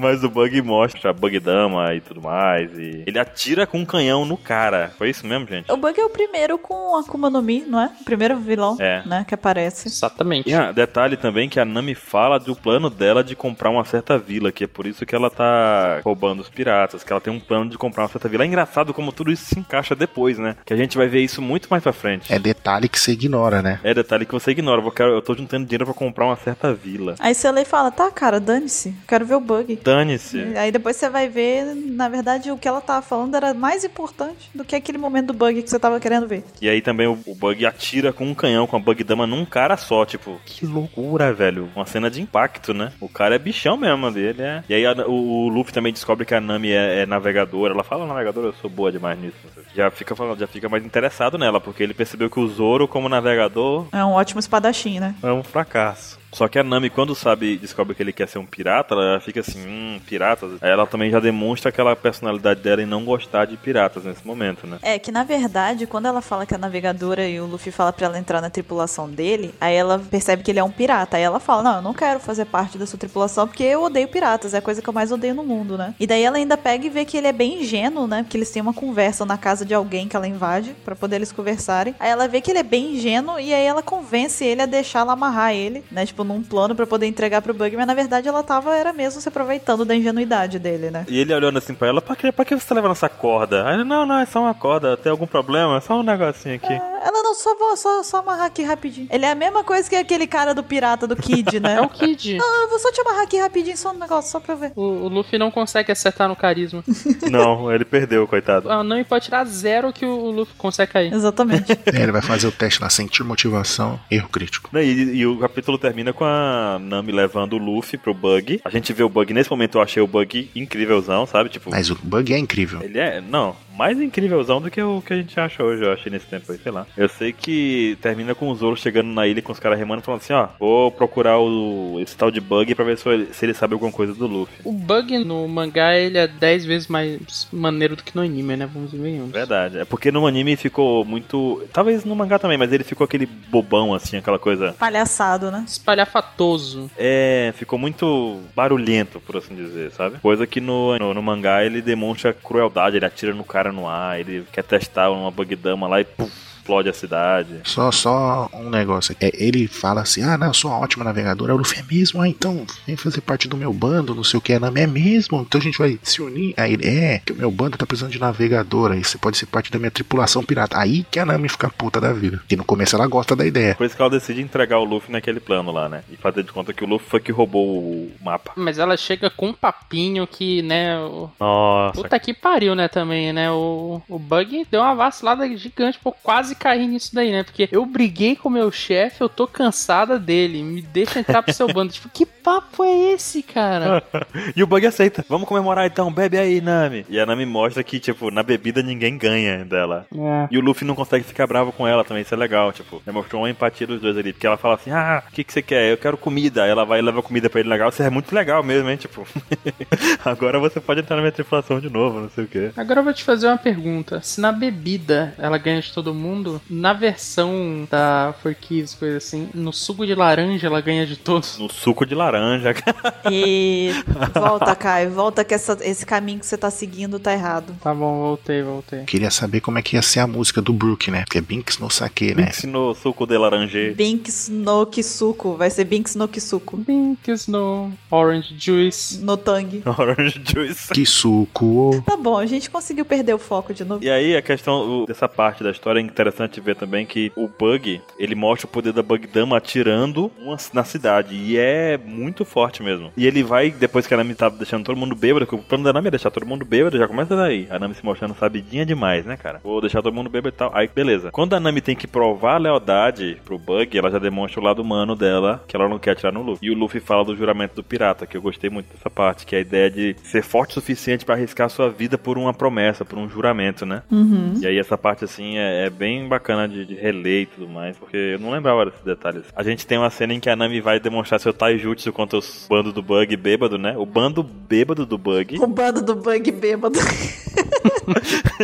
[SPEAKER 1] Mas o Bug mostra a Bug Dama e tudo mais. E ele atira com um canhão no cara. Foi isso mesmo, gente?
[SPEAKER 3] O Bug é o primeiro com Akuma no Mi, não é? O primeiro vilão,
[SPEAKER 1] É.
[SPEAKER 3] né? Que aparece.
[SPEAKER 2] Exatamente.
[SPEAKER 1] E ah, detalhe também que a Nami fala do plano dela de comprar uma certa vila, que é por isso que ela tá roubando os piratas, que ela tem um plano de comprar uma certa vila. É engraçado como tudo isso se encaixa depois, né? Que a gente vai ver isso muito mais pra frente.
[SPEAKER 4] É detalhe que você ignora, né?
[SPEAKER 1] É detalhe que você ignora. Eu, quero, eu tô juntando dinheiro pra comprar uma certa vila.
[SPEAKER 3] Aí você lê e fala, tá, cara, dane-se, quero ver o bug.
[SPEAKER 1] Dane-se.
[SPEAKER 3] Aí depois você vai ver, na verdade, o que ela tava falando era mais importante do que aquele momento do bug que você tava querendo ver.
[SPEAKER 1] E aí também o, o Bug atira com um canhão, com a Bug Dama num cara só, tipo, que loucura, velho. Uma cena de impacto, né? O cara é bichão mesmo, ele é. E aí a- o, o Luffy também descobre que a Nami é, é navegadora. Ela fala navegadora, eu sou boa demais nisso. não sei o quê. Já fica falando, já fica mais interessado nela, porque ele percebeu que o Zoro, como navegador,
[SPEAKER 3] É um ótimo espadachim, né?
[SPEAKER 1] é um fracasso. Só que a Nami, quando sabe, descobre que ele quer ser um pirata, ela fica assim, hum, piratas. Aí ela também já demonstra aquela personalidade dela em não gostar de piratas nesse momento, né?
[SPEAKER 3] É que na verdade, quando ela fala que é navegadora e o Luffy fala pra ela entrar na tripulação dele, aí ela percebe que ele é um pirata. Aí ela fala: Não, eu não quero fazer parte da sua tripulação porque eu odeio piratas, é a coisa que eu mais odeio no mundo, né? E daí ela ainda pega e vê que ele é bem ingênuo, né? Porque eles têm uma conversa na casa de alguém que ela invade pra poder eles conversarem. Aí ela vê que ele é bem ingênuo e aí ela convence ele a deixá-la amarrar ele, né? Tipo, num plano pra poder entregar pro Bug, mas na verdade ela tava, era mesmo se aproveitando da ingenuidade dele, né?
[SPEAKER 1] E ele olhando assim pra ela, pra que, pra que você tá levando essa corda? Aí ele, não, não, é só uma corda, tem algum problema? É só um negocinho aqui.
[SPEAKER 3] Ela não, só vou só, só amarrar aqui rapidinho. Ele é a mesma coisa que aquele cara do pirata do Kid, né?
[SPEAKER 2] É o Kid.
[SPEAKER 3] Ah, eu vou só te amarrar aqui rapidinho, só um negócio, só pra ver.
[SPEAKER 2] O, o Luffy não consegue acertar no carisma.
[SPEAKER 1] não, ele perdeu, coitado.
[SPEAKER 2] A Nami pode tirar zero que o, o Luffy consegue cair.
[SPEAKER 3] Exatamente.
[SPEAKER 4] É, ele vai fazer o teste lá, sentir motivação, erro crítico.
[SPEAKER 1] Né, E, e o capítulo termina com a Nami levando o Luffy pro Bug. A gente vê o Bug, nesse momento eu achei o Bug incrívelzão, sabe? Tipo,
[SPEAKER 4] Mas o bug é incrível.
[SPEAKER 1] Ele é, não, mais incrívelzão do que o que a gente acha hoje, eu achei nesse tempo aí, sei lá. Eu sei que termina com o Zoro chegando na ilha com os caras remando e falando assim, ó, vou procurar o, esse tal de bug pra ver se ele, se ele sabe alguma coisa do Luffy.
[SPEAKER 2] O bug no mangá ele é 10 vezes mais maneiro do que no anime, né? Vamos ver. um.
[SPEAKER 1] Verdade, é porque no anime ficou muito. Talvez no mangá também, mas ele ficou aquele bobão assim, aquela coisa.
[SPEAKER 3] Palhaçado, né?
[SPEAKER 2] Espalhafatoso.
[SPEAKER 1] É, ficou muito barulhento, por assim dizer, sabe? Coisa que no, no, no mangá ele demonstra crueldade, ele atira no cara no ar, ele quer testar uma bug dama lá e pum, explode a cidade.
[SPEAKER 4] Só, só um negócio aqui. É, ele fala assim: ah, não, eu sou uma ótima navegadora. Aí O Luffy é mesmo? Ah, então vem fazer parte do meu bando, não sei o que. A Nami é mesmo? Então a gente vai se unir. Aí ele é, que o meu bando tá precisando de navegadora. E você pode ser parte da minha tripulação pirata. Aí que a Nami fica puta da vida. Porque no começo ela gosta da ideia.
[SPEAKER 1] Por isso que ela decide entregar o Luffy naquele plano lá, né? E fazer de conta que o Luffy foi que roubou o mapa.
[SPEAKER 2] Mas ela chega com um papinho que, né? o-
[SPEAKER 1] Nossa.
[SPEAKER 2] Puta que pariu, né, também, né? O, o Bug deu uma vacilada gigante, pô, quase caí nisso daí, né? Porque eu briguei com o meu chefe, eu tô cansada dele, me deixa entrar pro seu bando. Tipo, que papo é esse, cara?
[SPEAKER 1] E o Bug aceita. Vamos comemorar então, bebe aí, Nami. E a Nami mostra que, tipo, na bebida ninguém ganha dela.
[SPEAKER 2] É.
[SPEAKER 1] E o Luffy não consegue ficar bravo com ela também, isso é legal, tipo, demonstrou uma empatia dos dois ali, porque ela fala assim, ah, o que, que você quer? Eu quero comida. Aí ela vai e leva comida pra ele legal, isso é muito legal mesmo, hein? Tipo, agora você pode entrar na minha tripulação de novo, não sei o quê.
[SPEAKER 2] Agora eu vou te fazer uma pergunta. Se na bebida ela ganha de todo mundo, na versão da Forkies, coisa assim, no suco de laranja ela ganha de todos.
[SPEAKER 1] No suco de laranja,
[SPEAKER 3] E volta, Caio, volta que essa- esse caminho que você tá seguindo tá errado.
[SPEAKER 2] Tá bom, voltei, voltei.
[SPEAKER 4] Queria saber como é que ia ser a música do Brook, né? Porque é Binks no Saque, né?
[SPEAKER 1] Mix no suco de laranje.
[SPEAKER 3] Binks no Kisuko, vai ser Binks no Kisuko.
[SPEAKER 2] Pink Snow, Orange Juice.
[SPEAKER 3] No Tang.
[SPEAKER 1] Orange juice.
[SPEAKER 4] Que suco.
[SPEAKER 3] Tá bom, a gente conseguiu perder o foco de novo.
[SPEAKER 1] E aí a questão o- dessa parte da história é interessante ver também que o Bug, ele mostra o poder da Bug Dama atirando uma- na cidade. E é muito forte mesmo. E ele vai, depois que a Nami tá deixando todo mundo bêbado, que o plano da Nami é deixar todo mundo bêbado, já começa daí. A Nami se mostrando sabidinha demais, né, cara? Vou deixar todo mundo bêbado e tal. Aí, beleza. Quando a Nami tem que provar a lealdade pro Bug, ela já demonstra o lado humano dela, que ela não quer atirar no Luffy. E o Luffy fala do juramento do pirata, que eu gostei muito dessa parte, que é a ideia de ser forte o suficiente pra arriscar sua vida por uma promessa, por um juramento, né?
[SPEAKER 3] Uhum.
[SPEAKER 1] E aí essa parte assim é, é bem bacana de, de reler e tudo mais, porque eu não lembrava desses detalhes. A gente tem uma cena em que a Nami vai demonstrar seu taijutsu contra os bando do Bug bêbado, né? O bando bêbado do Bug.
[SPEAKER 3] O bando do Bug bêbado.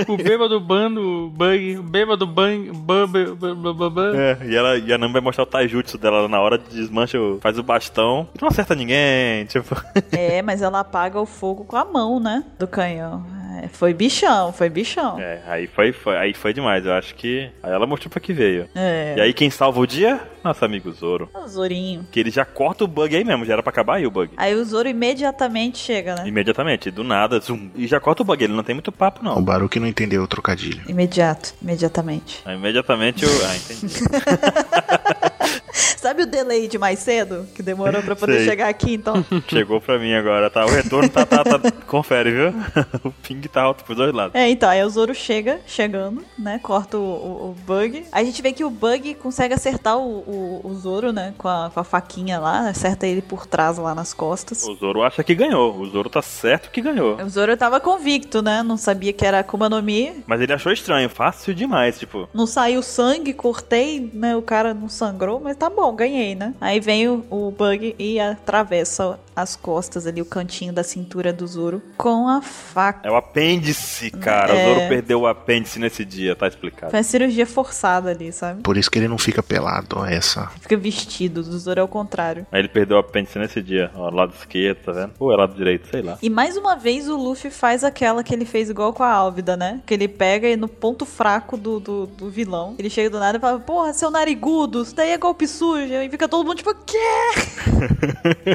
[SPEAKER 2] O bêbado bando, o bug, o bêbado bang, bub, bub, bub, bub, bub.
[SPEAKER 1] É, e, ela, e a Nami vai mostrar o taijutsu dela na hora, desmancha, o- faz o bastão, não acerta ninguém, tipo...
[SPEAKER 3] É, mas ela apaga o fogo com a mão, né? Do canhão. É Foi bichão, foi bichão.
[SPEAKER 1] É, aí foi, foi- aí foi demais. Eu acho que. Aí ela mostrou pra que veio.
[SPEAKER 3] É.
[SPEAKER 1] E aí quem salva o dia? Nosso amigo Zoro.
[SPEAKER 3] O Zorinho.
[SPEAKER 1] Que ele já corta o bug aí mesmo, já era pra acabar aí o bug.
[SPEAKER 3] Aí o Zoro imediatamente chega, né?
[SPEAKER 1] Imediatamente, do nada, zoom. E já corta o bug, ele não tem muito papo
[SPEAKER 4] O
[SPEAKER 1] não.
[SPEAKER 4] Baruque não entendeu o trocadilho.
[SPEAKER 3] Imediato, imediatamente.
[SPEAKER 1] Aí, imediatamente eu. Ah, entendi.
[SPEAKER 3] Sabe o delay de mais cedo? Que demorou pra poder
[SPEAKER 1] Sei.
[SPEAKER 3] chegar aqui, então.
[SPEAKER 1] Chegou pra mim agora, tá? O retorno tá, tá, tá. Confere, viu? o ping tá alto pros dois lados.
[SPEAKER 3] É, então, aí o Zoro chega, chegando, né? Corta o, o- o Bug. Aí a gente vê que o Bug consegue acertar o, o- o Zoro, né? Com a, com a faquinha lá, acerta ele por trás lá nas costas.
[SPEAKER 1] O Zoro acha que ganhou. O Zoro tá certo que ganhou.
[SPEAKER 3] O Zoro tava convicto, né? Não sabia que era Akuma no Mi.
[SPEAKER 1] Mas ele achou estranho, fácil demais, tipo.
[SPEAKER 3] Não saiu sangue, cortei, né? O cara não sangrou, mas tá bom, ganhei, né? Aí vem o, o Bug e atravessa as costas ali, o cantinho da cintura do Zoro com a faca.
[SPEAKER 1] É o apêndice, cara.
[SPEAKER 3] É.
[SPEAKER 1] O Zoro perdeu o apêndice nesse dia, tá explicado.
[SPEAKER 3] Foi uma cirurgia forçada ali, sabe?
[SPEAKER 4] Por isso que ele não fica pelado, ó, essa.
[SPEAKER 3] Fica vestido, do Zoro é o contrário.
[SPEAKER 1] Aí ele perdeu o apêndice nesse dia. Ó, lado esquerdo, tá vendo? Ou é lado direito, sei lá.
[SPEAKER 3] E mais uma vez o Luffy faz aquela que ele fez igual com a Álvida, né? Que ele pega e no ponto fraco do, do, do vilão, ele chega do nada e fala: Porra, seu narigudo, isso daí é golpe sujo. E fica todo mundo tipo: Quê?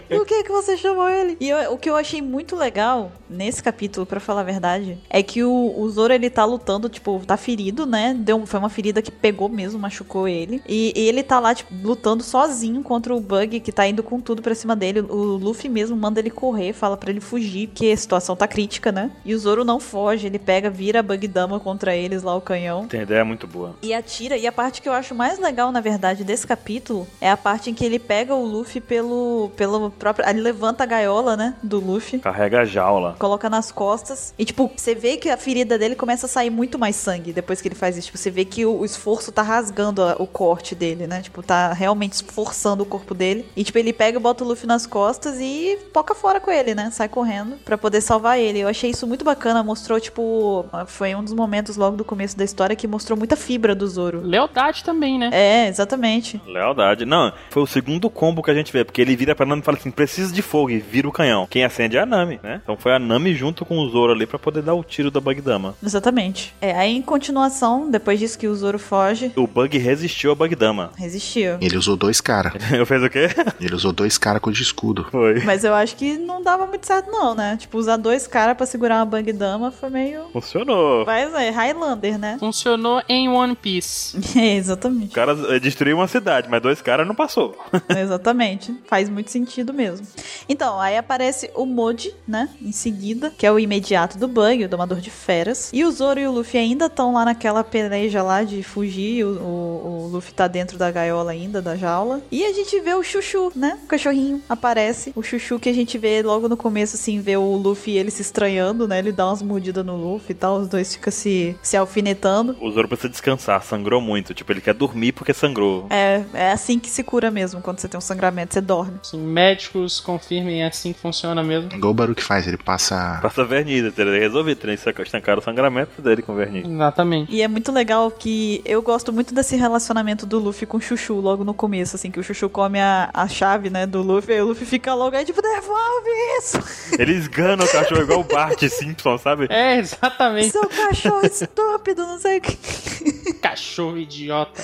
[SPEAKER 3] E o que é que você chamou ele? E eu- o que eu achei muito legal nesse capítulo, pra falar a verdade, é que o, o Zoro ele tá lutando, tipo, tá ferido, né? Deu, um- foi uma ferida que pegou mesmo, machucou ele. E, e ele tá lá, tipo, lutando sozinho contra o Bug, que tá indo com tudo pra cima dele. O Luffy mesmo manda ele correr, fala pra ele fugir, porque a situação tá crítica, né? E o Zoro não foge, ele pega, vira a Bug Dama contra eles lá, o canhão.
[SPEAKER 1] Tem ideia é muito boa.
[SPEAKER 3] E atira. E a parte que eu acho mais legal, na verdade, desse capítulo é a parte em que ele pega o Luffy pelo. pelo próprio. Ele levanta a gaiola, né? Do Luffy.
[SPEAKER 1] Carrega a jaula.
[SPEAKER 3] Coloca nas costas. E, tipo, você vê que a ferida dele começa a sair muito mais sangue depois que ele faz isso. Tipo, você vê que o, o esforço tá rasgando a- o corte dele, né? Tipo, tá realmente esforçando o corpo dele. E, tipo, ele pega e bota o Luffy nas costas e poca fora com ele, né? Sai correndo pra poder salvar ele. Eu achei isso muito bacana. Mostrou, tipo. Foi um dos momentos logo do começo da história que mostrou muita fibra do Zoro.
[SPEAKER 2] Lealdade É. também, né?
[SPEAKER 3] É, exatamente.
[SPEAKER 1] Lealdade. Não, foi o segundo combo que a gente vê, porque ele vira pra Nami e fala assim: precisa de fogo e vira o canhão. Quem acende é a Nami, né? Então foi a Nami junto com o Zoro ali pra poder dar o tiro da Bagdama.
[SPEAKER 3] Exatamente. É, aí em continuação, depois disso que o Zoro foge,
[SPEAKER 1] O Bug resistiu a Bagdama.
[SPEAKER 3] resistiu.
[SPEAKER 4] Ele usou dois caras.
[SPEAKER 1] Ele fez o quê?
[SPEAKER 4] Ele usou dois caras com de escudo.
[SPEAKER 1] Foi.
[SPEAKER 3] Mas eu acho que não dava muito certo, não, né? Tipo, usar dois caras pra segurar uma Bang Dama foi meio.
[SPEAKER 1] Funcionou.
[SPEAKER 3] Mas é Highlander, né?
[SPEAKER 2] Funcionou em One Piece.
[SPEAKER 3] É,
[SPEAKER 1] O
[SPEAKER 3] exatamente.
[SPEAKER 1] cara eh, destruiu uma cidade, mas dois caras não passou.
[SPEAKER 3] Exatamente. Faz muito sentido mesmo. Então, aí aparece o Moji, né? Em seguida, que é o imediato do Bug, o domador de feras. E o Zoro e o Luffy ainda estão lá naquela peleja lá de fugir. O, o- o Luffy tá dentro da gaiola ainda, da jaula. E a gente vê o Chuchu, né? O cachorrinho aparece. O Chuchu que a gente vê logo no começo, assim, vê o Luffy e ele se estranhando, né? Ele dá umas mordidas no Luffy e tal. Os dois ficam se, se alfinetando.
[SPEAKER 1] O Zoro precisa descansar, sangrou muito. Tipo, ele quer dormir porque sangrou.
[SPEAKER 3] É, é assim que se cura mesmo, quando você tem um sangramento, você dorme.
[SPEAKER 2] Assim, médicos confirmem é assim que funciona mesmo.
[SPEAKER 4] Igual o Baruque faz, ele passa.
[SPEAKER 1] Passa verniz, entendeu? Resolvi treinar, estancar o sangramento dele com verniz.
[SPEAKER 2] Exatamente.
[SPEAKER 3] E é muito legal que eu gosto muito desse relacionamento do Luffy com o Chuchu logo no começo, assim, que o Chuchu come a, a chave, né, do Luffy, aí o Luffy fica logo aí, tipo, devolve isso!
[SPEAKER 1] Ele esgana o cachorro igual o Bart Simpson, sabe?
[SPEAKER 2] É, exatamente.
[SPEAKER 3] Seu cachorro estúpido, não sei o que.
[SPEAKER 2] Cachorro idiota.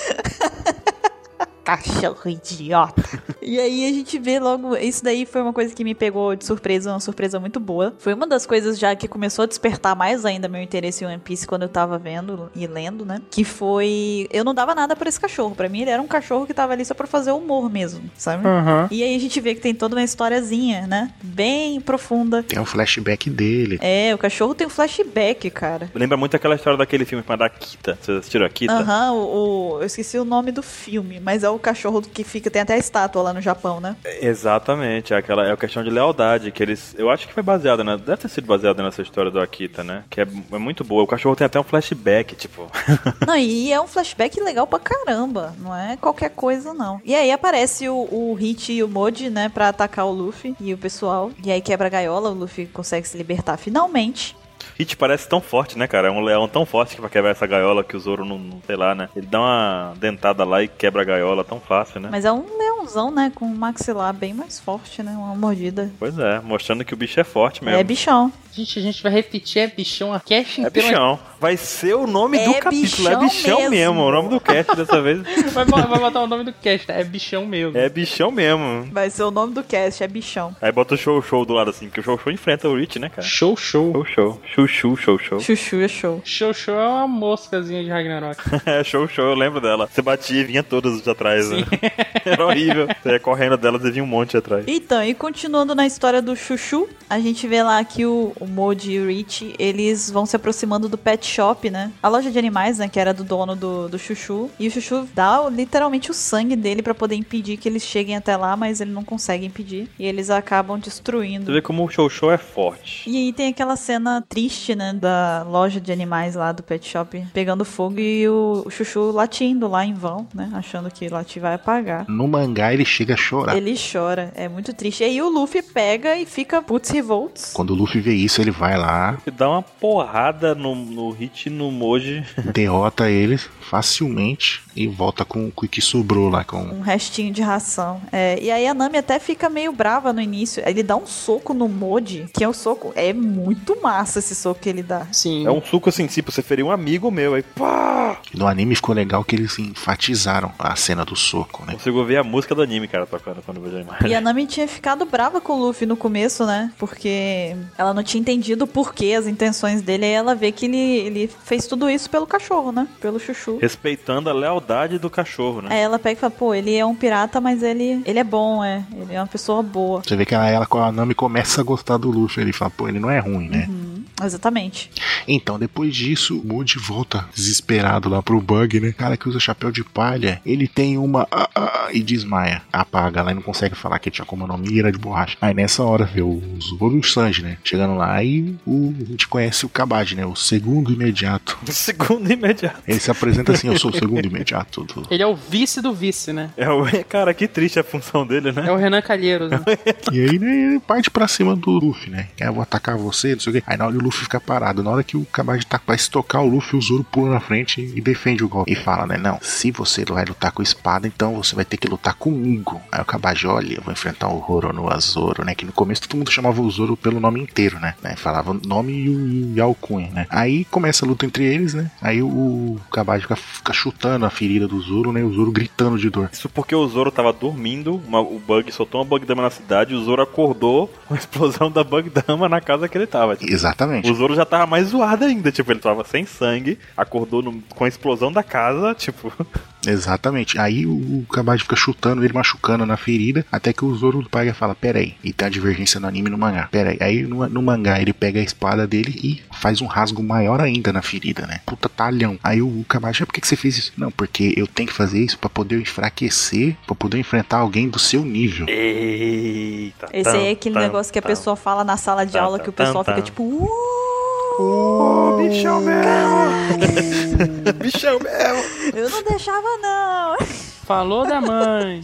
[SPEAKER 3] Cachorro idiota. e aí a gente vê logo. Isso daí foi uma coisa que me pegou de surpresa, uma surpresa muito boa. Foi uma das coisas já que começou a despertar mais ainda meu interesse em One Piece quando eu tava vendo e lendo, né? Que foi. Eu não dava nada por esse cachorro. Pra mim, ele era um cachorro que tava ali só pra fazer humor mesmo, sabe?
[SPEAKER 2] Aham.
[SPEAKER 3] E aí a gente vê que tem toda uma historiazinha, né? Bem profunda.
[SPEAKER 4] Tem um flashback dele.
[SPEAKER 3] É, o cachorro tem um flashback, cara.
[SPEAKER 1] Lembra muito aquela história daquele filme chamado Akita. Vocês assistiram Akita?
[SPEAKER 3] Aham, o, o- eu esqueci o nome do filme, mas é o cachorro que fica, tem até a estátua lá no Japão, né?
[SPEAKER 1] Exatamente, é aquela é a questão de lealdade que eles, eu acho que foi baseada, né? Deve ter sido baseada nessa história do Akita, né? Que é, é muito boa. O cachorro tem até um flashback, tipo,
[SPEAKER 3] Não, e é um flashback legal pra caramba. Não é qualquer coisa, não. E aí aparece o, o Hit e o Moji, né, pra atacar o Luffy e o pessoal. E aí quebra a gaiola, o Luffy consegue se libertar finalmente.
[SPEAKER 1] Hit parece tão forte, né, cara? É um leão tão forte que vai quebrar essa gaiola que o Zoro não, não- sei lá, né? Ele dá uma dentada lá e quebra a gaiola tão fácil, né?
[SPEAKER 3] Mas é um leãozão, né, com um maxilar bem mais forte, né? Uma mordida.
[SPEAKER 1] Pois é, mostrando que o bicho é forte mesmo.
[SPEAKER 3] É bichão.
[SPEAKER 2] Gente, a gente vai repetir é bichão a cash
[SPEAKER 1] É
[SPEAKER 2] inteira.
[SPEAKER 1] bichão. Vai ser o nome
[SPEAKER 3] É
[SPEAKER 1] do capítulo. É
[SPEAKER 3] bichão
[SPEAKER 1] bichão mesmo.
[SPEAKER 3] mesmo.
[SPEAKER 1] O nome do cast dessa vez
[SPEAKER 2] Vai, bo- vai botar o nome do cast, né? É bichão mesmo.
[SPEAKER 1] é bichão mesmo.
[SPEAKER 3] Vai ser o nome do cast, é bichão.
[SPEAKER 1] Aí bota o show show do lado assim, porque o show show enfrenta o Rich, né, cara?
[SPEAKER 2] Show, show.
[SPEAKER 1] Show show. Chuchu, show show.
[SPEAKER 3] Chuchu é show.
[SPEAKER 2] Show, show é uma moscazinha de Ragnarok.
[SPEAKER 1] É, show show, eu lembro dela. Você batia e vinha todas de atrás, né? Era horrível. Você ia correndo delas e vinha um monte atrás.
[SPEAKER 3] Então, e continuando na história do Chuchu, a gente vê lá que o, o Mod e o Rich, eles vão se aproximando do pet shop, né? A loja de animais, né? Que era do dono do, do Chuchu. E o Chuchu dá o- literalmente o sangue dele pra poder impedir que eles cheguem até lá, mas ele não consegue impedir. E eles acabam destruindo.
[SPEAKER 1] Você vê como o show show é forte.
[SPEAKER 3] E aí tem aquela cena triste, né, da loja de animais lá do pet shop pegando fogo e o, o Chuchu latindo lá em vão, né, achando que latir vai apagar.
[SPEAKER 4] No mangá ele chega a chorar.
[SPEAKER 3] Ele chora, é muito triste. E aí o Luffy pega e fica putz revolts.
[SPEAKER 4] Quando o Luffy vê isso, ele vai lá,
[SPEAKER 1] E dá uma porrada no, no Hit e no Moji.
[SPEAKER 4] derrota ele facilmente e volta com, com o que sobrou lá. Com...
[SPEAKER 3] Um restinho de ração. É, e aí a Nami até fica meio brava no início. Ele dá um soco no Modi, que é o soco. É muito massa esse soco que ele dá.
[SPEAKER 2] Sim.
[SPEAKER 1] É um suco assim, tipo, você feriu um amigo meu, aí pá!
[SPEAKER 4] No anime ficou legal que eles enfatizaram a cena do soco, né?
[SPEAKER 1] Consigo ouvir a música do anime, cara, tocando quando eu vejo a imagem.
[SPEAKER 3] E a Nami tinha ficado brava com o Luffy no começo, né? Porque ela não tinha entendido o porquê, as intenções dele. Aí ela vê que ele, ele fez tudo isso pelo cachorro, né? Pelo chuchu.
[SPEAKER 1] Respeitando a lealdade do cachorro, né?
[SPEAKER 3] Aí ela pega e fala, pô, ele é um pirata, mas ele, ele é bom, é. Ele é uma pessoa boa.
[SPEAKER 4] Você vê que ela, ela com a Nami começa a gostar do Luffy. Ele fala, pô, ele não é ruim, né?
[SPEAKER 3] Exatamente.
[SPEAKER 4] Então, depois disso, o Moody volta desesperado lá pro Bug, né? O cara que usa chapéu de palha, ele tem uma. ah, ah, ah, e desmaia. Apaga lá e não consegue falar que tinha como nome e era de borracha. Aí nessa hora vê o Zoro e o Sanji, né? Chegando lá e o, a gente conhece o Kabad, né? O segundo imediato.
[SPEAKER 3] É.
[SPEAKER 1] Segundo imediato.
[SPEAKER 4] Ele se apresenta assim: eu sou o segundo imediato. do-
[SPEAKER 2] Ele é o vice do vice, né?
[SPEAKER 1] É o... Cara, que triste a função dele, né?
[SPEAKER 2] É o Renan Calheiros. né?
[SPEAKER 4] E aí, né? Ele parte pra cima do Luffy, né? Ah, Eu vou atacar você, não sei o quê. Aí na hora o Luffy fica parado. Na hora que o Kabad tá pra estocar o Luffy, o Zoro pula na frente e defende o golpe. E fala, né? Não, se você vai lutar com espada, então você vai ter que lutar com o Hugo. Aí o Kabad, olha, eu vou enfrentar o Roronoa Zoro, né? Que no começo todo mundo chamava o Zoro pelo nome inteiro, né? Né? Falava o nome e, o, e a alcunha, né? Aí começa a luta entre eles, né? Aí o, o Kabad fica, fica chutando a ferida do Zoro, né? O Zoro gritando de dor.
[SPEAKER 1] Isso porque o Zoro tava dormindo, uma- o Bug soltou uma Bug Dama na cidade, o Zoro acordou com a explosão da Bug Dama na casa que ele tava. Tipo.
[SPEAKER 4] Exatamente.
[SPEAKER 1] O Zoro já tava mais zoado ainda, tipo, ele tava sem sangue, acordou no- com a explosão da casa, tipo.
[SPEAKER 4] Exatamente. Aí o o Kabad fica chutando ele, machucando na ferida, até que o Zoro pega e fala: Peraí, e tem a divergência no anime e no mangá. Peraí. Aí no, no mangá ele pega a espada dele e faz um rasgo maior ainda na ferida, né? Puta talhão. Aí o, o Kabad, "Ah, por que, que você fez isso? Não, porque eu tenho que fazer isso pra poder enfraquecer, pra poder enfrentar alguém do seu nível.
[SPEAKER 1] Eita.
[SPEAKER 3] Esse aí é aquele negócio que a pessoa fala na sala de
[SPEAKER 1] tam,
[SPEAKER 3] aula que o
[SPEAKER 1] tam,
[SPEAKER 3] pessoal
[SPEAKER 1] tam.
[SPEAKER 3] fica tipo. "Uh,
[SPEAKER 1] Ô, bichão mesmo! bichão mesmo!
[SPEAKER 3] eu não deixava, não.
[SPEAKER 2] Falou da mãe.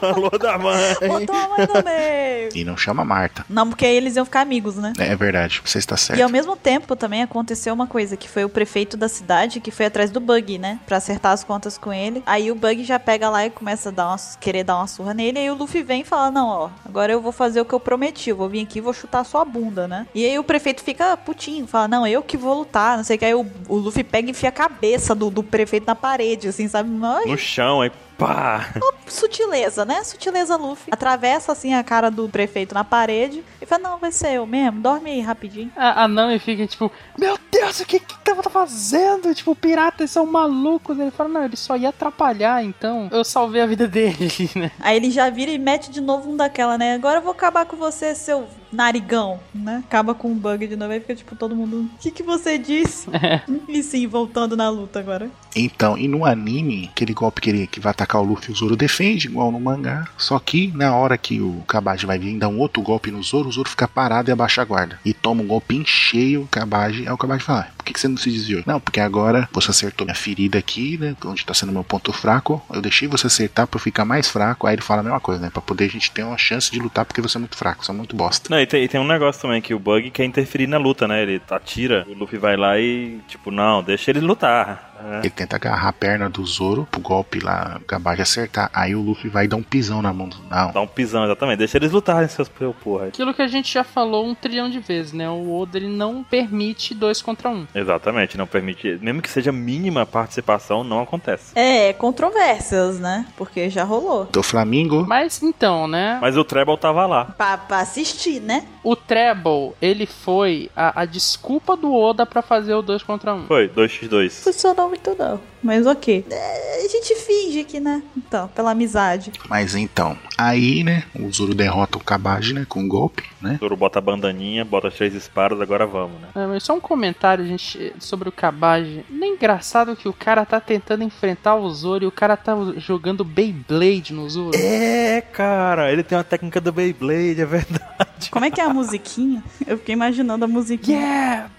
[SPEAKER 1] Falou da mãe!
[SPEAKER 3] Botou a mãe no meio.
[SPEAKER 4] E não chama Marta.
[SPEAKER 3] Não, porque aí eles iam ficar amigos, né?
[SPEAKER 4] É, é verdade, você está certo.
[SPEAKER 3] E ao mesmo tempo também aconteceu uma coisa, que foi o prefeito da cidade que foi atrás do Bug, né? Pra acertar as contas com ele. Aí o Bug já pega lá e começa a dar uma- querer dar uma surra nele. Aí o Luffy vem e fala: Não, ó, agora eu vou fazer o que eu prometi. Eu vou vir aqui e vou chutar sua bunda, né? E aí o prefeito fica putinho, fala: Não, eu que vou lutar, não sei o que. Aí o, o Luffy pega e enfia a cabeça do, do prefeito na parede, assim, sabe? Ai,
[SPEAKER 1] No chão, aí pá!
[SPEAKER 3] sutileza, né? Sutileza Luffy. Atravessa assim a cara do prefeito na parede e fala: Não, vai ser eu mesmo, dorme aí rapidinho.
[SPEAKER 2] A, a Nami fica tipo, meu Deus, o que que tava fazendo? Tipo, piratas são malucos. Ele fala, não, ele só ia atrapalhar, então eu salvei a vida dele, né?
[SPEAKER 3] Aí ele já vira e mete de novo um daquela, né? Agora eu vou acabar com você, seu narigão, né? Acaba com um bug de novo. Aí fica tipo todo mundo. O que, que você disse? e sim, voltando na luta agora.
[SPEAKER 4] Então, e no anime, aquele golpe que, ele, que vai atacar o Luffy, o Zoro defende, igual no mangá. Só que na hora que o Kabaji vai vir dar um outro golpe no Zoro, o Zoro fica parado e abaixa a guarda. E toma um golpe em cheio o Kabaji. Aí o Kabaji fala: "Ah, Por que, que você não se desviou? Não, porque agora você acertou minha ferida aqui, né? Onde tá sendo meu ponto fraco. Eu deixei você acertar pra eu ficar mais fraco. Aí ele fala a mesma coisa, né? Pra poder a gente ter uma chance de lutar, porque você é muito fraco, você é muito bosta.
[SPEAKER 1] Não, e tem, e tem um negócio também que o Bug quer interferir na luta, né? Ele atira, o Luffy vai lá e, tipo, não, deixa ele lutar. né?
[SPEAKER 4] Ele tenta agarrar a perna do Zoro pro golpe lá, acabar de acertar. Aí o Luffy vai dar um pisão na mão do Nao.
[SPEAKER 1] Dá um pisão, exatamente. Deixa eles lutarem, seus seu porra.
[SPEAKER 2] Aquilo que a gente já falou um trilhão de vezes, né? O Oda ele não permite dois contra um.
[SPEAKER 1] Exatamente, não permite. Mesmo que seja mínima participação, não acontece.
[SPEAKER 3] É, controvérsias, né? Porque já rolou.
[SPEAKER 4] Do Flamingo.
[SPEAKER 2] Mas então, né?
[SPEAKER 1] Mas o Treble tava lá.
[SPEAKER 3] Pra, pra assistir, né?
[SPEAKER 2] O Treble, ele foi a, a desculpa do Oda pra fazer o dois contra um.
[SPEAKER 1] Foi, 2x2.
[SPEAKER 3] Funcionou muito não, mas ok. É, a gente finge que, né? Então, pela amizade.
[SPEAKER 4] Mas então, aí, né, o Zoro derrota o Kabaji, né, com um golpe, né?
[SPEAKER 1] Zoro bota a bandaninha, bota as três espadas, agora vamos, né?
[SPEAKER 2] É, mas só um comentário, gente, sobre o Kabaji. Não é engraçado que o cara tá tentando enfrentar o Zoro e o cara tá jogando Beyblade no Zoro?
[SPEAKER 1] É, cara, ele tem uma técnica do Beyblade, é verdade.
[SPEAKER 3] Como é que é a musiquinha? Eu fiquei imaginando a musiquinha.
[SPEAKER 2] Yeah!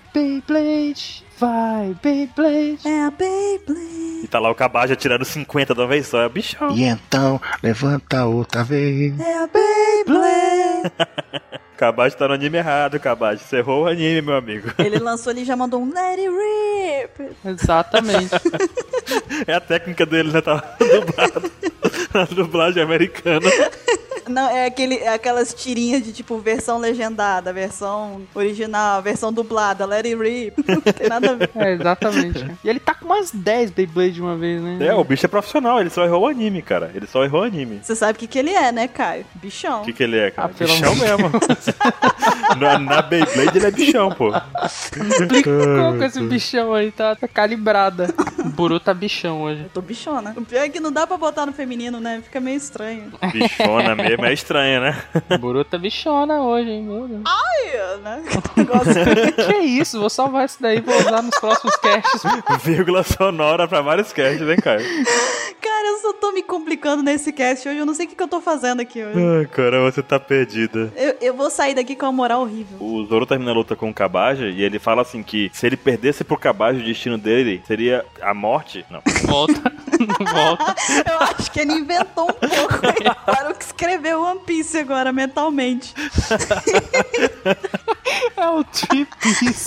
[SPEAKER 2] Beyblade! Vai, Beyblade!
[SPEAKER 3] É a Beyblade.
[SPEAKER 1] E tá lá o Kabaja tirando 50 de uma vez só, é bichão.
[SPEAKER 4] E então, levanta outra vez.
[SPEAKER 3] É a Beyblade.
[SPEAKER 1] Kabaji tá no anime errado, Kabaji. Você errou o anime, meu amigo.
[SPEAKER 3] Ele lançou, ele já mandou um Let It Rip.
[SPEAKER 2] Exatamente.
[SPEAKER 1] É a técnica dele, né? Tá dublado. Na dublagem americana.
[SPEAKER 3] Não, é, aquele, é aquelas tirinhas de tipo versão legendada, versão original, versão dublada, Let It Rip. Não tem nada a ver.
[SPEAKER 2] É, exatamente. E ele tá com umas 10 Beyblade de uma vez, né?
[SPEAKER 1] É, o bicho é profissional, ele só errou o anime, cara. Ele só errou o anime.
[SPEAKER 3] Você sabe o que, que ele é, né, Caio? Bichão.
[SPEAKER 1] O que, que ele é, cara?
[SPEAKER 2] Ah, pelo
[SPEAKER 1] bichão mesmo. na, na Beyblade ele é bichão, pô.
[SPEAKER 2] Explicou com esse bichão aí, tá, tá calibrada. O Buru tá bichão hoje.
[SPEAKER 3] Eu tô bichona. O pior é que não dá pra botar no feminino, né? Fica meio estranho.
[SPEAKER 1] Bichona mesmo é estranha, né?
[SPEAKER 2] O Buru tá bichona hoje, hein? Meu Deus.
[SPEAKER 3] Ai, né? Gosto.
[SPEAKER 2] Que isso? Vou salvar isso daí e vou usar nos próximos casts.
[SPEAKER 1] Vírgula sonora pra vários casts, hein, Caio?
[SPEAKER 3] Cara, eu só tô me complicando nesse cast hoje. Eu não sei o que, que eu tô fazendo aqui hoje.
[SPEAKER 1] Ai, cara, você tá perdida.
[SPEAKER 3] Eu, eu vou sair daqui com uma moral horrível.
[SPEAKER 1] O Zoro termina a luta com o Kabaja e ele fala assim que se ele perdesse pro Kabaja, o destino dele seria a morte. Não.
[SPEAKER 2] Volta. Não volta.
[SPEAKER 3] Eu acho que ele inventou um pouco. Ele parou que escreveu One Piece agora, mentalmente.
[SPEAKER 2] É o tipis.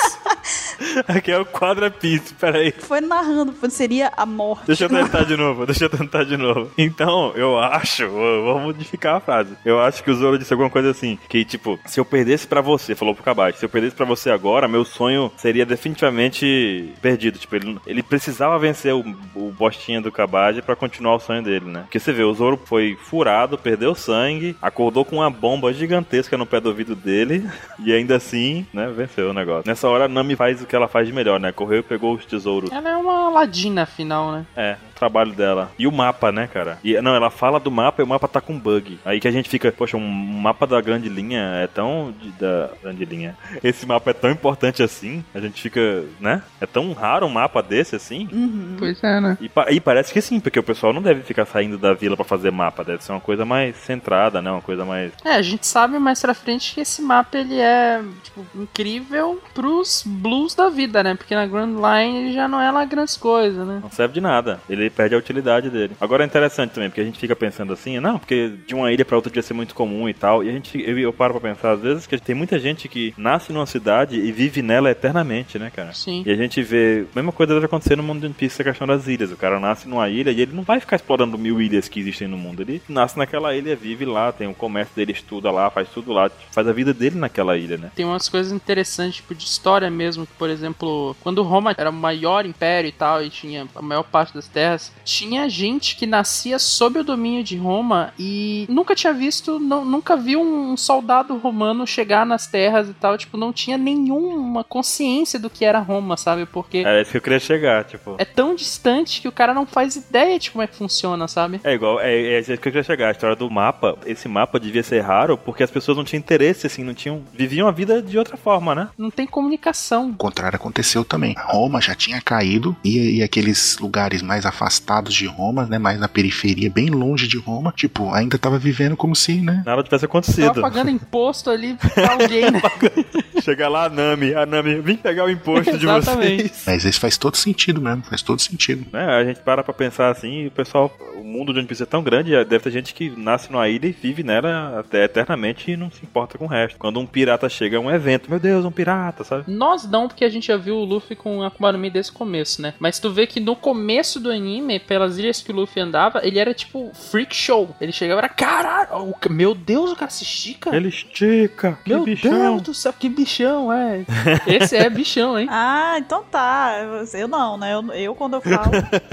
[SPEAKER 1] Aqui é o quadrapice, peraí.
[SPEAKER 3] Foi narrando, foi- seria a morte.
[SPEAKER 1] Deixa eu tentar de novo, deixa eu tentar de novo. Então, eu acho, vou vou modificar a frase. Eu acho que o Zoro disse alguma coisa assim, que tipo, se eu perdesse pra você, falou pro Kabaji, se eu perdesse pra você agora, meu sonho seria definitivamente perdido. Tipo, ele, ele precisava vencer o, o bostinha do Kabaji pra continuar o sonho dele, né? Porque você vê, o Zoro foi furado, perdeu sangue, acordou com uma bomba gigantesca no pé do ouvido dele, e ainda assim, né, venceu o negócio. Nessa hora, a Nami faz o que ela faz de melhor, né? Correu e pegou os tesouros.
[SPEAKER 2] Ela é uma ladina, afinal, né?
[SPEAKER 1] É, o trabalho dela. E o mapa, né, cara? E, não, ela fala do mapa e o mapa tá com bug. Aí que a gente fica, poxa, um mapa da grande linha é tão. de- da grande linha. Esse mapa é tão importante assim. A gente fica, né? É tão raro um mapa desse assim.
[SPEAKER 3] Uhum.
[SPEAKER 2] Pois é, né?
[SPEAKER 1] E, pa- e parece que sim, porque o pessoal não deve ficar saindo da vila pra fazer mapa. Deve ser uma coisa mais centrada, né? Uma coisa mais.
[SPEAKER 2] É, a gente sabe mais pra frente que esse mapa ele é tipo, incrível pros blues da vida, né? Porque na Grand Line ele já não é lá grandes coisas, né?
[SPEAKER 1] Não serve de nada. Ele perde a utilidade dele. Agora é interessante também, porque a gente fica pensando assim, não, porque de uma ilha pra outra devia ser muito comum e tal. E a gente, eu, eu paro pra pensar, às vezes, que tem muita gente que nasce numa cidade e vive nela eternamente, né, cara?
[SPEAKER 2] Sim.
[SPEAKER 1] E a gente vê, a mesma coisa deve acontecer no mundo de One Piece, a questão das ilhas. O cara nasce numa ilha e ele não vai ficar explorando mil ilhas que existem no mundo. Ele nasce naquela ilha, vive lá, tem o comércio dele, estuda lá, faz tudo lá, faz a vida dele naquela ilha, né?
[SPEAKER 2] Tem umas coisas interessantes, tipo, de história mesmo, que, por exemplo, quando Roma era o maior império e tal, e tinha a maior parte das terras, tinha gente que nascia sob o domínio de Roma e nunca tinha visto, não- nunca viu um soldado romano chegar nas terras e tal, tipo, não tinha nenhuma consciência do que era Roma, sabe? Porque
[SPEAKER 1] É isso que eu queria chegar, tipo.
[SPEAKER 2] é tão distante que o cara não faz ideia de como é que funciona, sabe?
[SPEAKER 1] É igual, é, é isso que eu queria chegar, a história do mapa. Esse mapa devia ser raro porque as pessoas não tinham interesse, assim, não tinham. Viviam a vida de outra forma, né?
[SPEAKER 2] Não tem comunicação.
[SPEAKER 4] O contrário aconteceu também. Roma já tinha caído e, e aqueles lugares mais afastados de Roma, né, mais na periferia, bem longe de Roma, tipo, ainda tava vivendo como se, né?
[SPEAKER 1] Nada tivesse
[SPEAKER 2] Tava
[SPEAKER 1] acontecido.
[SPEAKER 2] pagando imposto ali pra alguém, né?
[SPEAKER 1] Chega lá a Nami, a Nami, vim pegar o imposto de
[SPEAKER 2] Exatamente.
[SPEAKER 1] vocês.
[SPEAKER 4] Mas isso faz todo sentido mesmo, faz todo sentido.
[SPEAKER 1] Né, a gente para pra pensar assim e o pessoal, o mundo de One Piece é tão grande, deve ter gente que nasce numa ilha e vive nela até eternamente e não se importa com o resto. Quando um pirata chega a um evento, meu Deus, um pirata, sabe?
[SPEAKER 2] Nós não, porque a gente já viu o Luffy com a Akuma no Mi desde o começo, né? Mas tu vê que no começo do anime, pelas ilhas que o Luffy andava, ele era tipo freak show. Ele chegava e era, caralho, o ca- meu Deus, o cara se estica.
[SPEAKER 1] Ele estica, que
[SPEAKER 2] meu
[SPEAKER 1] bichão.
[SPEAKER 2] Deus do céu, que bichão, é. Esse é bichão, hein?
[SPEAKER 3] Ah, então tá. Eu não, né? Eu, eu quando eu falo.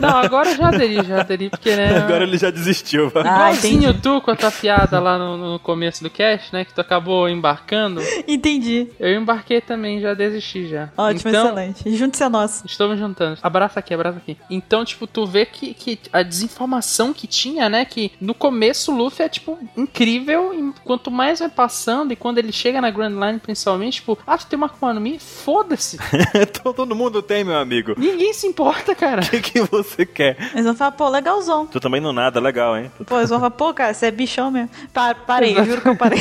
[SPEAKER 2] Não, agora eu já aderi, já aderi, porque, né? é
[SPEAKER 1] Agora ele já desistiu, vai.
[SPEAKER 3] Ah,
[SPEAKER 2] Igualzinho
[SPEAKER 3] entendi.
[SPEAKER 2] tu com a tua piada lá no, no começo do cast, né? Que tu acabou embarcando.
[SPEAKER 3] Entendi.
[SPEAKER 2] Eu embarquei também, já desisti já.
[SPEAKER 3] Ótimo,
[SPEAKER 2] então,
[SPEAKER 3] excelente. é Junte-se a nós.
[SPEAKER 2] Estamos juntando. Abraça aqui, abraça aqui. Então, tipo, tu vê que, que a desinformação que tinha, né? Que no começo o Luffy é, tipo, incrível. E quanto mais vai passando, e quando ele chega na Grand Line, principalmente, tipo, ah, tu tem uma Akuma no Mi? Foda-se.
[SPEAKER 1] Então Todo mundo tem, meu amigo.
[SPEAKER 2] Ninguém se importa, cara.
[SPEAKER 1] O que, que você quer?
[SPEAKER 3] Eles vão falar, pô, legalzão.
[SPEAKER 1] Tu também não nada, legal, hein?
[SPEAKER 3] Pô, eles vão falar, pô, cara, você é bichão mesmo. Pa- parei, eu juro que eu parei.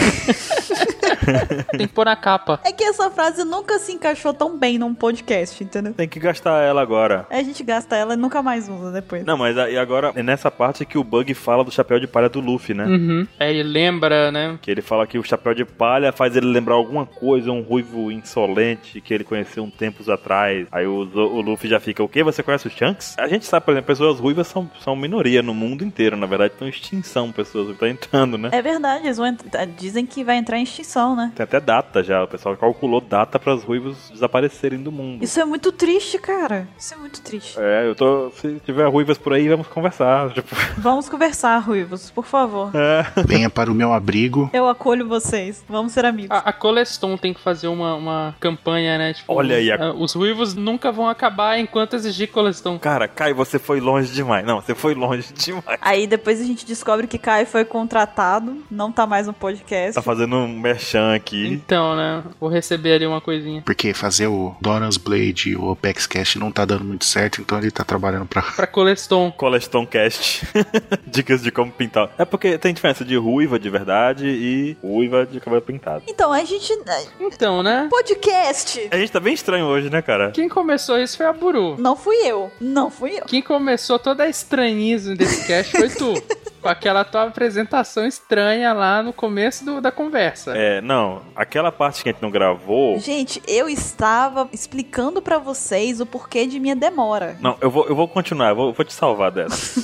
[SPEAKER 2] Tem que pôr na capa.
[SPEAKER 3] É que essa frase nunca se encaixou tão bem num podcast, entendeu?
[SPEAKER 1] Tem que gastar ela agora.
[SPEAKER 3] Aí A gente gasta ela e nunca mais usa depois.
[SPEAKER 1] Não, mas aí agora é nessa parte que o Bug fala do chapéu de palha do Luffy, né?
[SPEAKER 2] Uhum. Aí ele lembra, né?
[SPEAKER 1] Que ele fala que o chapéu de palha faz ele lembrar alguma coisa, um ruivo insolente que ele conheceu um tempos atrás. Aí o, Zo- o Luffy já fica, o quê? Você conhece o Shanks? A gente sabe, por exemplo, pessoas ruivas são, são minoria no mundo inteiro, na verdade, estão em extinção, pessoas ruivas, tá entrando, né?
[SPEAKER 3] É verdade, eles vão ent- ah, dizem que vai entrar em extinção, né?
[SPEAKER 1] Tem até data já, o pessoal calculou data para os ruivos desaparecerem do mundo.
[SPEAKER 3] Isso é muito triste, cara. Isso é muito triste.
[SPEAKER 1] É, eu tô. Se tiver ruivas por aí, vamos conversar. Tipo,
[SPEAKER 3] Vamos conversar, Ruivos, por favor.
[SPEAKER 1] é.
[SPEAKER 4] Venha para o meu abrigo.
[SPEAKER 3] Eu acolho vocês. Vamos ser amigos.
[SPEAKER 1] Ah,
[SPEAKER 2] A, a Coleston tem que fazer uma, uma campanha, né? Tipo,
[SPEAKER 1] Olha aí a-
[SPEAKER 2] ah, os ruivos nunca vão acabar enquanto exigir Coleston.
[SPEAKER 1] Cara, Kai, você foi longe demais. Não, você foi longe demais.
[SPEAKER 3] Aí depois a gente descobre que Kai foi contratado, não tá mais no podcast.
[SPEAKER 1] Tá fazendo um merchan aqui.
[SPEAKER 2] Então, né? Vou receber ali uma coisinha.
[SPEAKER 4] Porque fazer o Doran's Blade e o Opex Cash não tá dando muito certo, então ele tá trabalhando pra.
[SPEAKER 2] Pra Coleston.
[SPEAKER 1] Coleston Cast. Dicas de como pintar. É porque tem diferença de ruiva de verdade e ruiva de cabelo pintado.
[SPEAKER 3] Então, a gente. ah,
[SPEAKER 2] Então, né?
[SPEAKER 3] Podcast!
[SPEAKER 1] A gente tá bem estranho hoje, né, cara?
[SPEAKER 2] Quem começou isso foi a Buru.
[SPEAKER 3] Não fui eu. Não fui eu.
[SPEAKER 2] Quem começou toda a estranhismo desse cast foi tu. com aquela tua apresentação estranha lá no começo do- da conversa.
[SPEAKER 1] É, não, aquela parte que a gente não gravou.
[SPEAKER 3] Gente, eu estava explicando pra vocês o porquê de minha demora.
[SPEAKER 1] Não, eu vou, eu vou continuar, eu vou, eu vou te salvar dessa.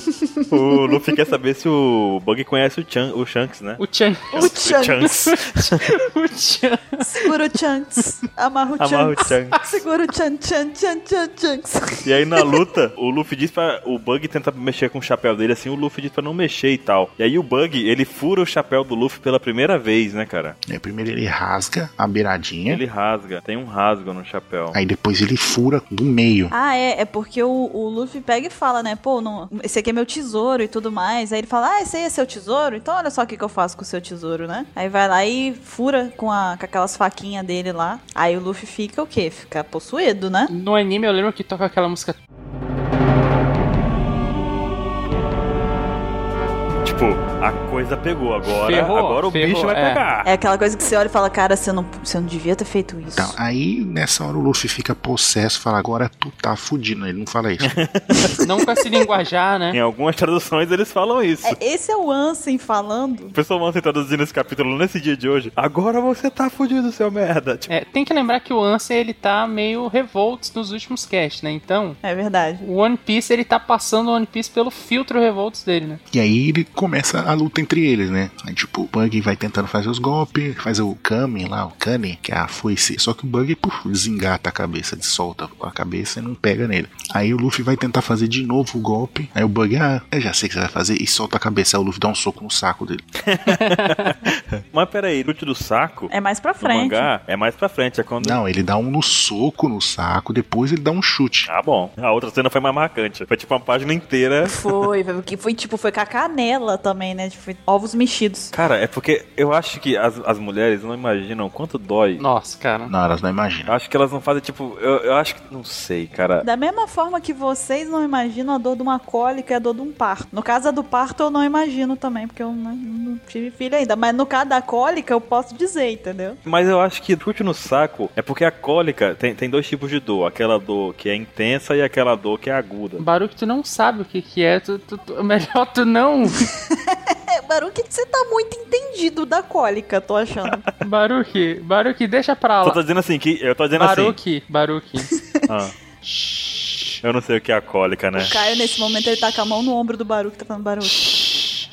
[SPEAKER 1] o Luffy quer saber se o Bug conhece o, Chan, o Shanks, né?
[SPEAKER 2] O Chan.
[SPEAKER 3] O Chunks.
[SPEAKER 2] O Chan.
[SPEAKER 3] Segura o Chunks. Amarra
[SPEAKER 1] Amarra
[SPEAKER 3] o
[SPEAKER 1] o
[SPEAKER 3] Chunks.
[SPEAKER 1] Shanks.
[SPEAKER 3] Segura o Chan Chan Chan Chan Chunks.
[SPEAKER 1] E aí na luta, o Luffy diz pra. O Bug tenta mexer com o chapéu dele, assim, o Luffy diz pra não mexer e tal. E aí o Bug, ele fura o chapéu do Luffy pela primeira vez, né, cara?
[SPEAKER 4] É, primeiro ele rasga a
[SPEAKER 3] É?
[SPEAKER 4] beiradinha,
[SPEAKER 1] Ele rasga, tem um rasgo no chapéu.
[SPEAKER 4] aí depois ele fura do meio.
[SPEAKER 3] Ah, é, é porque o, o Luffy pega e fala, né? Pô, não, esse aqui é meu tesouro e tudo mais. Aí ele fala, ah, esse aí é seu tesouro? Então olha só o que, que eu faço com o seu tesouro, né? Aí vai lá e fura com, a, com aquelas faquinhas dele lá. Aí o Luffy fica o quê? Fica possuído, né?
[SPEAKER 2] No anime eu lembro que toca aquela música.
[SPEAKER 1] Tipo, a coisa pegou agora.
[SPEAKER 2] Ferrou,
[SPEAKER 1] agora o
[SPEAKER 2] ferrou,
[SPEAKER 1] bicho vai
[SPEAKER 2] é.
[SPEAKER 1] pegar.
[SPEAKER 3] É aquela coisa que você olha e fala, cara, você não, você não devia ter feito isso.
[SPEAKER 4] Então, aí nessa hora o Luffy fica possesso, fala, agora tu tá fudido. Ele não fala isso.
[SPEAKER 2] Não com esse linguajar, né?
[SPEAKER 1] Em algumas traduções eles falam isso.
[SPEAKER 3] É, esse é o Ansem falando.
[SPEAKER 1] O pessoal manda traduzindo esse capítulo nesse dia de hoje. Agora você tá fudido, seu merda. Tipo,
[SPEAKER 2] É, tem que lembrar que o Ansem ele tá meio revolts nos últimos casts, né? Então,
[SPEAKER 3] É verdade.
[SPEAKER 2] o One Piece ele tá passando o One Piece pelo filtro revolts dele, né?
[SPEAKER 4] E aí ele começa a luta entre eles, né? Aí, tipo, o Bug vai tentando fazer os golpes, faz o Kami lá, o Kami, que é a foice. Só que o Bug puf, desengata a cabeça, solta a cabeça e não pega nele. Aí o Luffy vai tentar fazer de novo o golpe. Aí o Bug, ah, eu já sei o que você vai fazer, e solta a cabeça. Aí o Luffy dá um soco no saco dele.
[SPEAKER 1] mas peraí, o chute do saco
[SPEAKER 3] É mais pra
[SPEAKER 1] do
[SPEAKER 3] frente.
[SPEAKER 1] mangá é mais pra frente. É quando.
[SPEAKER 4] Não, ele dá um no soco no saco, depois ele dá um chute.
[SPEAKER 1] Ah, bom. A outra cena foi mais marcante. Foi tipo uma página inteira
[SPEAKER 3] Foi, foi, porque foi tipo, foi com a canela também, né? Tipo, ovos mexidos.
[SPEAKER 1] Cara, é porque eu acho que as, as mulheres não imaginam quanto dói.
[SPEAKER 2] Nossa, cara.
[SPEAKER 4] Não, elas não
[SPEAKER 1] Eu
[SPEAKER 4] imaginam.
[SPEAKER 1] acho que elas não fazem, tipo, eu, eu acho que. Não sei, cara.
[SPEAKER 3] Da mesma forma que vocês não imaginam a dor de uma cólica e a dor de um parto. No caso a do parto eu não imagino também, porque eu né, não tive filho ainda. Mas no caso da cólica eu posso dizer, entendeu?
[SPEAKER 1] Mas eu acho que chute no saco é porque a cólica tem, tem dois tipos de dor. Aquela dor que é intensa e aquela dor que é aguda.
[SPEAKER 2] Barulho que tu não sabe o que que é, tu, tu- tu- melhor tu não.
[SPEAKER 3] É, Baruque, você tá muito entendido da cólica, tô achando.
[SPEAKER 2] Baruque, Baruque, deixa pra
[SPEAKER 1] Só
[SPEAKER 2] lá.
[SPEAKER 1] tô dizendo assim, que. Eu tô dizendo assim.
[SPEAKER 2] Baruque, Baruque.
[SPEAKER 1] Ah, eu não sei o que é a cólica, né?
[SPEAKER 3] O Caio, nesse momento, ele tá com a mão no ombro do Baruque, tá falando Baruque.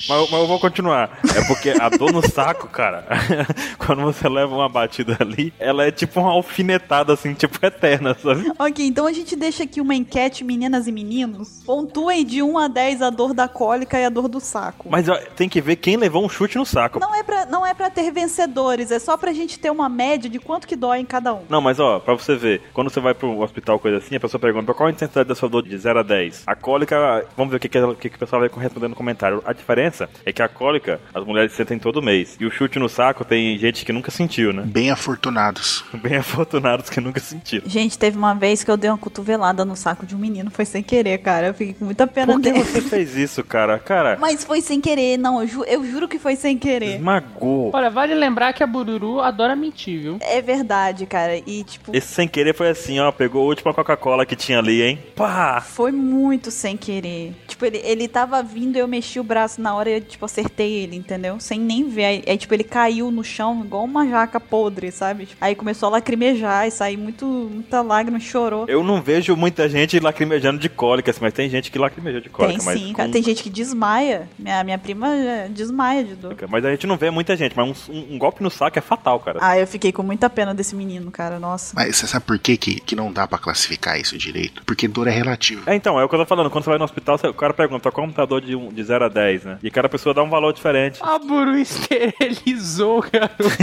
[SPEAKER 1] Mas, eu- mas eu vou continuar. É porque a dor no saco, cara, quando você leva uma batida ali, ela é tipo uma alfinetada, assim, tipo eterna, sabe?
[SPEAKER 3] Ok, então a gente deixa aqui uma enquete, meninas e meninos. Pontuem de 1 a 10 a dor da cólica e a dor do saco.
[SPEAKER 1] Mas ó, tem que ver quem levou um chute no saco.
[SPEAKER 3] Não é, pra, não é pra ter vencedores, é só pra gente ter uma média de quanto que dói em cada um.
[SPEAKER 1] Não, mas ó, pra você ver, quando você vai pro hospital, coisa assim, a pessoa pergunta "Pra qual a intensidade da sua dor de 0 a 10. A cólica, vamos ver o que, que, ela- o que que o pessoal vai responder no comentário. A diferença é que a cólica, as mulheres sentem todo mês. E o chute no saco tem gente que nunca sentiu, né?
[SPEAKER 4] Bem afortunados.
[SPEAKER 1] Bem afortunados que nunca sentiram.
[SPEAKER 3] Gente, teve uma vez que eu dei uma cotovelada no saco de um menino, foi sem querer, cara. Eu fiquei com muita pena
[SPEAKER 1] Por que
[SPEAKER 3] dele.
[SPEAKER 1] você fez isso, cara? Cara,
[SPEAKER 3] Mas foi sem querer, não, eu, ju- eu juro que foi sem querer.
[SPEAKER 1] esmagou.
[SPEAKER 2] Olha, vale lembrar que a Bururu adora mentir, viu?
[SPEAKER 3] É verdade, cara. E, tipo,
[SPEAKER 1] Esse sem querer foi assim, ó, pegou a última Coca-Cola que tinha ali, hein? Pá!
[SPEAKER 3] Foi muito sem querer. Tipo, ele, ele tava vindo, eu mexi o braço na hora e eu, tipo, acertei ele, entendeu? Sem nem ver. Aí, aí, tipo, ele caiu no chão igual uma jaca podre, sabe? Tipo, Aí começou a lacrimejar e sair muito, muita lágrima, chorou.
[SPEAKER 1] Eu não vejo muita gente lacrimejando de cólica, assim, mas tem gente que lacrimeja de cólica.
[SPEAKER 3] Tem
[SPEAKER 1] mas
[SPEAKER 3] sim,
[SPEAKER 1] com-
[SPEAKER 3] cara. Tem gente que desmaia. Minha, minha prima é, desmaia de dor.
[SPEAKER 1] Mas a gente não vê muita gente, mas um, um- um golpe no saco é fatal, cara.
[SPEAKER 3] Ah, eu fiquei com muita pena desse menino, cara. Nossa.
[SPEAKER 4] Mas você sabe por que, que, que não dá pra classificar isso direito? Porque dor é relativa.
[SPEAKER 1] É, então, é o que eu tô falando. Quando você vai no hospital, você- o cara pergunta qual computador de, um- de 0 a 10, né? E cada pessoa dá um valor diferente.
[SPEAKER 2] A Buru esterilizou, garoto.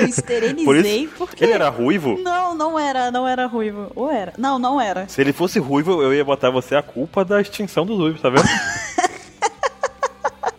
[SPEAKER 3] Eu esterilizei porque.
[SPEAKER 1] Ele era ruivo?
[SPEAKER 3] Não, não era, não era ruivo. Ou era? Não, não era.
[SPEAKER 1] Se ele fosse ruivo, eu ia botar você a culpa da extinção dos ruivos, tá vendo?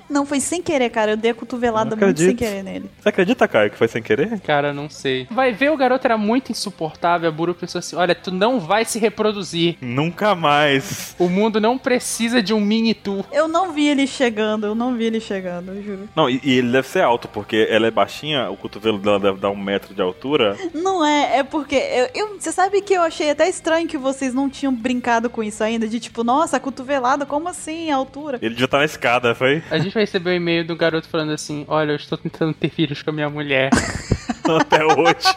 [SPEAKER 3] Não, foi sem querer, cara. Eu dei a cotovelada
[SPEAKER 1] Não
[SPEAKER 3] muito sem
[SPEAKER 1] acredito.
[SPEAKER 3] querer nele.
[SPEAKER 1] Você acredita, Caio, que foi sem querer?
[SPEAKER 2] Cara, não sei. Vai ver, o garoto era muito insuportável. A Buru pensou assim: olha, tu não vai se reproduzir.
[SPEAKER 1] Nunca mais.
[SPEAKER 2] O mundo não precisa de um mini tu.
[SPEAKER 3] Eu não vi ele chegando, eu não vi ele chegando, eu juro.
[SPEAKER 1] Não, e, e ele deve ser alto, porque ela é baixinha, o cotovelo dela deve dar um metro de altura.
[SPEAKER 3] Não é, é porque. Eu, eu- você sabe que eu achei até estranho que vocês não tinham brincado com isso ainda, de tipo, nossa, cotovelada, como assim, a altura?
[SPEAKER 1] Ele já tá na escada, foi?
[SPEAKER 2] A gente vai receber um e-mail do garoto falando assim: olha, eu estou tentando ter filhos com a minha mulher.
[SPEAKER 1] Até hoje.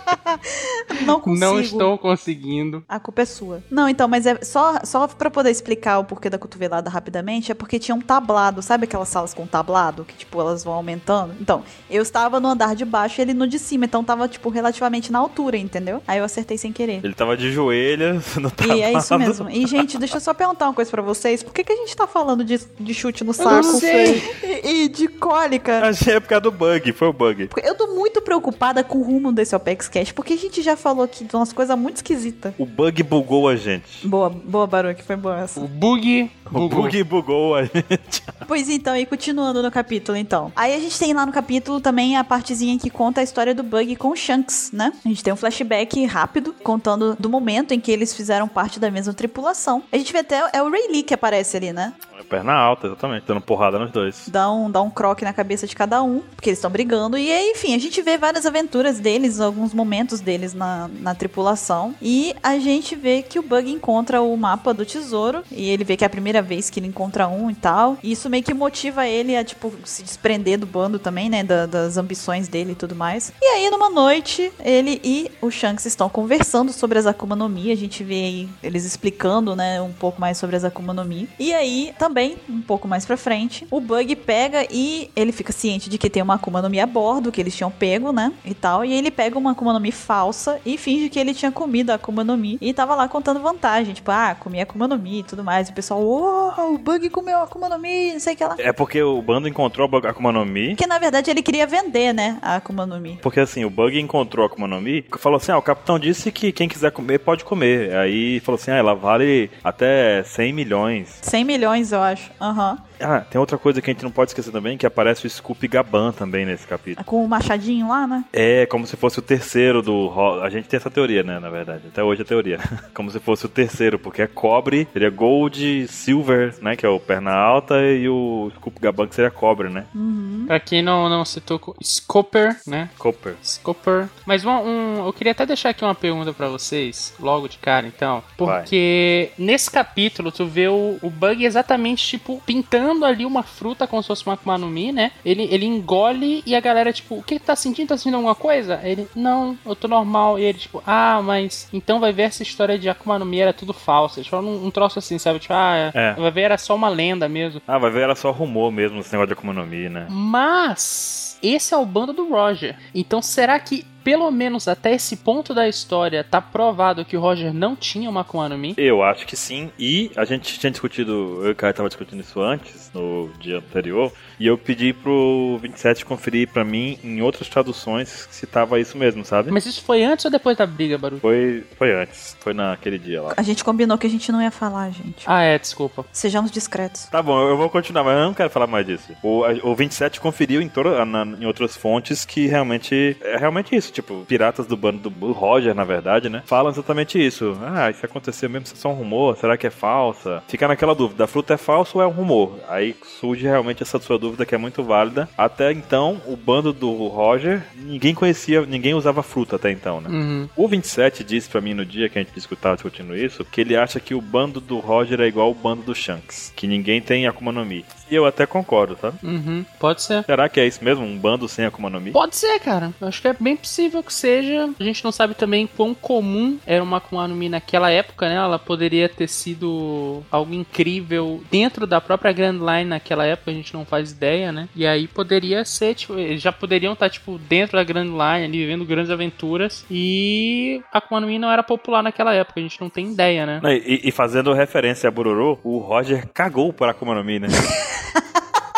[SPEAKER 3] Não consigo.
[SPEAKER 2] Não estou conseguindo.
[SPEAKER 3] A culpa é sua. Não, então, mas é só, só pra poder explicar o porquê da cotovelada rapidamente, é porque tinha um tablado, sabe aquelas salas com tablado, que tipo, elas vão aumentando? Então, eu estava no andar de baixo e ele no de cima, então tava, tipo, relativamente na altura, entendeu? Aí eu acertei sem querer.
[SPEAKER 1] Ele tava de tá joelhas no
[SPEAKER 3] E é isso
[SPEAKER 1] tablado.
[SPEAKER 3] mesmo. E, gente, deixa eu só perguntar uma coisa pra vocês. Por que, que a gente tá falando de, de chute no saco?
[SPEAKER 2] sei.
[SPEAKER 3] E, e de cólica?
[SPEAKER 1] Achei a época do bug, foi o bug.
[SPEAKER 3] Porque Eu tô muito preocupada com o rumo desse OPEX Cash, porque a gente já falou aqui de umas coisas muito esquisitas.
[SPEAKER 1] O bug bugou a gente.
[SPEAKER 3] Boa, boa, Baruque, foi boa essa.
[SPEAKER 2] O bug.
[SPEAKER 1] O
[SPEAKER 2] bugou.
[SPEAKER 1] bug bugou a gente.
[SPEAKER 3] Pois então, e continuando no capítulo, então. Aí a gente tem lá no capítulo também a partezinha que conta a história do Bug com o Shanks, né? A gente tem um flashback rápido, contando do momento em que eles fizeram parte da mesma tripulação. A gente vê até é o Ray Lee que aparece ali, né?
[SPEAKER 1] É Perna alta, exatamente, dando porrada nos dois.
[SPEAKER 3] dá um, dá um croque na cabeça de cada um, porque eles estão brigando. E aí, enfim, a gente vê várias aventuras deles, alguns momentos deles na, na tripulação. E a gente vê que o Bug encontra o mapa do tesouro. E ele vê que é a primeira vez que ele encontra um e tal. E isso meio que motiva ele a, tipo, se desprender do bando também, né? da- das ambições dele e tudo mais. E aí, numa noite, ele e o Shanks estão conversando sobre as Akuma no Mi. A gente vê aí eles explicando, né, um pouco mais sobre as Akuma no Mi. E aí, também, um pouco mais pra frente, o Bug pega e ele fica ciente de que tem uma Akuma no Mi a bordo, que eles tinham pego, né, e tal. E ele pega uma Akuma no Mi falsa e finge que ele tinha comido a Akuma no Mi e tava lá contando vantagem. Tipo, ah, comi a Akuma no Mi e tudo mais. E o pessoal, uou, o Bug comeu a Akuma no Mi, não sei o que lá.
[SPEAKER 1] É porque o bando encontrou a bug- a Akuma no Mi.
[SPEAKER 3] Porque, na verdade, ele queria vender, né, a Akuma no Mi.
[SPEAKER 1] Porque assim, o Bug encontrou a Akuma no Mi, que falou assim: ah, o capitão disse que quem quiser comer pode comer. Aí falou assim: ah, ela vale até 100 milhões.
[SPEAKER 3] 100 milhões, eu acho. Aham.
[SPEAKER 1] Ah, tem outra coisa que a gente não pode esquecer também, que aparece o Scoop Gaban também nesse capítulo.
[SPEAKER 3] Com o machadinho lá, né?
[SPEAKER 1] É como se fosse o terceiro do Ho- A gente tem essa teoria, né? Na verdade, até hoje é teoria. como se fosse o terceiro, porque é cobre, seria gold, silver, né? Que é o perna alta, e o Scoop Gaban que seria cobre, né?
[SPEAKER 3] Uhum.
[SPEAKER 2] Pra quem não, não citou, co- Scoper, né?
[SPEAKER 1] Copper.
[SPEAKER 2] Scooper. Mas um, um- eu queria até deixar aqui uma pergunta pra vocês, logo de cara, então.
[SPEAKER 1] Vai.
[SPEAKER 2] Porque nesse capítulo, tu vê o, o Bug exatamente, tipo, pintando ali uma fruta como se fosse uma Akuma no Mi, né? Ele, ele engole e a galera, tipo, o que que tá sentindo? Tá sentindo alguma coisa? Ele, não, eu tô normal. E ele, tipo, ah, mas então vai ver essa história de Akuma no Mi era tudo falso. Eles falam um, um troço assim, sabe? Tipo, ah,
[SPEAKER 1] É.
[SPEAKER 2] vai ver era só uma lenda mesmo.
[SPEAKER 1] Ah, vai ver, era só rumor mesmo esse negócio de economia, né?
[SPEAKER 2] Hum. Mas esse é o bando do Roger. Então será que pelo menos até esse ponto da história tá provado que o Roger não tinha uma Akuma no Mi?
[SPEAKER 1] Eu acho que sim. E a gente tinha discutido, eu e o Caio tava discutindo isso antes, no dia anterior, e eu pedi pro 27 conferir pra mim em outras traduções se tava isso mesmo, sabe?
[SPEAKER 2] Mas isso foi antes ou depois da briga, Baru?
[SPEAKER 1] Foi, foi antes, foi naquele dia lá.
[SPEAKER 3] A gente combinou que a gente não ia falar, gente.
[SPEAKER 2] Ah, é, desculpa.
[SPEAKER 3] Sejamos discretos.
[SPEAKER 1] Tá bom, eu vou continuar, mas eu não quero falar mais disso. O, a- o 27 conferiu em, toda- na- em outras fontes que realmente é realmente isso. Tipo, piratas do bando do do Roger, na verdade, né? Falam exatamente isso. Ah, isso aconteceu mesmo, isso é só um rumor? Será que é falsa? Fica naquela dúvida, a fruta é falsa ou é um rumor? Aí surge realmente essa sua dúvida que é muito válida. Até então, o bando do Roger, ninguém conhecia, ninguém usava fruta até então, né?
[SPEAKER 2] Uhum.
[SPEAKER 1] O 27 disse pra mim no dia que a gente discu- tava discutindo isso que ele acha que o bando do Roger é igual o bando do Shanks, que ninguém tem Akuma no Mi. E eu até concordo, sabe?
[SPEAKER 2] Uhum. Pode ser.
[SPEAKER 1] Será que é isso mesmo? Um bando sem Akuma no Mi?
[SPEAKER 2] Pode ser, cara. Eu Acho que é bem possível que seja. A gente não sabe também quão comum era uma Akuma no Mi naquela época, né? Ela poderia ter sido algo incrível dentro da própria Grand Line naquela época, a gente não faz ideia, né? E aí poderia ser, tipo, eles já poderiam estar, tipo, dentro da Grand Line ali, vivendo grandes aventuras. E a Akuma no Mi não era popular naquela época, a gente não tem ideia, né?
[SPEAKER 1] Não, E, e fazendo referência a Bururu, o Roger cagou para Akuma no Mi, né?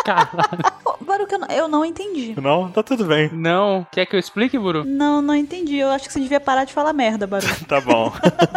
[SPEAKER 2] Caralho.
[SPEAKER 3] Pô, Baruca, eu não- eu não entendi.
[SPEAKER 1] Não, tá tudo bem.
[SPEAKER 2] Não. Quer que eu explique, Buru?
[SPEAKER 3] Não, não entendi. Eu acho que você devia parar de falar merda, Baruca.
[SPEAKER 1] Tá bom.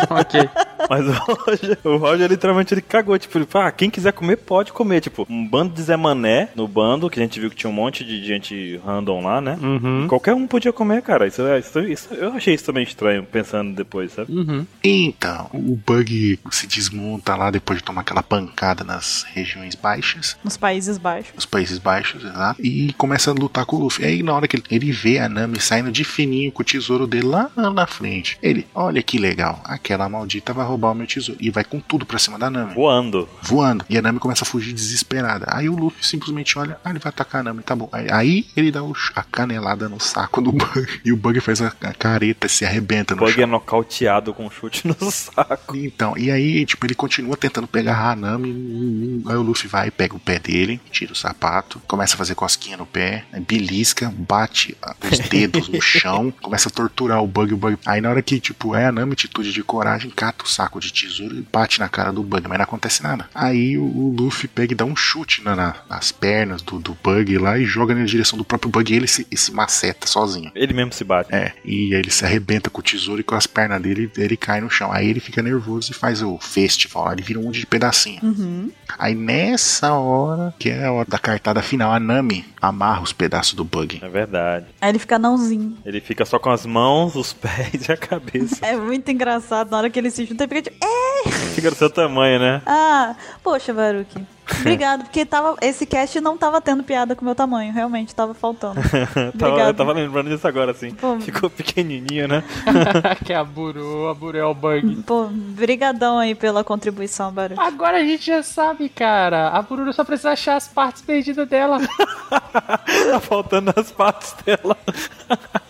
[SPEAKER 2] ok.
[SPEAKER 1] Mas o Roger, o Roger literalmente ele cagou, tipo, ele, ah, quem quiser comer pode comer, tipo, um bando de Zé Mané no bando, que a gente viu que tinha um monte de gente random lá, né?
[SPEAKER 2] Uhum.
[SPEAKER 1] Qualquer um podia comer, cara. Isso, é- isso- isso- eu achei isso também estranho, pensando depois, sabe?
[SPEAKER 2] Uhum.
[SPEAKER 4] Então, o bug se desmonta lá depois de tomar aquela pancada nas regiões baixas.
[SPEAKER 3] Nos Países Baixos.
[SPEAKER 4] Os Países Baixos, exato. E começa a lutar com o Luffy. Aí na hora que ele, ele vê a Nami saindo de fininho com o tesouro dele lá na frente. Ele, olha que legal. Aquela maldita vai roubar o meu tesouro. E vai com tudo pra cima da Nami.
[SPEAKER 1] Voando.
[SPEAKER 4] voando. E a Nami começa a fugir desesperada. Aí o Luffy simplesmente olha, ah, ele vai atacar a Nami, tá bom. Aí, aí ele dá o ch- a canelada no saco do Bug. E o Bug faz a, a careta, se arrebenta
[SPEAKER 1] O
[SPEAKER 4] no
[SPEAKER 1] bug
[SPEAKER 4] chão.
[SPEAKER 1] é nocauteado com um chute no saco.
[SPEAKER 4] Então, e aí, tipo, ele continua tentando pegar a Nami. hum, hum. Aí o Luffy vai, pega o pé dele, tira o sapato, começa a fazer cosquinha no pé, né, belisca, bate ah, os dedos no chão, começa a torturar o Bug. O Bug. Aí na hora que, tipo, é a Nami, atitude de coragem, cata o saco de tesouro e bate na cara do Bug, mas não acontece nada. Aí o, o Luffy pega e dá um chute na- na- nas pernas do, do Bug lá e joga na direção do próprio Bug e ele se, e se maceta sozinho.
[SPEAKER 1] Ele mesmo se bate.
[SPEAKER 4] É, e aí ele se arrebenta com o tesouro e com as pernas dele, ele cai no chão. Aí ele fica nervoso e faz o festival, lá, ele vira um monte de pedacinho.
[SPEAKER 3] Uhum.
[SPEAKER 4] Aí nessa hora, que é a hora da cartada final, a Nami amarra os pedaços do bug.
[SPEAKER 1] É verdade.
[SPEAKER 3] Aí ele fica nãozinho.
[SPEAKER 1] Ele fica só com as mãos, os pés e a cabeça.
[SPEAKER 3] É muito engraçado na hora que ele se junta. Ele fica tipo, é!
[SPEAKER 1] Fica do seu tamanho, né?
[SPEAKER 3] Ah, poxa, Baruque. Obrigado, porque tava, esse cast não tava tendo piada com o meu tamanho. Realmente, tava faltando.
[SPEAKER 1] Tava, eu
[SPEAKER 3] Obrigado.
[SPEAKER 1] tava lembrando disso agora, assim.
[SPEAKER 3] Pô.
[SPEAKER 1] Ficou pequenininho, né?
[SPEAKER 2] que é a Buru, a Buru é o bug.
[SPEAKER 3] Pô, brigadão aí pela contribuição, Baruque.
[SPEAKER 2] Agora a gente já sabe, cara. A Bururu só precisa achar as partes perdidas dela.
[SPEAKER 1] tá faltando as partes dela.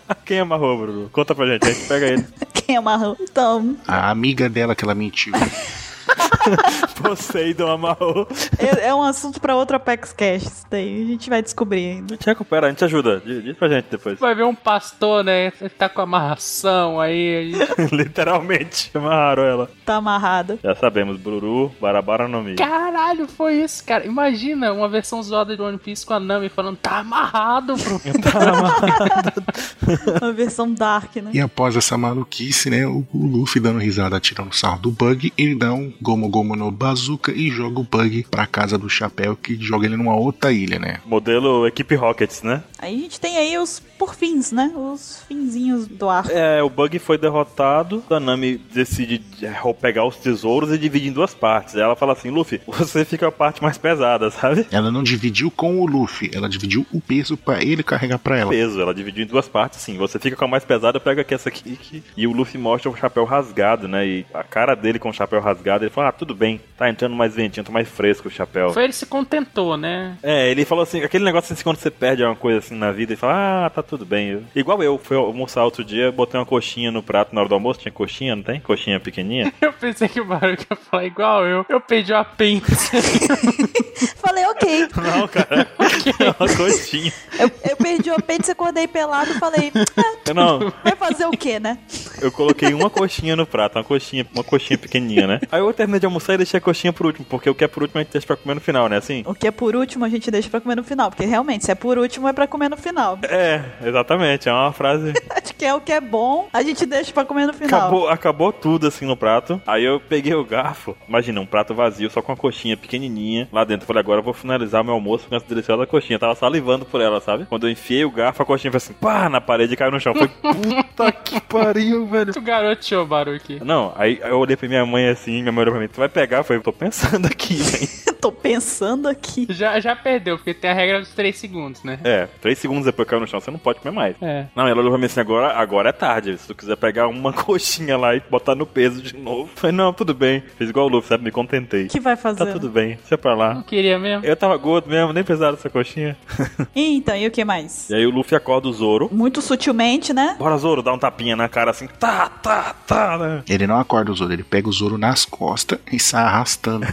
[SPEAKER 1] Quem amarrou, Bruno? Conta pra gente, a gente pega ele.
[SPEAKER 3] Quem amarrou? Então,
[SPEAKER 4] A amiga dela que ela mentiu.
[SPEAKER 1] Poseidon amarrou.
[SPEAKER 3] é, é um assunto pra outra PEX Cast. Isso daí a gente vai descobrir ainda.
[SPEAKER 1] A gente recupera, a gente ajuda. Diz diz pra gente depois.
[SPEAKER 2] Vai ver um pastor, né? Ele tá com amarração aí.
[SPEAKER 1] Literalmente amarraram ela.
[SPEAKER 3] Tá amarrada.
[SPEAKER 1] Já sabemos, Bururu, Barabara no Mi.
[SPEAKER 2] Caralho, foi isso, cara. Imagina uma versão zoada de One Piece com a Nami falando, tá amarrado, bro.
[SPEAKER 3] Uma versão dark, né?
[SPEAKER 4] e após essa maluquice, né, o, o Luffy dando risada, tirando sarro do bug, ele dá um Gomu Gomu no Bazooka e joga o Bug pra casa do Chapéu, que joga ele numa outra ilha, né?
[SPEAKER 1] Modelo Equipe Rockets, né?
[SPEAKER 3] Aí a gente tem aí os porfins, né? Os finzinhos do arco.
[SPEAKER 1] É, o Bug foi derrotado. A Nami decide é, pegar os tesouros e divide em duas partes. Ela fala assim: Luffy, você fica a parte mais pesada, sabe?
[SPEAKER 4] Ela não dividiu com o Luffy, ela dividiu o peso pra ele carregar pra ela.
[SPEAKER 1] É Peso, ela dividiu em duas partes, sim. Você fica com a mais pesada, pega aqui essa aqui. que- E o Luffy mostra o chapéu rasgado, né? E a cara dele com o chapéu rasgado, ele fala: Ah, tudo bem, tá entrando mais ventinho, tá mais fresco o chapéu.
[SPEAKER 2] Foi ele se contentou, né?
[SPEAKER 1] É, ele falou assim, aquele negócio assim, quando você perde alguma coisa assim na vida, ele fala, ah, tá tudo bem. Eu- Igual eu, fui almoçar outro dia, botei uma coxinha no prato na hora do almoço, tinha coxinha, não tem? Coxinha pequenininha.
[SPEAKER 2] Eu pensei que o barulho ia falar igual eu. Eu perdi uma pizza.
[SPEAKER 3] Falei, ok.
[SPEAKER 1] Não, cara, uma coxinha.
[SPEAKER 3] Eu, eu perdi o apêndice, acordei pelado e falei, "Ah,
[SPEAKER 1] Não,
[SPEAKER 3] vai fazer o quê, né?
[SPEAKER 1] eu coloquei uma coxinha no prato, uma coxinha, uma coxinha pequenininha, né? Aí eu terminei de almoçar e deixei a coxinha por último, porque o que é por último a gente deixa pra comer no final, né? Assim?
[SPEAKER 3] O que é por último a gente deixa pra comer no final, porque realmente, se é por último é pra comer no final.
[SPEAKER 1] É, exatamente, é uma frase
[SPEAKER 3] Acho que é o que é bom, a gente deixa pra comer no final.
[SPEAKER 1] Acabou, acabou tudo assim no prato. Aí eu peguei o garfo. Imagina, um prato vazio, só com uma coxinha pequenininha lá dentro. Falei, agora eu vou finalizar meu almoço com essa deliciosa coxinha. Eu tava salivando por ela, sabe? Quando eu enfiei o garfo, a coxinha foi assim, pá, na parede e caiu no chão. Foi puta que pariu, velho.
[SPEAKER 2] Tu garoteou o barulho aqui.
[SPEAKER 1] Não, aí eu olhei pra minha mãe assim, minha mãe olhou pra mim, tu vai pegar? Eu falei, tô pensando aqui, hein?
[SPEAKER 3] Tô pensando aqui.
[SPEAKER 2] Já, já perdeu, porque tem a regra dos 3 segundos, né?
[SPEAKER 1] É, três segundos depois que caiu no chão, você não pode comer mais.
[SPEAKER 2] É.
[SPEAKER 1] Não, ela olhou pra mim assim, agora, agora é tarde. Se tu quiser pegar uma coxinha lá e botar no peso de novo. Falei, não, tudo bem. Fiz igual o Luffy, sabe? Me contentei.
[SPEAKER 3] O que vai fazer?
[SPEAKER 1] Tá tudo bem, deixa pra lá.
[SPEAKER 2] Não queria mesmo.
[SPEAKER 1] Eu tava gordo mesmo, nem precisava dessa coxinha.
[SPEAKER 3] Então, e o que mais?
[SPEAKER 1] E aí o Luffy acorda o Zoro.
[SPEAKER 3] Muito sutilmente, né?
[SPEAKER 1] Bora, Zoro, dá um tapinha na cara assim, tá, tá, tá, né?
[SPEAKER 4] Ele não acorda o Zoro, ele pega o Zoro nas costas e sai arrastando.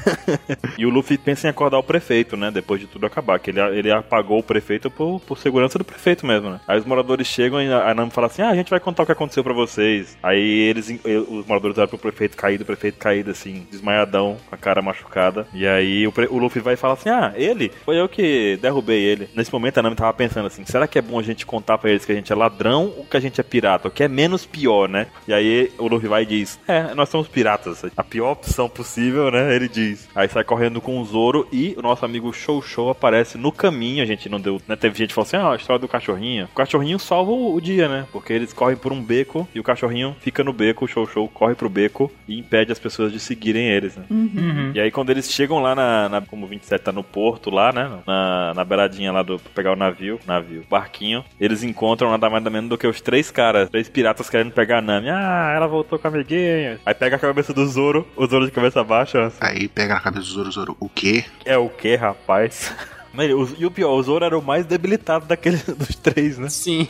[SPEAKER 1] E o Luffy pensa em acordar o prefeito, né? Depois de tudo acabar, que ele, ele apagou o prefeito por, por segurança do prefeito mesmo, né? Aí os moradores chegam e a a Nami fala assim: ah, a gente vai contar o que aconteceu pra vocês. Aí eles, os moradores olham pro prefeito caído, o prefeito caído assim, desmaiadão, com a cara machucada. E aí o, pre- o Luffy vai e fala assim: ah, ele? Foi eu que derrubei ele. Nesse momento a Nami tava pensando assim: será que é bom a gente contar pra eles que a gente é ladrão ou que a gente é pirata? O que é menos pior, né? E aí o Luffy vai e diz: é, nós somos piratas. A pior opção possível, né? Ele diz. Aí sai correndo com o Zoro e o nosso amigo Show Show aparece no caminho. A gente não deu, né? Teve gente que falou assim: ah, a história do cachorrinho. O cachorrinho salva o o dia, né? Porque eles correm por um beco e o cachorrinho fica no beco. O Show Show corre pro beco e impede as pessoas de seguirem eles, né?
[SPEAKER 2] Uhum.
[SPEAKER 1] E aí quando eles chegam lá na, na- como o 27 tá no porto lá, né, na, na beiradinha lá do pra pegar o navio, navio, barquinho, eles encontram nada mais nada menos do que os três caras, três piratas querendo pegar a Nami. Ah, ela voltou com a amiguinha. Aí pega a cabeça do Zoro, o Zoro de cabeça baixa. assim,
[SPEAKER 4] Aí pega na cabeça do Zoro, Zoro, o quê?
[SPEAKER 1] É o que, rapaz? Mas o- E o pior, o Zoro era o mais debilitado daquele dos três, né?
[SPEAKER 2] Sim.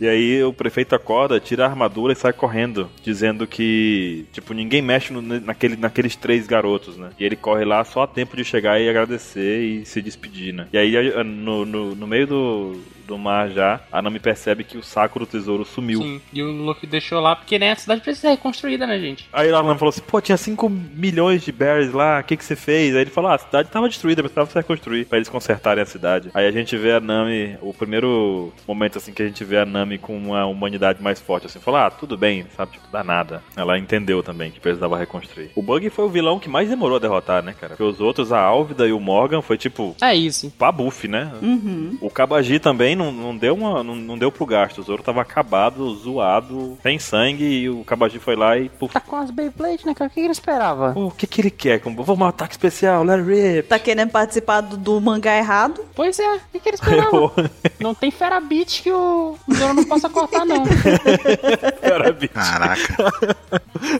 [SPEAKER 1] E aí o prefeito acorda, tira a armadura e sai correndo, dizendo que, tipo, ninguém mexe no- naquele, naqueles três garotos, né? E ele corre lá só a tempo de chegar e agradecer e se despedir, né? E aí, a- no, no, no meio do, do mar já, a Nami percebe que o saco do tesouro sumiu.
[SPEAKER 2] Sim. E o Luffy deixou lá, porque né, a cidade precisa ser reconstruída, né, gente?
[SPEAKER 1] Aí a Nami falou assim, pô, tinha 5 milhões de berries lá, o que que você fez? Aí ele falou, ah, a cidade tava destruída, precisava se reconstruir pra eles consertarem a cidade. Aí a gente vê a Nami, o primeiro momento, assim, que a gente vê a Nami com uma humanidade mais forte, assim, falou, ah, tudo bem, sabe, tipo, dá nada. Ela entendeu também que precisava reconstruir. O Bug foi o vilão que mais demorou a derrotar, né, cara? Porque os outros, a Álvida e o Morgan, foi tipo,
[SPEAKER 2] É isso.
[SPEAKER 1] pabuf, né?
[SPEAKER 3] Uhum.
[SPEAKER 1] O Kabaji também não, não deu uma, não, não deu pro gasto. O Zoro tava acabado, zoado, sem sangue, e o Kabaji foi lá e, puf,
[SPEAKER 2] Tá com as Beyblade, né, cara? O que ele esperava?
[SPEAKER 1] o que que ele quer? Como, vou um ataque especial, let it rip.
[SPEAKER 3] Tá querendo participar do, do mangá errado?
[SPEAKER 2] Pois é, o que, que ele esperava? Não tem Ferabit que o Zoro não possa cortar, não.
[SPEAKER 1] Cara, bicho,
[SPEAKER 4] Tá. Caraca.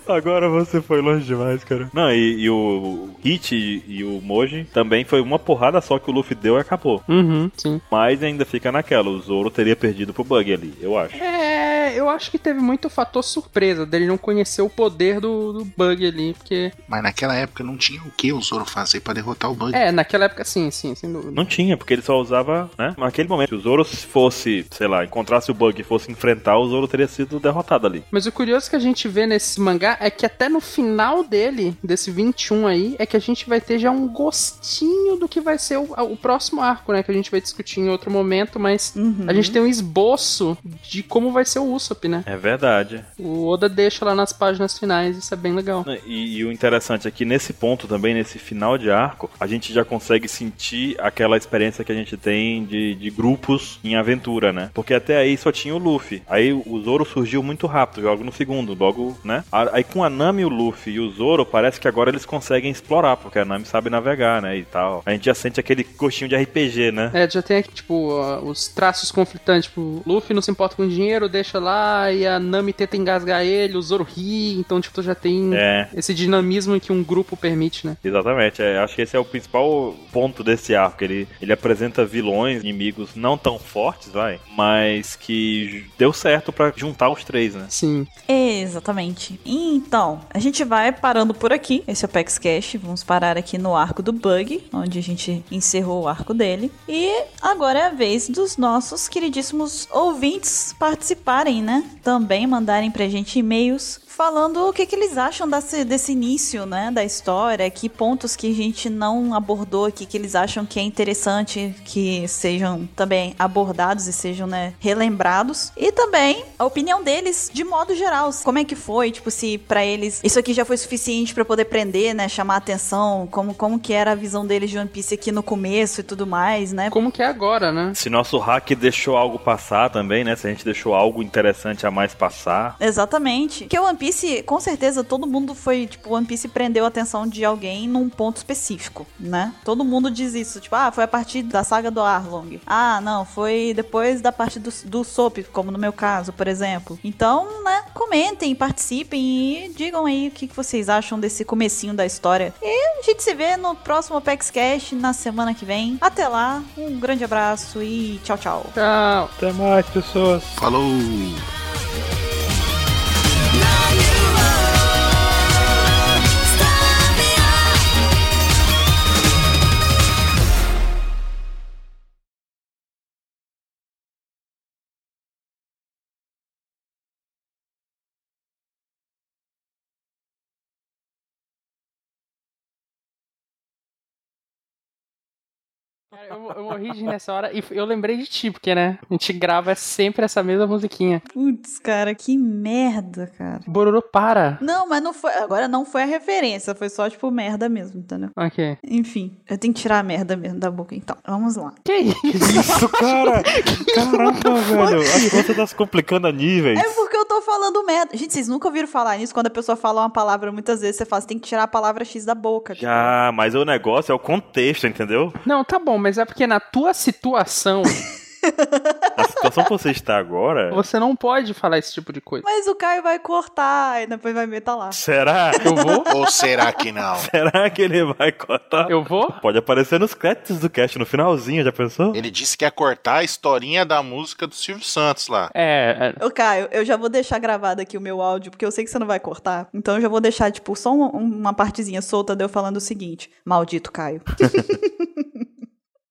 [SPEAKER 1] Agora você foi longe demais, cara. Não, e, e o Hit e, e o Moji também foi uma porrada só que o Luffy deu e acabou.
[SPEAKER 2] Uhum, sim.
[SPEAKER 1] Mas ainda fica naquela, o Zoro teria perdido pro Bug ali, eu acho.
[SPEAKER 2] É, eu acho que teve muito fator surpresa dele não conhecer o poder do, do Bug ali, porque...
[SPEAKER 4] Mas naquela época não tinha o que o Zoro fazer pra derrotar o Bug.
[SPEAKER 2] É, naquela época, sim, sim, sem dúvida.
[SPEAKER 1] Não tinha, porque ele só usava, né? Naquele momento, se o Zoro fosse, sei lá, encontrasse o Bug e fosse enfrentar, o Zoro teria sido derrotado ali.
[SPEAKER 2] Mas o curioso que a gente vê nesse mangá é que até no final dele, desse 21 aí, é que a gente vai ter já um gostinho do que vai ser o, o próximo arco, né? Que a gente vai discutir em outro momento, mas
[SPEAKER 3] Uhum.
[SPEAKER 2] a gente tem um esboço de como vai ser o, Usopp, né?
[SPEAKER 1] É verdade.
[SPEAKER 2] O Oda deixa lá nas páginas finais, isso é bem legal.
[SPEAKER 1] Né, E, e o interessante é que nesse ponto também, nesse final de arco, a gente já consegue sentir aquela experiência que a gente tem de, de grupos em aventura, né? Porque até aí só tinha o Luffy. Aí o Zoro surgiu muito rápido, logo no segundo, logo, né? A- Aí com a Nami, o Luffy e o Zoro, parece que agora eles conseguem explorar, porque a Nami sabe navegar, né? E tal. A gente já sente aquele gostinho de RPG, né?
[SPEAKER 2] É, já tem aqui, tipo, ó, os traços conflitantes. Tipo, Luffy não se importa com dinheiro, deixa lá, e a Nami tenta engasgar ele, o Zoro ri. Então, tipo, tu já tem
[SPEAKER 1] É.
[SPEAKER 2] esse dinamismo que um grupo permite, né?
[SPEAKER 1] Exatamente, é, acho que esse é o principal ponto desse arco. Ele, ele apresenta vilões, inimigos não tão fortes, vai, mas que j- deu certo pra juntar os três, né?
[SPEAKER 2] Sim.
[SPEAKER 3] Exatamente. Então, a gente vai parando por aqui. Esse é o PEX Cash. Vamos parar aqui no arco do Bug, onde a gente encerrou o arco dele. E agora é a vez dos nossos queridíssimos ouvintes participarem, né? Também mandarem pra gente e-mails falando o que, que eles acham desse, desse início, né, da história, que pontos que a gente não abordou aqui, que eles acham que é interessante que sejam também abordados e sejam, né, relembrados. E também a opinião deles de modo geral, como é que foi, tipo, se pra eles isso aqui já foi suficiente pra poder prender, né, chamar a atenção, como, como que era a visão deles de One Piece aqui no começo e tudo mais, né.
[SPEAKER 2] Como que é agora, né?
[SPEAKER 1] Se nosso hack deixou algo passar também, né? Se a gente deixou algo interessante a mais passar.
[SPEAKER 3] Exatamente. Porque o One Piece, com certeza, todo mundo foi, tipo, o One Piece prendeu a atenção de alguém num ponto específico, né? Todo mundo diz isso, tipo, ah, foi a partir da saga do Arlong. Ah, não, foi depois da parte do, do Soap, como no meu caso, por exemplo. Então, né, comentem, participem e digam aí o que, que vocês acham desse comecinho da história. E a gente se vê no próximo PEX Cash na semana que vem. Até lá, um grande abraço e tchau, tchau.
[SPEAKER 2] Tchau.
[SPEAKER 1] Até mais, pessoas.
[SPEAKER 4] Falou!
[SPEAKER 2] Cara, eu, eu morri de rir nessa hora e eu lembrei de ti, porque, né? A gente grava sempre essa mesma musiquinha.
[SPEAKER 3] Putz, cara, que merda, cara.
[SPEAKER 2] Bororo, para!
[SPEAKER 3] Não, mas não foi. Agora não foi a referência, foi só, tipo, merda mesmo, entendeu?
[SPEAKER 2] Ok.
[SPEAKER 3] Enfim, eu tenho que tirar a merda mesmo da boca, então. Vamos lá.
[SPEAKER 2] Que isso?
[SPEAKER 1] Isso, cara! Caramba, velho! As coisas tá se complicando a níveis.
[SPEAKER 3] É porque eu tô falando merda. Gente, vocês nunca ouviram falar nisso? Quando a pessoa fala uma palavra, muitas vezes você fala, você tem que tirar a palavra X da boca.
[SPEAKER 1] Já, mas o negócio é o contexto, entendeu?
[SPEAKER 2] Não, tá bom, mas é porque na tua situação
[SPEAKER 1] A situação que você está agora.
[SPEAKER 2] você não pode falar esse tipo de coisa.
[SPEAKER 3] Mas o Caio vai cortar, e depois vai meter lá.
[SPEAKER 1] Será?
[SPEAKER 2] Eu vou?
[SPEAKER 4] Ou será que não?
[SPEAKER 1] Será que ele vai cortar?
[SPEAKER 2] Eu vou?
[SPEAKER 1] Pode aparecer nos créditos do cast no finalzinho, já pensou?
[SPEAKER 4] Ele disse que ia cortar a historinha da música do Silvio Santos lá.
[SPEAKER 2] É, é,
[SPEAKER 3] Ô, Caio, eu já vou deixar gravado aqui o meu áudio, porque eu sei que você não vai cortar. Então eu já vou deixar, tipo, só um- uma partezinha solta de eu falando o seguinte: Maldito Caio.